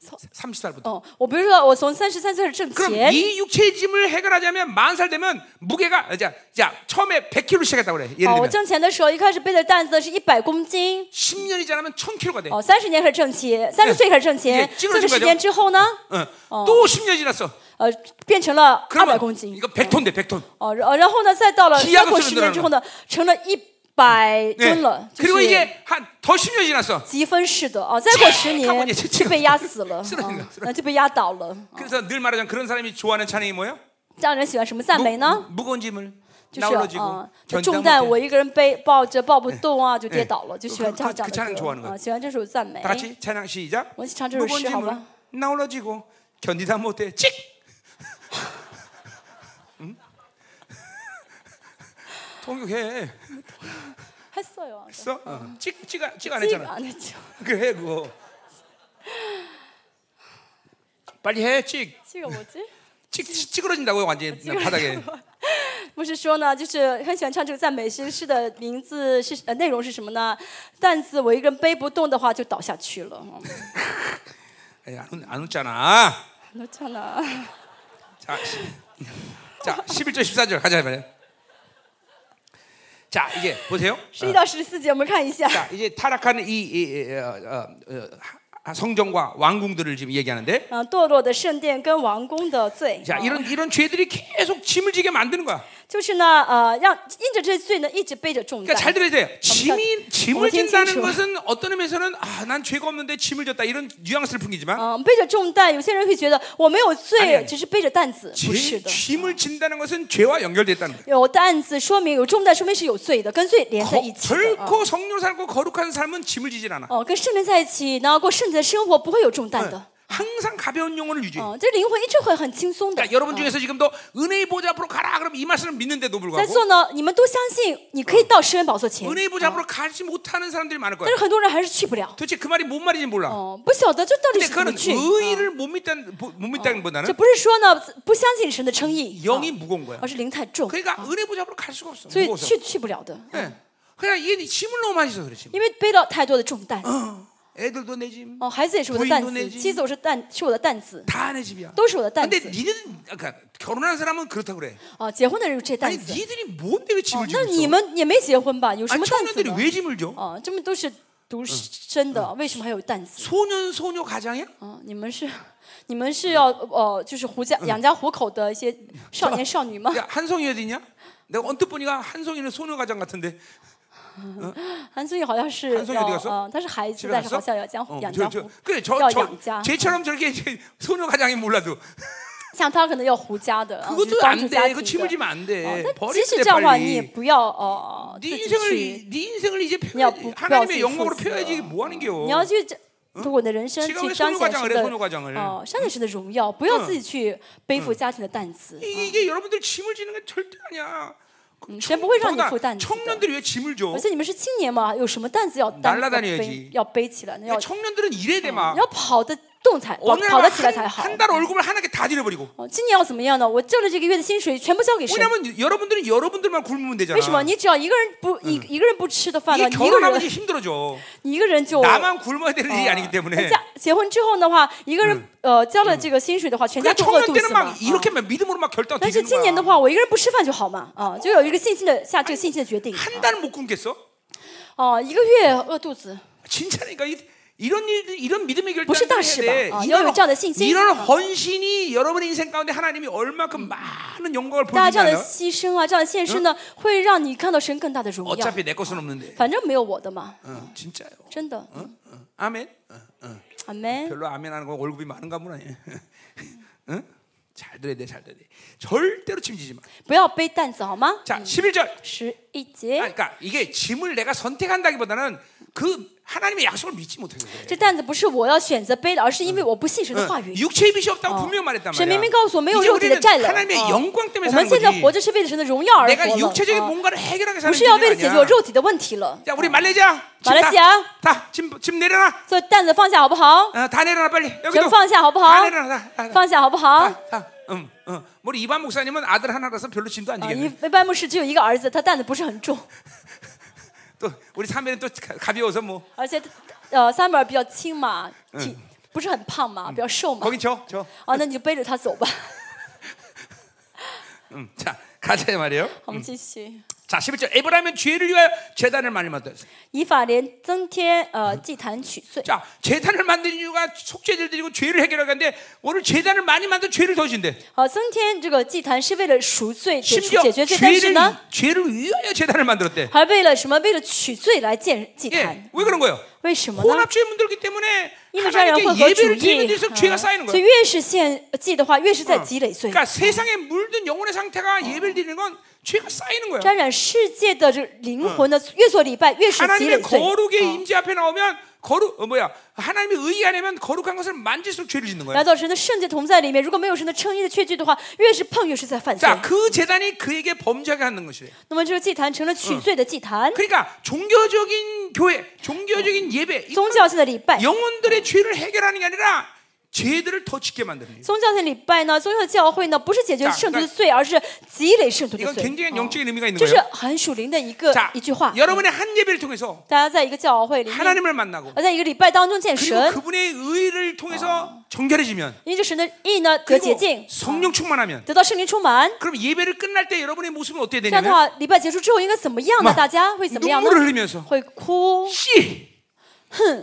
S2: 서- 어,
S1: 30살부터.
S2: 哦，我不是说我从三十三岁开始挣
S1: 그럼
S2: 钱，哦
S1: 이 육체의 짐을 해결하자면 40살 되면 무게가 자, 자, 처음에 100kg 시작했다고 그래. 예를
S2: 哦，我
S1: 들면
S2: 挣钱的时候一开始背的担子是一百公斤，
S1: 10년이 지나면 1000kg가 돼.
S2: 哦，三十年开始挣钱，三十岁开始挣钱，
S1: 예
S2: 这
S1: 찍어주신
S2: 个
S1: 거죠
S2: 十年之后呢，
S1: 어. 아, 또 10년 지났어.
S2: 呃，变成了二百
S1: 그러면
S2: 公斤。
S1: 이거 100톤 돼, 100톤.
S2: 哦，然呃然后呢，再到了
S1: 기하
S2: 再
S1: 급
S2: 过
S1: 수준
S2: 十年之后呢，成了一百
S1: 예.
S2: 吨了，就
S1: 그리고
S2: 是
S1: 이제 한 더 10년 지났어.
S2: 积分式的啊。再过十
S1: 看过
S2: 年
S1: 你这这
S2: 就
S1: 个
S2: 被压死了，
S1: 是的是的
S2: 啊
S1: 是，
S2: 那就被压倒了。
S1: 그래서 늘 말하자면 그런 사람이 좋아하는 찬양이 뭐예요?
S2: 让人喜欢什么赞美呢？
S1: 무, 거운 짐을
S2: 就是啊
S1: 나올러지고 ，
S2: 重担
S1: 견디다
S2: 我一个人背抱着抱不动啊，就跌
S1: 예
S2: 倒了，就喜欢
S1: 그
S2: 这样
S1: 그
S2: 这
S1: 그찬양
S2: 样
S1: 좋아하는거
S2: 的歌
S1: 야
S2: 啊，喜欢这首赞美
S1: 다 。 같이 찬양 시작.
S2: 我一起唱这首诗，
S1: 무거운 짐을
S2: 好吧？
S1: 나올러지고 견디다 못해 찍. 응? 통역해.
S2: 했어요
S1: 했어? 어. 찍 찍아 찍안
S2: 这
S1: 했잖아.
S2: 个啊，那就
S1: 그래 그거 빨리 해찍
S2: 这个我这。
S1: 찍, 찍, 아, 찌그러진다고요 완전히 바닥에
S2: 不是说呢，就是很喜欢唱这个赞美诗诗的名字是呃内容是什么呢？担子我一个人背不动的话就倒下去了。
S1: 에이, 예, 안, 웃- 안 웃잖아
S2: 那唱了，
S1: 자, 시- 자 11절 14절 가자 말이야 자 이제 보세요
S2: 十一到十四节我们看一下，
S1: 자 이제 타락하는 이, 이- 이- 어, 어, 어, 하- 성전과 왕궁들을 지금 얘기하는데
S2: 嗯，堕落的圣殿跟王宫的罪，
S1: 자
S2: 啊
S1: 이런 이런 죄들이 계속 짐을 지게 만드는 거야
S2: 就是呢，呃，让因着这罪呢一直背着重
S1: 그러니까
S2: 担。
S1: 잘 들어야 돼요 짐이 짐을
S2: 어떻게
S1: 진다는
S2: 생각해요?
S1: 것은 어떤 의미에서는 아 난 죄가 없는데 짐을 졌다 이런 뉘앙스를 풍기지만
S2: 嗯，背着重担，有些人会觉得我没有
S1: 아니아니
S2: 罪，只是背着担子，不是
S1: 죄,
S2: 的。
S1: 짐을 진다는 것은 죄와 연결됐다는 거예요.
S2: 有担子说明有重担，说明是有罪的，跟罪连在
S1: 거-
S2: 一起的。啊
S1: 결코 성령 살고 거룩한 삶은 짐을 지질 않아.
S2: 哦，跟圣灵在一起呢，过圣洁的生活不会有重担的。
S1: 네. 항상 가벼운 영혼을 유지해.
S2: 哦，这灵魂一直会很轻松的。嗯
S1: 그러니까 여러분 중에서 지금도 은혜의 보좌 앞으로 가라 그럼 이 말씀을 믿는데도
S2: 在
S1: 불구하고
S2: 座呢，你们都相信你可以到十人宝座前，
S1: 은혜의 보좌 앞으로 가지 못하는 사람들이 많을
S2: 但
S1: 거야.
S2: 是很多人还是去不了。
S1: 도대체 그 말이 뭔 말인지 몰라.
S2: 哦，不晓得这到底
S1: 근데
S2: 是怎么
S1: 그거는
S2: 去。嗯
S1: 의의를 못 믿다는 보- 못 믿다는
S2: 这
S1: 보다는
S2: 不是说呢不相信神的称义，
S1: 영이
S2: 啊
S1: 무거운 거야.
S2: 而是灵太重，
S1: 그러니까 은혜 보좌 앞으로 갈 수가 없어.
S2: 所以
S1: 무거워서.
S2: 去去不了的，
S1: 예. 그냥 얘 짐을 너무 많이 져서 그렇지.
S2: 因为背了太多的重担。
S1: 애들도 내 짐,
S2: 哦，孩子也是我的担
S1: 부인도내
S2: 子，
S1: 짐
S2: 妻子我是担是我的担子，
S1: 다 내 집이야.
S2: 都是我的担
S1: 근데
S2: 子。
S1: 니는 그러니까 결혼한 사람은 그렇다 고 그래.
S2: 哦，结婚的人有这
S1: 아니
S2: 担子，
S1: 니들이 뭔데 왜 짐을
S2: 哦那
S1: 지고
S2: 你
S1: 있어?
S2: 们也没结婚吧？有什
S1: 아니
S2: 么担子
S1: 청년들이
S2: 呢？
S1: 왜 짐을 져?
S2: 哦，这么都是独身的，为什么还有担子？
S1: 소년 소녀 가장이야?
S2: 啊，你们是你们是要呃，就是糊家养家糊口的一些少年少女吗？
S1: 야 한송이 어디 있냐? 내가 언뜻 보니까 한송이는 소녀 가장 같은데
S2: 韩松宇好像是
S1: 韩松宇
S2: 要
S1: 어디갔어
S2: 呃，他是孩子，
S1: 집에
S2: 但是嗯
S1: 갔어?
S2: 好像要江湖
S1: 어,
S2: 养江
S1: 저, 저,
S2: 湖，
S1: 그래
S2: 야,
S1: 저, 저
S2: 양자.
S1: 쟤처럼 저렇게 이제 소녀 가장이 몰라도
S2: 像他可能要胡家的，啊就是
S1: 그것도
S2: 帮助
S1: 안
S2: 家
S1: 돼.
S2: 庭
S1: 이거
S2: 的。
S1: 침을 어, 네, 지면 안
S2: 哦
S1: 돼.
S2: 但
S1: 버리
S2: 即使这
S1: 그래
S2: 样的话，你也
S1: 빨리.
S2: 不要哦、呃
S1: 네
S2: 自己
S1: 인생을 이-
S2: 去，
S1: 네 인생을 이제
S2: 你要
S1: 표현하지.
S2: 不不要自
S1: 하나님의
S2: 己
S1: 영광으로
S2: 负责
S1: 표현하지 이게 뭐 하는 。
S2: 你要
S1: 게요?
S2: 去这通过你的人生
S1: 지금의
S2: 去彰
S1: 소녀
S2: 显
S1: 과장을
S2: 神
S1: 해
S2: 的
S1: 소녀과장을
S2: 哦，彰显神的荣耀，不要自己去背负家庭的担子。
S1: 이게, 이게 여러분들 짐을 지는 건 절대 아니야. 그
S2: 음,
S1: 청-
S2: 嗯神不会让你
S1: 더구나
S2: 负担你的。
S1: 청년들이 왜 짐을 줘?
S2: 而且你们是青年嘛，有什么担子要担要
S1: 날아다녀야지
S2: 背要背起来？那要
S1: 청년들은 일해야 돼
S2: 你
S1: 막.
S2: 要跑得动才跑
S1: 오늘
S2: 跑得起来才好。
S1: 한달 월급을 하나게 어. 다 잃어버리고.
S2: 哦，今年要怎么样呢？我挣了这个月的薪水全部交给神。
S1: 왜냐면 여러분들은 여러분들만 굶으면
S2: 为什么？
S1: 되잖아.
S2: 你只要一个人不一一个人不吃的饭呢，
S1: 이게
S2: 啊嗯你一个
S1: 결혼하면 이제
S2: 人
S1: 힘들어져.
S2: 你一个人就
S1: 나만 굶어야 되는 일이
S2: 呃
S1: 아니기 때문에.
S2: 家结婚之后的话，一个人呃交了这个薪水的话，全家
S1: 그
S2: 都饿
S1: 청년
S2: 肚子
S1: 때는
S2: 嘛。
S1: 막
S2: 啊
S1: 이렇게 막 믿음으로 막 결단
S2: 但是
S1: 뒤지는
S2: 今年的
S1: 거야.
S2: 话，我一个人不吃饭就好嘛，啊，就有一个信心的下这个信心的决定。
S1: 한 달은 못 굶겠어?
S2: 哦，一个月饿肚子，
S1: 진짜니까 이- 이런 일 이런 믿음의
S2: 벌써
S1: 결단을 해야
S2: 다시
S1: 돼.
S2: 봐. 어,
S1: 이런,
S2: 여유자의 신신.
S1: 이런 헌신이 여러분의 인생 가운데 하나님이 얼마큼 많은 영광을
S2: 大家这样的
S1: 보여주나요?
S2: 牺牲啊，这样的献身呢，会让你看到神更大的荣耀。
S1: 어차피 내 것은 없는데.
S2: 反正没有我的嘛，
S1: 어, 진짜요.
S2: 真的，
S1: 어, 아멘. 어, 어.
S2: 阿门。
S1: 별로 아멘하는 거 월급이 많은가 보네. 응? 잘 들어야 돼, 잘 들어야 돼. 절대로 짐지지 마.
S2: 不要背担子好吗？
S1: 자 11절.
S2: 十一
S1: 아,
S2: 节，
S1: 그러니까 이게 짐을 내가 선택한다기보다는 그 하나님의 약속을 믿지 못해서 그래.
S2: 这担子不是我要选择背的，而是因为我不信
S1: 그
S2: 神的话语。
S1: 어, 육체의 빚이 없다고
S2: 어.
S1: 분명 말했단
S2: 神明
S1: 말이야.
S2: 明告诉我，没有
S1: 이제
S2: 肉体的
S1: 우리는
S2: 债了。
S1: 하나님의
S2: 啊
S1: 영광
S2: 我
S1: 때문에
S2: 们
S1: 사는
S2: 现在活
S1: 거지.
S2: 着是为了神的荣耀而
S1: 내가
S2: 活
S1: 육체적인
S2: 了。啊
S1: 뭔가를 해결하게
S2: 不
S1: 사는
S2: 是要为了解
S1: 게
S2: 决我
S1: 아니야.
S2: 肉体的问题了。
S1: 자, 우리 어. 말레이시아. 짐
S2: 말레이시아.
S1: 다, 다 짐, 짐 내려놔.
S2: 所以担子放下好不好？
S1: 어, 다 내려놔 빨리.
S2: 全
S1: 여기도
S2: 放下好不好
S1: 다 ？ 내려놔. 다, 다, 다,
S2: 放下好不好？啊
S1: 다, 다. 응, 응. 우리 이반 목사님은 아들 하나라서 별로 짐도 안
S2: 啊，
S1: 지겠네.
S2: 一一般牧师只有一个儿子，他担子不是很重，
S1: 또 우리 사면은 또 가- 가벼워서 뭐
S2: 而且呃，三本比较轻嘛，体不是很胖嘛，比较瘦嘛。
S1: 거기 저, 저.
S2: 啊，那你就背着他走吧。
S1: 응. 음, 자, 가자 말이에요.
S2: 我们继续。
S1: 자, 11절. 에브라임은 죄를 위하여 재단을 많이 만들었어요.
S2: 以法莲增添呃祭坛取碎。
S1: 자, 재단을 만든 이유가 속죄를 드리고 죄를 해결하는데 오늘 재단을 많이 만든 죄를 더 진대.
S2: 好，增添这个祭坛是为了赎罪解除
S1: 심지어
S2: 解决罪，但
S1: 네,
S2: 是
S1: 죄를
S2: 呢，
S1: 죄를 위하여 재단을 만들었대.
S2: 还为了什么？为了取罪来建祭
S1: 예,
S2: 坛。
S1: 왜 그런 거예요?
S2: 为什么呢？
S1: 혼합죄에 물들기 때문에
S2: 因为这样人会
S1: 하나님께
S2: 和主
S1: 예배를 드리는
S2: 义，
S1: 데서
S2: 啊
S1: 죄가 쌓이는
S2: 所以
S1: 거예요.
S2: 越是献祭的话，越是在积累罪。
S1: 그러니까 세상에 물든 영혼의 상태가 예배를 드리는 건 죄가 쌓이는 거예요.
S2: 沾染世界的这个灵魂的，越做礼拜越是积累
S1: 하나님의
S2: 罪。
S1: 거룩의 임재 앞에 나오면 거룩 어, 뭐야 하나님의 의의 안에면 거룩한 것을 만질수록 죄를 짓는
S2: 来
S1: 거예요.
S2: 到神的圣洁同在里面，如果没有神的称义的确据的话，越是碰越是在犯罪。
S1: 자, 그 재단이 그에게 범죄하게 하는 것이래요.
S2: 那么这个祭坛成了取罪的祭坛，
S1: 그러니까 종교적인 교회, 종교적인 예배, 이
S2: 宗教性的礼拜，
S1: 영혼들의 죄를 해결하는 게 아니라 죄들을 더 짓게 만드는 거예요.
S2: 宗教性的礼拜呢，宗教的教会呢，不是解决
S1: 자
S2: 圣徒的罪，而是积累圣徒的
S1: 이건
S2: 罪。
S1: 굉장히
S2: 哦
S1: 영적인 의미가 있는
S2: 这是
S1: 거예요.
S2: 很属灵的一个
S1: 자,
S2: 一句话。
S1: 여러분의 한 예배를 통해서
S2: 大家在一个教会里
S1: 음.
S2: 面，
S1: 하나님을 만나고
S2: 而在一个礼拜当中见
S1: 그리고
S2: 神，
S1: 그분의 의를 통해서 정결해지면
S2: 因着神的意呢得洁
S1: 어. 그리고
S2: 净，啊
S1: 성령 충만하면
S2: 得到圣灵充满。
S1: 그럼 예배를 끝날 때 여러분의 모습은 어떻게
S2: 这样的
S1: 되냐면
S2: 话，礼拜结束之后应该怎么样呢？
S1: 막
S2: 大家会怎么样呢？
S1: 눈물을 흘리면서
S2: 会哭。
S1: 씨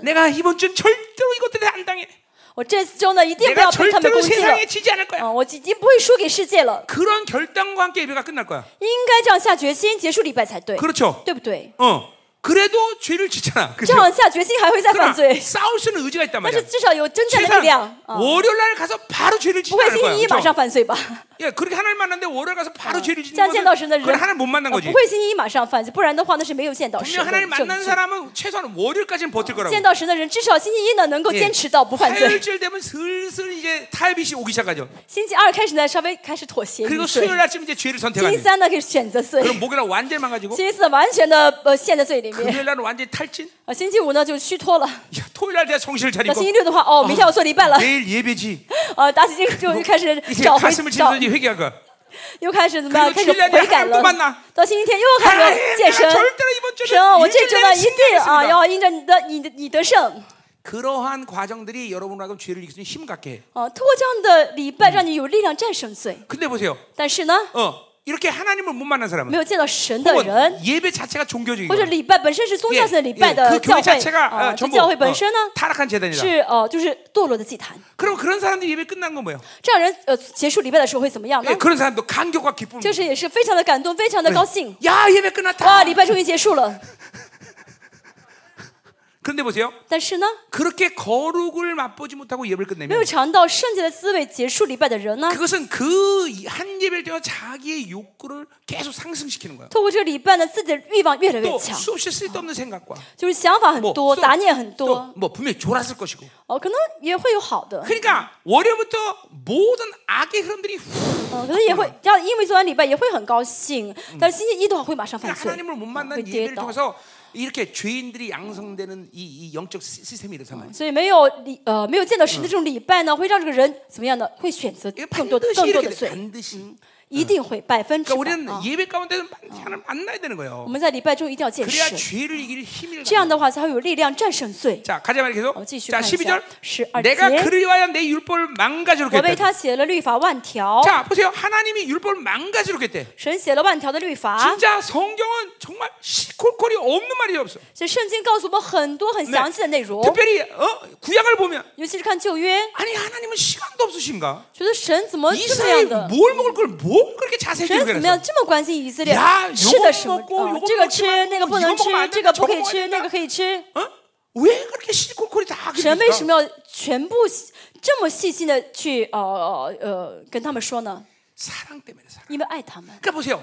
S1: 내가 이번 주는 절대로 이것들에 안 당해
S2: 我这次周呢一定不
S1: 내가
S2: 要被他们
S1: 절대로
S2: 攻击了
S1: 세상에 。 지지 않을 거야
S2: 啊，我已经不会输给世界了，
S1: 그런 결단과 함께 예배가 끝날 거야
S2: 应该这样下决心结束礼拜才对，
S1: 그렇죠
S2: 对不对？
S1: 어 그래도 죄를 짓잖아
S2: 这
S1: 그죠
S2: 样下决心还会再
S1: 그러나
S2: 犯罪，
S1: 싸울 수는 의지가 있단
S2: 但是
S1: 말이야
S2: 至少有征战的力量
S1: 최소한
S2: 啊，
S1: 월요일 어. 날 가서 바로 죄를
S2: 不
S1: 짓지
S2: 会
S1: 않을
S2: 星期
S1: 거야
S2: 一马
S1: 그렇죠?
S2: 上犯罪吧？
S1: 예, 그렇게 하나님 만났는데 월요일 가서 바로 죄를
S2: 这
S1: 짓는
S2: 样见到神
S1: 것은
S2: 的人，
S1: 그건 하나님 못 만난
S2: 啊
S1: 거지.
S2: 不会星期一马上犯罪，不然的话那是没有见到神
S1: 분명
S2: 的
S1: 하나님
S2: 证
S1: 만난
S2: 据。
S1: 사람은 최소한 월요일까지는 버틸 거라고.
S2: 见到神的人，至少星期一呢能够
S1: 예.
S2: 坚持到不犯罪，
S1: 화요일쯤 되면 슬슬 이제 타협이 오기 시작하죠.
S2: 星期二开始呢稍微开始妥协一
S1: 그리고
S2: 罪，
S1: 수요일 날쯤 이제 죄를
S2: 星期
S1: 선택하는.
S2: 三呢可以选择罪，
S1: 그럼 목요일 날 완전히 망가지고
S2: 星期四呢完全的呃陷在罪里面，
S1: 금요일 날은 완전히 탈진.
S2: 啊星期五呢就虚脱了，
S1: 야, 토요일 날 돼야 정신을
S2: 那
S1: 차리고
S2: 星期六的话哦明天我做礼拜了。
S1: 내일 예배지.
S2: 呃，打起精神之后又开始
S1: 이제
S2: 找回
S1: 가슴을
S2: 找
S1: 치면서 ， 이제 회개할 거야.
S2: 又开始怎么样？
S1: 그리고
S2: 开始
S1: 칠년에
S2: 悔改
S1: 하나님또
S2: 了
S1: 만나 。
S2: 到星期天又开
S1: 하나님,
S2: 始健
S1: 내가
S2: 身。
S1: 절대로 이번 아,
S2: 神啊，
S1: 주는
S2: 我这周
S1: 일주일
S2: 呢
S1: 내내
S2: 一定啊
S1: 신뢰하겠습니다.
S2: 要因着你的你的你得胜。
S1: 그러한 과정들이 여러분과 그럼 죄를 이기는 힘 갖게 해.
S2: 啊，通过这样的礼拜，让你有力量战胜罪。
S1: 근데 보세요.
S2: 但是呢，
S1: 어 이렇게 하나님을 못 만난 사람은
S2: 没有见到神的
S1: 혹은
S2: 人，
S1: 예배 자체가 종교적인
S2: 或者
S1: 거예요.
S2: 礼拜本身是宗
S1: 예,
S2: 教性的礼拜
S1: 예,
S2: 的
S1: 그 교회
S2: 教会
S1: 자체가
S2: 啊，
S1: 어,
S2: 这
S1: 전부
S2: 教会本
S1: 어,
S2: 身呢
S1: 타락한 재단이다.
S2: 是呃就是堕落的祭坛。
S1: 그럼 그런 사람들이 예배 끝난 건 뭐예요?
S2: 这样人呃结束礼拜的时候会怎么样呢
S1: 예, ？ 그런 사람도 감격과 기쁨.
S2: 就是也是非常的感动，非常的高兴。
S1: 야 예배
S2: 哇，
S1: 끝났다.
S2: 礼拜终于结束了，
S1: 그런데 보세요.
S2: 但是呢，
S1: 그렇게 거룩을 맛보지 못하고 예배를
S2: 没
S1: 끝내면
S2: 有尝到圣洁的滋味，结束礼拜的人呢，
S1: 그것은 그 한 예배를 통해 자기의 욕구를 계속 상승시키는 거예요.
S2: 透过这个礼拜呢，自己的欲望越来越
S1: 또
S2: 强，
S1: 수없이 쓸데없는 생각과
S2: 就是想法很
S1: 뭐
S2: 多，杂念很多，
S1: 또뭐 분명히 졸았을 것이고.
S2: 哦，可能也会有好的，
S1: 그러니까 월요부터 모든 악의 흐름들이 후
S2: 嗯，可能也会，这样因为做完礼拜也会很高兴，但是星期一的话会马上犯罪，
S1: 하나님을 못
S2: 会
S1: 만난
S2: 跌
S1: 예배를
S2: 倒。
S1: 통해서 이렇게 죄인들이 양성되는 이, 이 영적 시- 시스템이 이렇단 말이에요.
S2: 所以没有礼呃没有见到神的这种礼拜呢，会让这个人怎么样呢？会选择
S1: 이게
S2: 更多的
S1: 반드시
S2: 更多
S1: 이렇게
S2: 的
S1: 돼
S2: 罪，
S1: 반드시.
S2: 一定会百分之
S1: 그러니까
S2: 百
S1: 우리는
S2: 啊！
S1: 예배 가운데서 반드시 하나님 만나야 되는 거예요.
S2: 我们在礼拜中一定要见
S1: 그래야
S2: 神，
S1: 죄를 이길 힘을
S2: 这样的话才会有力量战胜罪。
S1: 자, 가자 말이 계속.
S2: 我们继续
S1: 자
S2: 看一下
S1: 12절.
S2: 十二节，
S1: 내가 그리하여 내 율법을 망가지로
S2: 我为
S1: 했다. 어?
S2: 他写了律法万条，
S1: 자, 보세요. 하나님이 율법을 망가지로 했대.
S2: 神写了万条的律法。
S1: 진짜 성경은 정말 시콜콜이 없는 말이 없어.
S2: 所以圣经告诉我们很多很详细的内容，
S1: 특별히 어? 구약을 보면
S2: 尤其是看旧约，
S1: 아니 하나님은 시간도 없으신가?
S2: 觉得神怎么这么
S1: 이스라엘
S2: 样的？
S1: 뭘 먹을 걸 뭘 어, 그렇게 자세히
S2: 神怎么
S1: 기록해놨어?
S2: 样这么关心以色列
S1: 呀？
S2: 吃的什么？
S1: 요거먹고요거
S2: 啊这个吃
S1: 먹지마，
S2: 那个不能吃
S1: 이거먹으면안，돼
S2: 这个不可以
S1: 저거먹으면
S2: 吃，
S1: 안
S2: 那个可以吃。
S1: 어? 왜 그렇게 시콜콜이 다
S2: 神为
S1: 기록했어?
S2: 什么要全部细这么细心的去呃呃呃跟他们说呢？
S1: 사랑 때문에 사랑.
S2: 因为爱他们。
S1: 그러니까 보세요.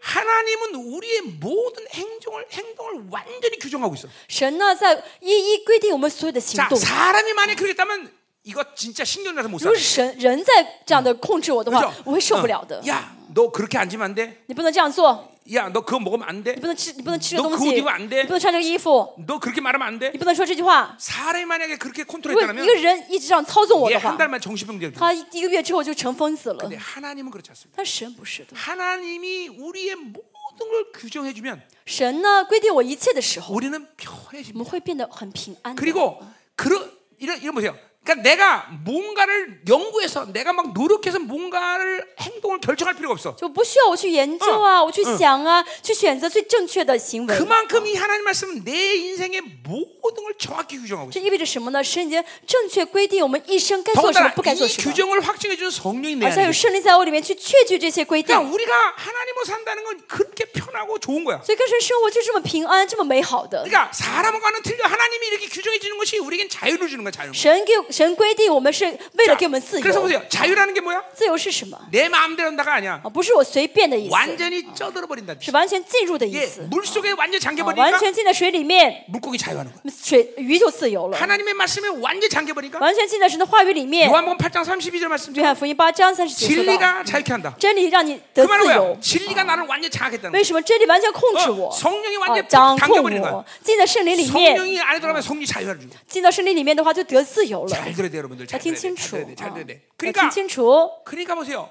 S1: 하나님은 우리의 모든 행정을 행동을 완전히 규정하고 있어.
S2: 神呢，在一一规定我们所有的行
S1: 자,
S2: 动。
S1: 사람이 만약 그랬다면 이거 진짜 신경 나서 못
S2: 如
S1: 살아.
S2: 果是神人在这样的控制我的话
S1: 그죠? ，
S2: 我会受不了的
S1: 어. 。 야, 너 그렇게 앉으면 안 돼.
S2: 你不能这样做，
S1: 야, 너 그거 먹으면 안 돼.
S2: 你不能吃，你不能吃这
S1: 너
S2: 个
S1: 그옷
S2: 东西，你
S1: 입으면안
S2: 不
S1: 돼
S2: 能穿这个衣服，
S1: 너 그렇게 말하면 안 돼.
S2: 你不能说这句话。
S1: 사람이 만약에 그렇게
S2: 如果一
S1: 컨트롤했다면
S2: 个人一直这样操纵我的
S1: 얘한
S2: 话，
S1: 달만 정신병자.
S2: 他一一个月之后就成疯子了
S1: 근데 。 하나님은 그렇지 않습니다.
S2: 但神不是的，
S1: 하나님이 우리의 모든 걸 규정해 주면
S2: 神呢规定我一切的时候，
S1: 우리는
S2: 我
S1: 편해집니다.
S2: 们会变得很平安的。
S1: 그리고 그런 이런 이런 보세요. 그러니까 내가 뭔가를 연구해서 내가 막 노력해서 뭔가를 행동을 결정할 필요가 없어.
S2: 就不需要我去研究啊，我去想啊，去选择最正确的行为。
S1: 그만큼 이 하나님 말씀은 내 인생의 모든 걸 정확히 규정하고 있어.
S2: 这意味着什么呢？神已经正确规定我们一生该做什么，
S1: 더군다나
S2: 不该做
S1: 이
S2: 什么，
S1: 규정을 확증해 주는 성령이 내
S2: 而且
S1: 안에. 있어.
S2: 有圣灵在我里面去确据这些规定。
S1: 그러니까 우리가 하나님으로 산다는 건 그렇게 편하고 좋은 거야.
S2: 所以跟神生活就这么平安，这么美好的。
S1: 그러니까 사람과는 틀려 하나님이 이렇게 규정해 주는 것이 우리에겐 자유를 주는 거야, 자유.
S2: 神给神规定我们是为了给我们自
S1: 그래서
S2: 由，
S1: 보세요. 자유라는 게 뭐야?
S2: 自由是什么？
S1: 내 마음대로 한다가 아니야.
S2: 啊，不是我随便的意思，
S1: 완전히 어, 쩌들어 버린다.
S2: 是完全进入的意
S1: 이게
S2: 思，
S1: 물 속에 완전 히 잠겨
S2: 啊完
S1: 버리니까
S2: 全浸在水里面，
S1: 물고기 자유하는 거야.
S2: 水鱼就自由了，
S1: 하나님의 말씀에 완전히 잠겨 버리니까
S2: 完全浸在神的话语里面。
S1: 요한복음 8장 32절 말씀
S2: 约翰福音八章
S1: 예,
S2: 三十九说到，
S1: 진리가 자유케 한다.
S2: 真理让你
S1: 그
S2: 得自
S1: 말은
S2: 由
S1: 뭐야? 。 진리가 나를 완전히 장악했다는
S2: 为
S1: 거야.
S2: 什么真理完全控制我？
S1: 呃성령이완
S2: 啊
S1: 전히
S2: 掌
S1: 당겨버
S2: 控
S1: 리는거야
S2: 我，进到圣灵里面，
S1: 성령이 안에 들어가면 성령이 자유를 주고.
S2: 进到圣灵里面的话，就得自由了。
S1: 잘 들어야 돼, 여러분들.
S2: 要
S1: 잘
S2: 听
S1: 들어야 돼. 잘
S2: 清楚，
S1: 들어야 돼.
S2: 啊
S1: 잘 들어야 돼.
S2: 要听
S1: 그러니까
S2: 清楚，
S1: 그러니까 보세요.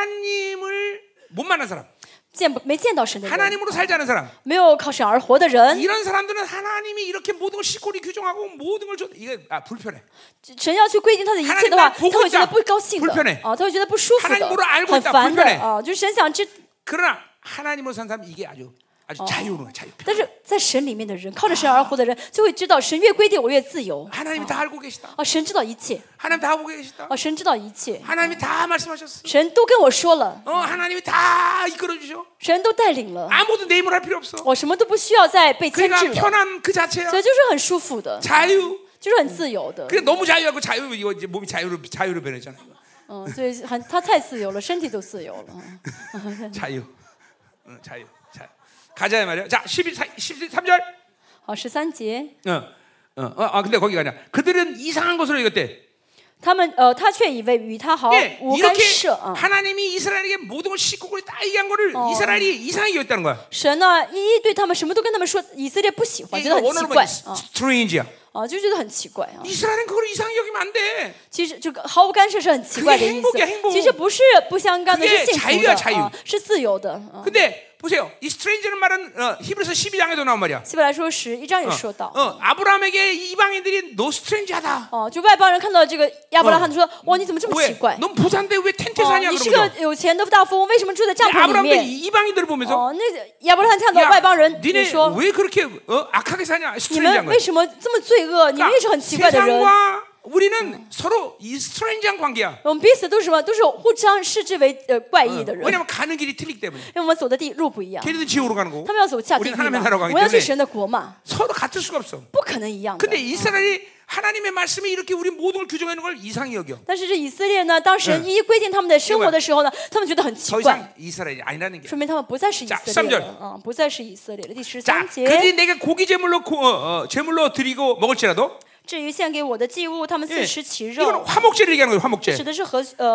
S1: 하나님을 못 만난 사람,
S2: 见不没见到神的人，
S1: 하나님으로 살지 않은 사람,
S2: 没有靠神而活的人，
S1: 이런 사람들은 하나님이 이렇게 모든 걸 시골이 규정하고 모든 걸 줘, 이게 아 불편해.
S2: 神要去规定他的一切的话，
S1: 하나님만보고
S2: 他会觉
S1: 있다
S2: 得不高兴的
S1: 불편해 ，
S2: 啊，他会觉得不舒服的
S1: 하나님으로알고，
S2: 很
S1: 있다
S2: 烦的
S1: 불편해
S2: 啊。就是神想知，
S1: 그러나 하나님으로 산 사람 이게 아주 아주 자유로운 거야, 자유.
S2: 但是在神里面的人，靠着神而活的人，就会知道神越规定我越自由
S1: 하나님이 다 알고 계시다.
S2: 啊，神知道一切
S1: 하나님 다 보고 계시다.
S2: 啊，神知道一切，
S1: 하나님이 다 말씀하셨어.
S2: 神都跟我说了，
S1: 어, 하나님이 다 이끌어 주셔.
S2: 神都带领了。
S1: 아무도 내 힘으로 할 필요 없어.
S2: 我什么都不需要再被牵
S1: 그러니까
S2: 制了，
S1: 편한 그 자체야.
S2: 所以就是很舒服的，
S1: 자유.
S2: 就是很自由的。
S1: 그래 너무 자유하고 자유 이거 이제 몸이 자유로 자유로 변했잖아. 이거.
S2: 嗯，对，很他太自由了，身体都自由了。嗯
S1: 자유. 어, 자유. 자유. 가자 말이야. 자, 12 13절.
S2: 好，十三节，
S1: 어. 어. 어, 아 근데 거기가 아니야. 그들은 이상한 것으로 여겼대.
S2: 他们呃，他却以为与他毫
S1: 예,
S2: 无干
S1: 이렇게
S2: 涉啊。
S1: 하나님이 이스라엘에게 모든 걸 씻고골이 다 얘기한 거를 이스라엘이 이상하게 여겼다는 거야.
S2: 神呢，一一对他们什么都跟他们说，以色列不喜
S1: 이게
S2: 欢，觉得很奇
S1: 원어로
S2: 怪
S1: 보면
S2: 啊
S1: strange야.
S2: 啊，就觉得很奇怪啊。
S1: 이스라엘은 그걸 이상하게 여기면 안 돼.
S2: 其实就毫无干涉是很奇怪的意
S1: 그게행복이야행복
S2: 思，其实不是不相干的，
S1: 그게
S2: 是幸
S1: 자유
S2: 福
S1: 야
S2: 的
S1: 자유
S2: 啊，是自由的
S1: 어.
S2: 啊。
S1: 근데 보세요. 이 strange라는 말은 어, 히브리서 12장에도 나온 말이야.
S2: 希伯来说十一章也
S1: 어,
S2: 说到，
S1: 어, 아브라함에게 이방인들이 너 strange하다.
S2: 哦，就外邦人看到这个亚伯拉罕，就说：“哇，你怎么这么奇
S1: 왜?
S2: 怪？
S1: 넌 부자인데 왜 텐트에
S2: 哦，
S1: 사냐
S2: 你是
S1: 그러는
S2: 个
S1: 거죠.
S2: 有钱的大富翁，为什么住在帐
S1: 근데
S2: 篷里
S1: 아브라함도
S2: 面？”
S1: 이- 이방인들을 보면서
S2: 哦，那个亚伯拉罕看到外邦人，就
S1: 니네
S2: 说
S1: 왜 그렇게 어, 악하게 사냐? ：“
S2: 你
S1: strange한 거야.
S2: 们
S1: 그러니까
S2: 为什么这么罪恶？你们也是很奇怪的人。
S1: 세상과 우리는 서로 이 스트레인지한 관계야.
S2: 我们彼此都是什么？都是互相视之为呃怪异的人，因
S1: 어. 왜냐면 가는 길이 틀리기 때문에.
S2: 为我们走的地路不一样，
S1: 걔네들 지옥으로 가는 거고.
S2: 他们要走下地狱
S1: 우리는 네.
S2: 嘛
S1: 하나님 나라로
S2: 我
S1: 가기
S2: 们要去
S1: 때문에
S2: 神的国嘛，
S1: 서로 같을 수가 없어.
S2: 不可能一样的
S1: 근데 。 이스라엘이 하나님의 말씀이 이렇게 우리 모든 걸 규정하는 걸 이상히 여겨.
S2: 但是这以色列呢，当神一一规定他们的生活的时候呢，他们觉得很奇
S1: 더
S2: 怪，
S1: 이상 이스라엘이 아니라는 게.
S2: 说明他们不再是以
S1: 자
S2: 色列
S1: 13
S2: 了啊、不再是以色列了。第十
S1: 자,
S2: 三节，
S1: 그들이 내게 고기 제물로 고- 어, 어, 제물로 드리고 먹을지라도
S2: 至于献给我的祭物，他们
S1: 예,
S2: 自吃其肉
S1: 이건 ， 화목제를 얘기하는 거예요.
S2: 指
S1: 화목제.
S2: 的是和呃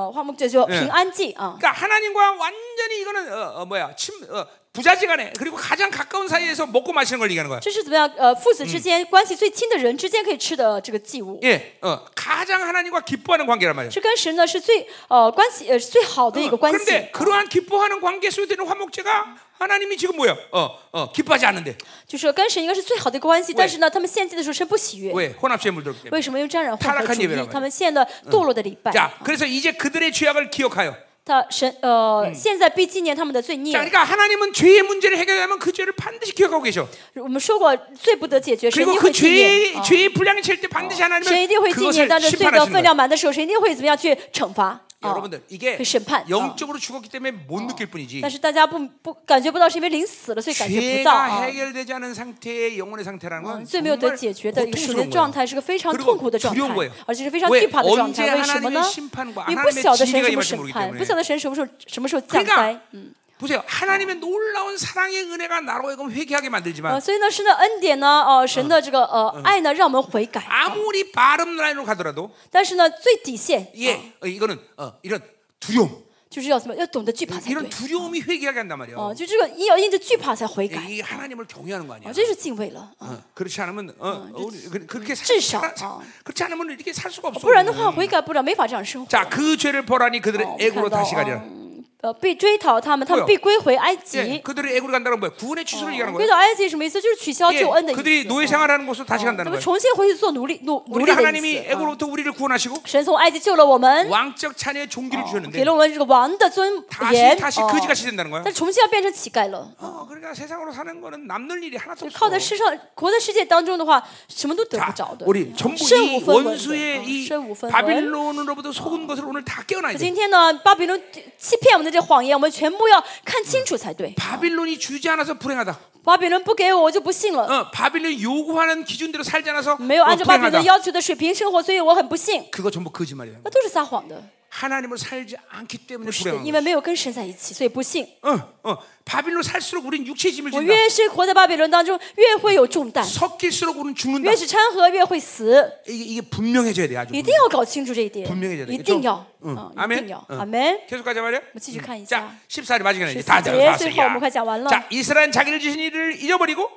S2: 呃化木这就平安祭啊。
S1: 그러니까 하나님과 완전히 이거는 어, 어, 뭐야? 침, 어, 부자지간에 그리고 가장 가까운 사이에서 먹고 마시는 걸 얘기하는 거야.
S2: 这是怎么样？呃，父子之间关系最亲的人之间可以吃的这个祭物，
S1: 예, 어, 가장 하나님과 기뻐하는 관계란 말이야.
S2: 这跟神呢是最呃关系呃是最好的一个
S1: 어,
S2: 关系。
S1: 그런데 그러한 기뻐하는 관계 속에 되는 화목제가 하나님이 지금 뭐야? 어, 어, 기뻐하지 않는데
S2: 就是跟神应该是最好的一个关系，
S1: 왜
S2: 但是呢，他们献祭的时候神不喜悦。
S1: 왜 혼합제에 물들었기 때문에.
S2: 为什么用沾染混合主
S1: 타락한예배란
S2: 义
S1: 말이야 ？
S2: 他们献的堕落的礼拜。
S1: 자, 그래서 이제 그들의 죄악을 기억하여.
S2: 他神呃，现在必纪念他们的罪孽
S1: 자, 。 그러니까 하나님은 죄의 문제를 해결하면 그 죄를 반드시 기억하고 계셔.
S2: 我们说过，罪不得解决，神一
S1: 그리고
S2: 定
S1: 그
S2: 会纪
S1: 죄의
S2: 念。啊
S1: 죄의 분량이 찰 때 반드시
S2: 神一
S1: 하나님은
S2: 定会纪
S1: 그것을
S2: 念，但是罪的
S1: 심판하시는 거예요.
S2: 分量满的时候，神一定会怎么样去惩罚？啊
S1: 여러분들 이게
S2: 会审判。啊
S1: 영적으로 죽었기 때문에 못 느낄 뿐이지.
S2: 但是大家不不感觉不到，是因为灵死了，所以感觉不到
S1: 죄가
S2: 啊。
S1: 해결되지 않은 상태의 영혼의 상태라는 건
S2: 罪没有得
S1: 정말
S2: 解决的一个属灵
S1: 고통스러운
S2: 状
S1: 거예요.
S2: 态，啊是个非常
S1: 그리고
S2: 痛苦的状
S1: 두려운
S2: 态
S1: 거예요. ，
S2: 而且是非常
S1: 왜
S2: 惧怕的状
S1: 언제
S2: 态。为什么呢
S1: 하나님의 ？ 심판과
S2: 你不
S1: 하나님의
S2: 晓得神
S1: 징계가
S2: 什么
S1: 임할지
S2: 审
S1: 모르기
S2: 判，
S1: 때문에
S2: 不晓得神什么时候什么时候降灾
S1: 그러니까 。 보세요. 하나님의 놀라운 사랑의 은혜가 나로 하여금 회개하게
S2: 呃，
S1: 만들지만
S2: 所以呢，神的恩典呢，呃，神的这个呃爱呢，让我们悔改。
S1: 아무리 바른 라인으로 가더라도
S2: 但是呢，最底线
S1: 예, 어, 이거는 어, 이런 두려움,
S2: 就是要什么？要懂得惧怕才对
S1: 이런 。 두려움이 회개하게 한단 말이에요.
S2: 哦、就这个你要因着惧怕才悔改，
S1: 이게 하나님을 경외하는 거 아니야.
S2: 啊，这是敬畏了啊。
S1: 어, 그렇지 않으면 어, 어, 우리 그- 그렇게 살,
S2: 찔셔.
S1: 살아- 살-
S2: 어.
S1: 그렇지 않으면 이렇게 살 수가 없어.
S2: 不然的话，悔改不了，没法这样生活。
S1: 자, 그 죄를 벌하니 그들의
S2: 哦我们
S1: 애고로
S2: 看到
S1: 다시 어, 가리라.
S2: 嗯呃，被追讨他们，他们
S1: 뭐요
S2: 被归回埃及。哦
S1: 예, 그들의 애고로 간다는 거야. 구원의 취소를 얘기하는
S2: 归
S1: 거야.
S2: 到埃及什么意思？就是取消
S1: 예,
S2: 救恩的意思。
S1: 그들이 어, 노예
S2: 哦
S1: 생활하는 곳으로 다시
S2: 那
S1: 간다는
S2: 么
S1: 거야.
S2: 重新回去做奴隶，奴奴
S1: 우리
S2: 隶的
S1: 하나님이 어.
S2: 意思。啊
S1: 애고로부터 우리를 구원하시고
S2: 神从埃及救了我们，
S1: 왕적 자녀의 종기를 주셨는데
S2: 给了我们这个王的尊
S1: 다시
S2: 严。
S1: 다시
S2: 哦
S1: 거지같이 예? 어. 된다는 거야.
S2: 但重新要变成乞丐了。
S1: 어, 그러니까 세상으로 사는 거는 남는 일이 하나도
S2: 靠
S1: 없어.
S2: 在世上活在世界当中的话，什么都哦得
S1: 자,
S2: 不着的。
S1: 우리 전부
S2: 身无
S1: 이 어,
S2: 分文对
S1: 원수의
S2: 嗯
S1: 이
S2: 身无分文。
S1: 바빌론으로부터 속은 것을 오늘 다 깨어나야 돼.
S2: 今天呢，巴比伦欺骗我们的这谎言，我们全部要看清楚才对。
S1: 바빌론이 주지 않아서 불행하다.
S2: 巴比伦不给我，我就不信了。
S1: 어, 바빌론 요구하는 기준대로 살지 않아서
S2: 没有
S1: 어,
S2: 按照巴比伦
S1: 불행하다.
S2: 要求的水平生活，所以我很不信。
S1: 그거 전부 거짓말이야.
S2: 那都是撒谎的，
S1: 하나님을 살지 않기 때문에
S2: 是的
S1: 불행한
S2: 因
S1: 거야.
S2: 为没有跟神在一起，所以不信。
S1: 어, 어. 바빌론 살수록 우린 육체의 짐을
S2: 我
S1: 진다.
S2: 越是活在巴比伦当中，越会有重担，
S1: 섞일수록 우린 죽는다.
S2: 越是掺和，越会死。
S1: 이게, 이게 분명해져야 돼 아주.
S2: 一定要搞清楚这一点
S1: 분명해져야，돼
S2: 一定要，
S1: 응
S2: 啊，
S1: 아멘
S2: 一定要，
S1: 응
S2: 阿门。
S1: 계속 가자 뭐 말이야. 음.
S2: 我们继续看一下
S1: 자 ， 14절 마지막에 이제 다
S2: 14절
S1: 잡았어.
S2: 슬퍼, 목화 다 완라.
S1: 자, 이스라엘 자기를 주신 이를 잊어버리고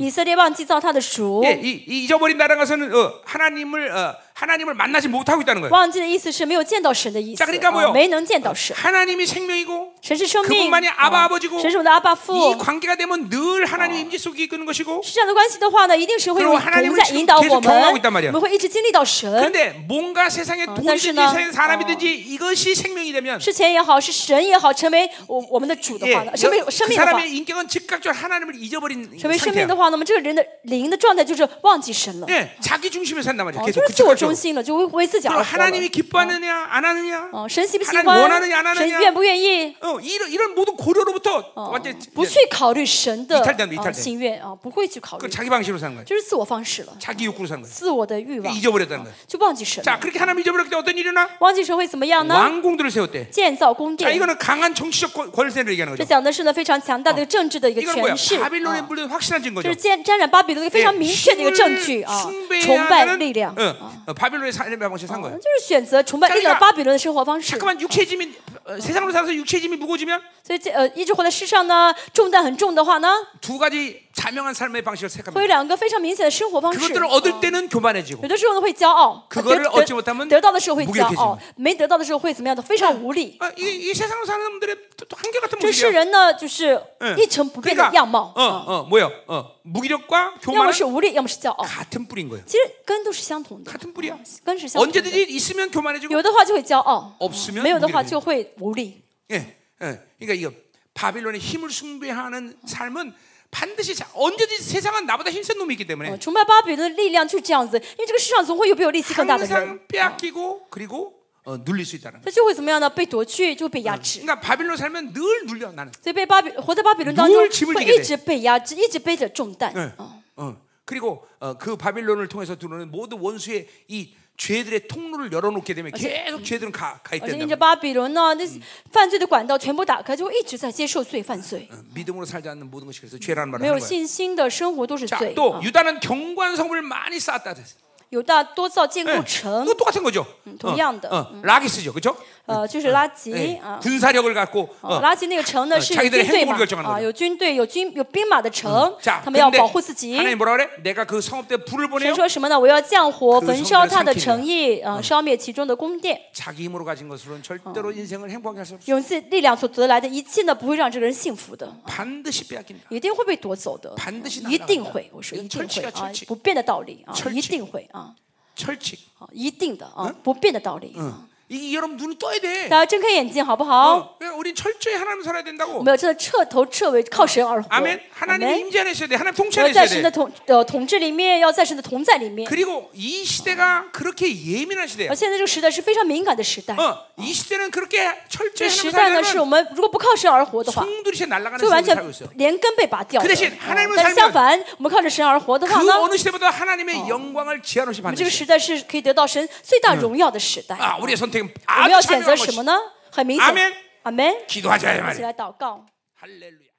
S2: 以色列忘记造他的主，
S1: 예, 이, 이 잊어버린다는 것은 어, 하나님을 어, 하나님을 만나지 못하고 있다는 거예요.
S2: 忘记的意思是没有见到神的意思，
S1: 자그러니까뭐요
S2: 啊没能见到神。
S1: 하나님이 생명이고
S2: 神是生命，啊
S1: 그분만이아바아버지고 어.
S2: 神是我们的阿爸父
S1: 이 。 관계가 되면 늘 하나님의 임재 속에 이끄는 것이고
S2: 是这样的关系的话呢，一定是会
S1: 그리고
S2: 有
S1: 하나님을
S2: 主在
S1: 지금
S2: 引导
S1: 계속
S2: 我们，
S1: 경험하고있단말이야
S2: 我们会一直经历到神。
S1: 그런데 뭔가 세상에 돈이든지
S2: 사실은-
S1: 세상에 사람이든지 이것이 생명이 되면
S2: 是钱也好，是神也好，成为我我们的主的
S1: 예,
S2: 话呢，成为
S1: 그
S2: 生命的话，
S1: 사람의 인격은 즉각적으로 하나님을 잊어버린
S2: 成为生命
S1: 상태야.
S2: 的话，那么这个人的灵的状态就是忘记神了，
S1: 예, 자기 중심에 산단 말이야.
S2: 哦，
S1: 계속
S2: 就是自我中
S1: 즉각적으로.
S2: 心了，就会为自己
S1: 그리고
S2: 而活了。
S1: 하나님이 기뻐하느냐 안 하느냐.
S2: 哦，神喜不喜
S1: 하나님원하느냐안하느냐
S2: 欢？神愿不愿意？哦
S1: 어, 이런 이런 모든 고려로부터 완전
S2: 不
S1: 예,
S2: 去考虑神的
S1: 이탈된다이탈
S2: 啊
S1: 된
S2: 心愿啊，不会去考虑
S1: 그 ， 자기 방식으로 사는 거야.
S2: 就是自我方式了，
S1: 자기 욕구로 사는 거야.
S2: 自我的欲望
S1: 잊어버렸다는 거야.
S2: 就忘记神了。
S1: 자, 그렇게 하나님 잊어버렸을 때 어떤 일이 일어나?
S2: 忘记神会怎么样呢？
S1: 왕궁들을 세웠대.
S2: 建造宫
S1: 자
S2: 殿，
S1: 이거는 강한 정치적 권- 권세를 얘기하는
S2: 这
S1: 거죠.
S2: 讲的是呢非常强大的政治哦的一个
S1: 이건 뭐야?
S2: 诠释。啊
S1: 바빌론에 물린 확실한 증거죠. 예.
S2: 就是沾沾染巴比伦的一个非常明确的一个证据啊，崇拜力量，啊
S1: 응, 어, 바빌론의 삶의 방식 산 거예요.
S2: 就是选择崇拜力量的巴比伦的生活方式。
S1: 잠깐만 육체 짐이 어, 세상으로 살아서 육체 짐이 무거워지면
S2: 所以这呃一直活在世上呢，重担很重的话呢，
S1: 두 가지 자명한 삶의 방식을
S2: 会有
S1: 택합니다.
S2: 两个非常明显的生活方式。嗯
S1: 그것들을 얻을 때는 교만해지고
S2: 有的时候呢会骄傲，
S1: 그거를
S2: 得得
S1: 얻지못하면
S2: 得到的时候会骄
S1: 무기력해지는
S2: 傲，没得到的时候会怎么样的？非
S1: 嗯
S2: 常无力。
S1: 아, 이, 이 세상으로 사는 사람들의 또- 또 한계 같은
S2: 这世
S1: 모습이에요.
S2: 人呢，就是
S1: 응
S2: 一成不变的样貌，
S1: 어, 어, 뭐야? 어, 무기력과
S2: 要么
S1: 교만은
S2: 是无力，要么是骄傲，
S1: 같은 뿌린 거예요.
S2: 其实根都是相同的，
S1: 같은 뿌리야.
S2: 根是相同的。
S1: 언제든지 있으면 교만해지고
S2: 有的话就会骄傲，
S1: 없으면
S2: 没有的话就会无力。
S1: 예, 예. 그러니까 이거 바빌론의 힘을 숭배하는 삶은 반드시 자- 언제든지 세상은 나보다 힘센 놈이 있기
S2: 呃
S1: 때문에
S2: 崇拜巴比伦的力量就是这样子，因为这个世上总会有比我力气更大的人，
S1: 항상 빼앗기고 그리고 어, 눌릴 수 있다는 거예요.
S2: 他就会怎么样呢？被夺去，就会被压制。
S1: 그러니까 바빌론 살면 늘 눌려 나는.
S2: 所以被巴比活在巴比伦当中，
S1: 누굴짐을지게 돼
S2: 会
S1: 嗯
S2: 一直被压制，一直背着重担。哦
S1: 예. 어. 그리고 어, 그 바빌론을 통해서 들어오는 모든 원수의 이 죄들의 통로를 열어놓게 되면 계속 아, 죄들은 아, 가, 가
S2: 而且
S1: 있다는
S2: 因
S1: 거예요. 어,
S2: 着巴比伦呢，那些犯罪的管道全部打开，就会一直在接受罪犯罪。
S1: 어, 믿음으로 살지 않는 모든 것이 그래서 죄라는 말을
S2: 没有
S1: 하는 거예요.
S2: 信心的生活都是
S1: 자,
S2: 罪。
S1: 또
S2: 啊
S1: 유다는 경관 성을 많이 쌓았다 그랬어요.
S2: 有大多造建构
S1: 예.
S2: 城
S1: 이거 ， 똑같은 거죠.
S2: 동의한다.
S1: 어, 어, 라기스죠, 그렇죠?
S2: 呃，就是垃圾啊。
S1: 군사력을 갖고
S2: 啊
S1: 예, 아. 어,
S2: 垃圾那个城呢
S1: 呃
S2: 是
S1: 자기들의
S2: 军队
S1: 행복을
S2: 嘛
S1: 결정하는거죠
S2: 啊，有军队，有军有兵马的城，
S1: 자,
S2: 他们要
S1: 근데
S2: 保护自己。
S1: 하나님 뭐라 그래? 내가 그 성읍 때 불을
S2: 神
S1: 보내요.
S2: 说什么呢？我要降火，
S1: 그
S2: 焚烧
S1: 성전을
S2: 他的
S1: 삼키리라
S2: 城邑，啊，烧灭其中的宫殿。
S1: 자기 힘으로 가진 것으로는 절대로 인생을 행복하게 할 수 없어.
S2: 用自己力量所得来的一切呢，不会让这个人幸福的。
S1: 반드시 빼앗긴다.
S2: 一定会被夺走的，
S1: 반드시
S2: 嗯一
S1: 날아간다
S2: 定会，我说
S1: 이건
S2: 一定会
S1: 철칙이야
S2: 啊
S1: 철칙 ，
S2: 不变的道理啊，
S1: 철칙
S2: 一定会啊，
S1: 철칙.
S2: 啊一定的
S1: 嗯
S2: 啊，不变的道理。
S1: 어. 이게 여러분 눈을 떠야 돼.
S2: 大家睁开眼睛好不好？
S1: 어, 그러니까 우린 철저히 하나님 살아야
S2: 我
S1: 된다고.
S2: 们要真的彻头彻尾靠神而活。
S1: 네. 아멘. 하나님의 임재 안에 있어야 돼. 하나님 통치
S2: 要
S1: 안에
S2: 在
S1: 있어야
S2: 神的
S1: 돼.
S2: 统呃统治里面，要在神的同在里面。
S1: 그리고 이 시대가 그렇게 예민한 시대야.
S2: 而现在这个时代是非常敏感的时代，
S1: 어, 이 시대는 그렇게
S2: 这
S1: 철저히
S2: 时
S1: 하나님
S2: 代呢，是我
S1: 살려면
S2: 们如果不靠神而活的话，
S1: 송두리째 날아가는
S2: 就
S1: 세상을
S2: 完全
S1: 살고 있어.
S2: 连根被拔掉的。
S1: 그
S2: 啊
S1: 대신하나님을
S2: 但是
S1: 살면
S2: 相反，我们靠着神而活的话呢
S1: 그 ， 어느 시대보다 하나님의 영광을 제한 없이
S2: 我们这
S1: 받는 시대.
S2: 个时代是可以得到神最大荣耀的时代。
S1: 아, 우리의 선택은
S2: 我们要
S1: 嗯 아주
S2: 选择
S1: 참여한
S2: 什么
S1: 것이.
S2: 呢？很明显，
S1: 阿门
S2: 阿门。
S1: 기도하자 이
S2: 一起
S1: 말이야.
S2: 来祷告。
S1: 할렐루야.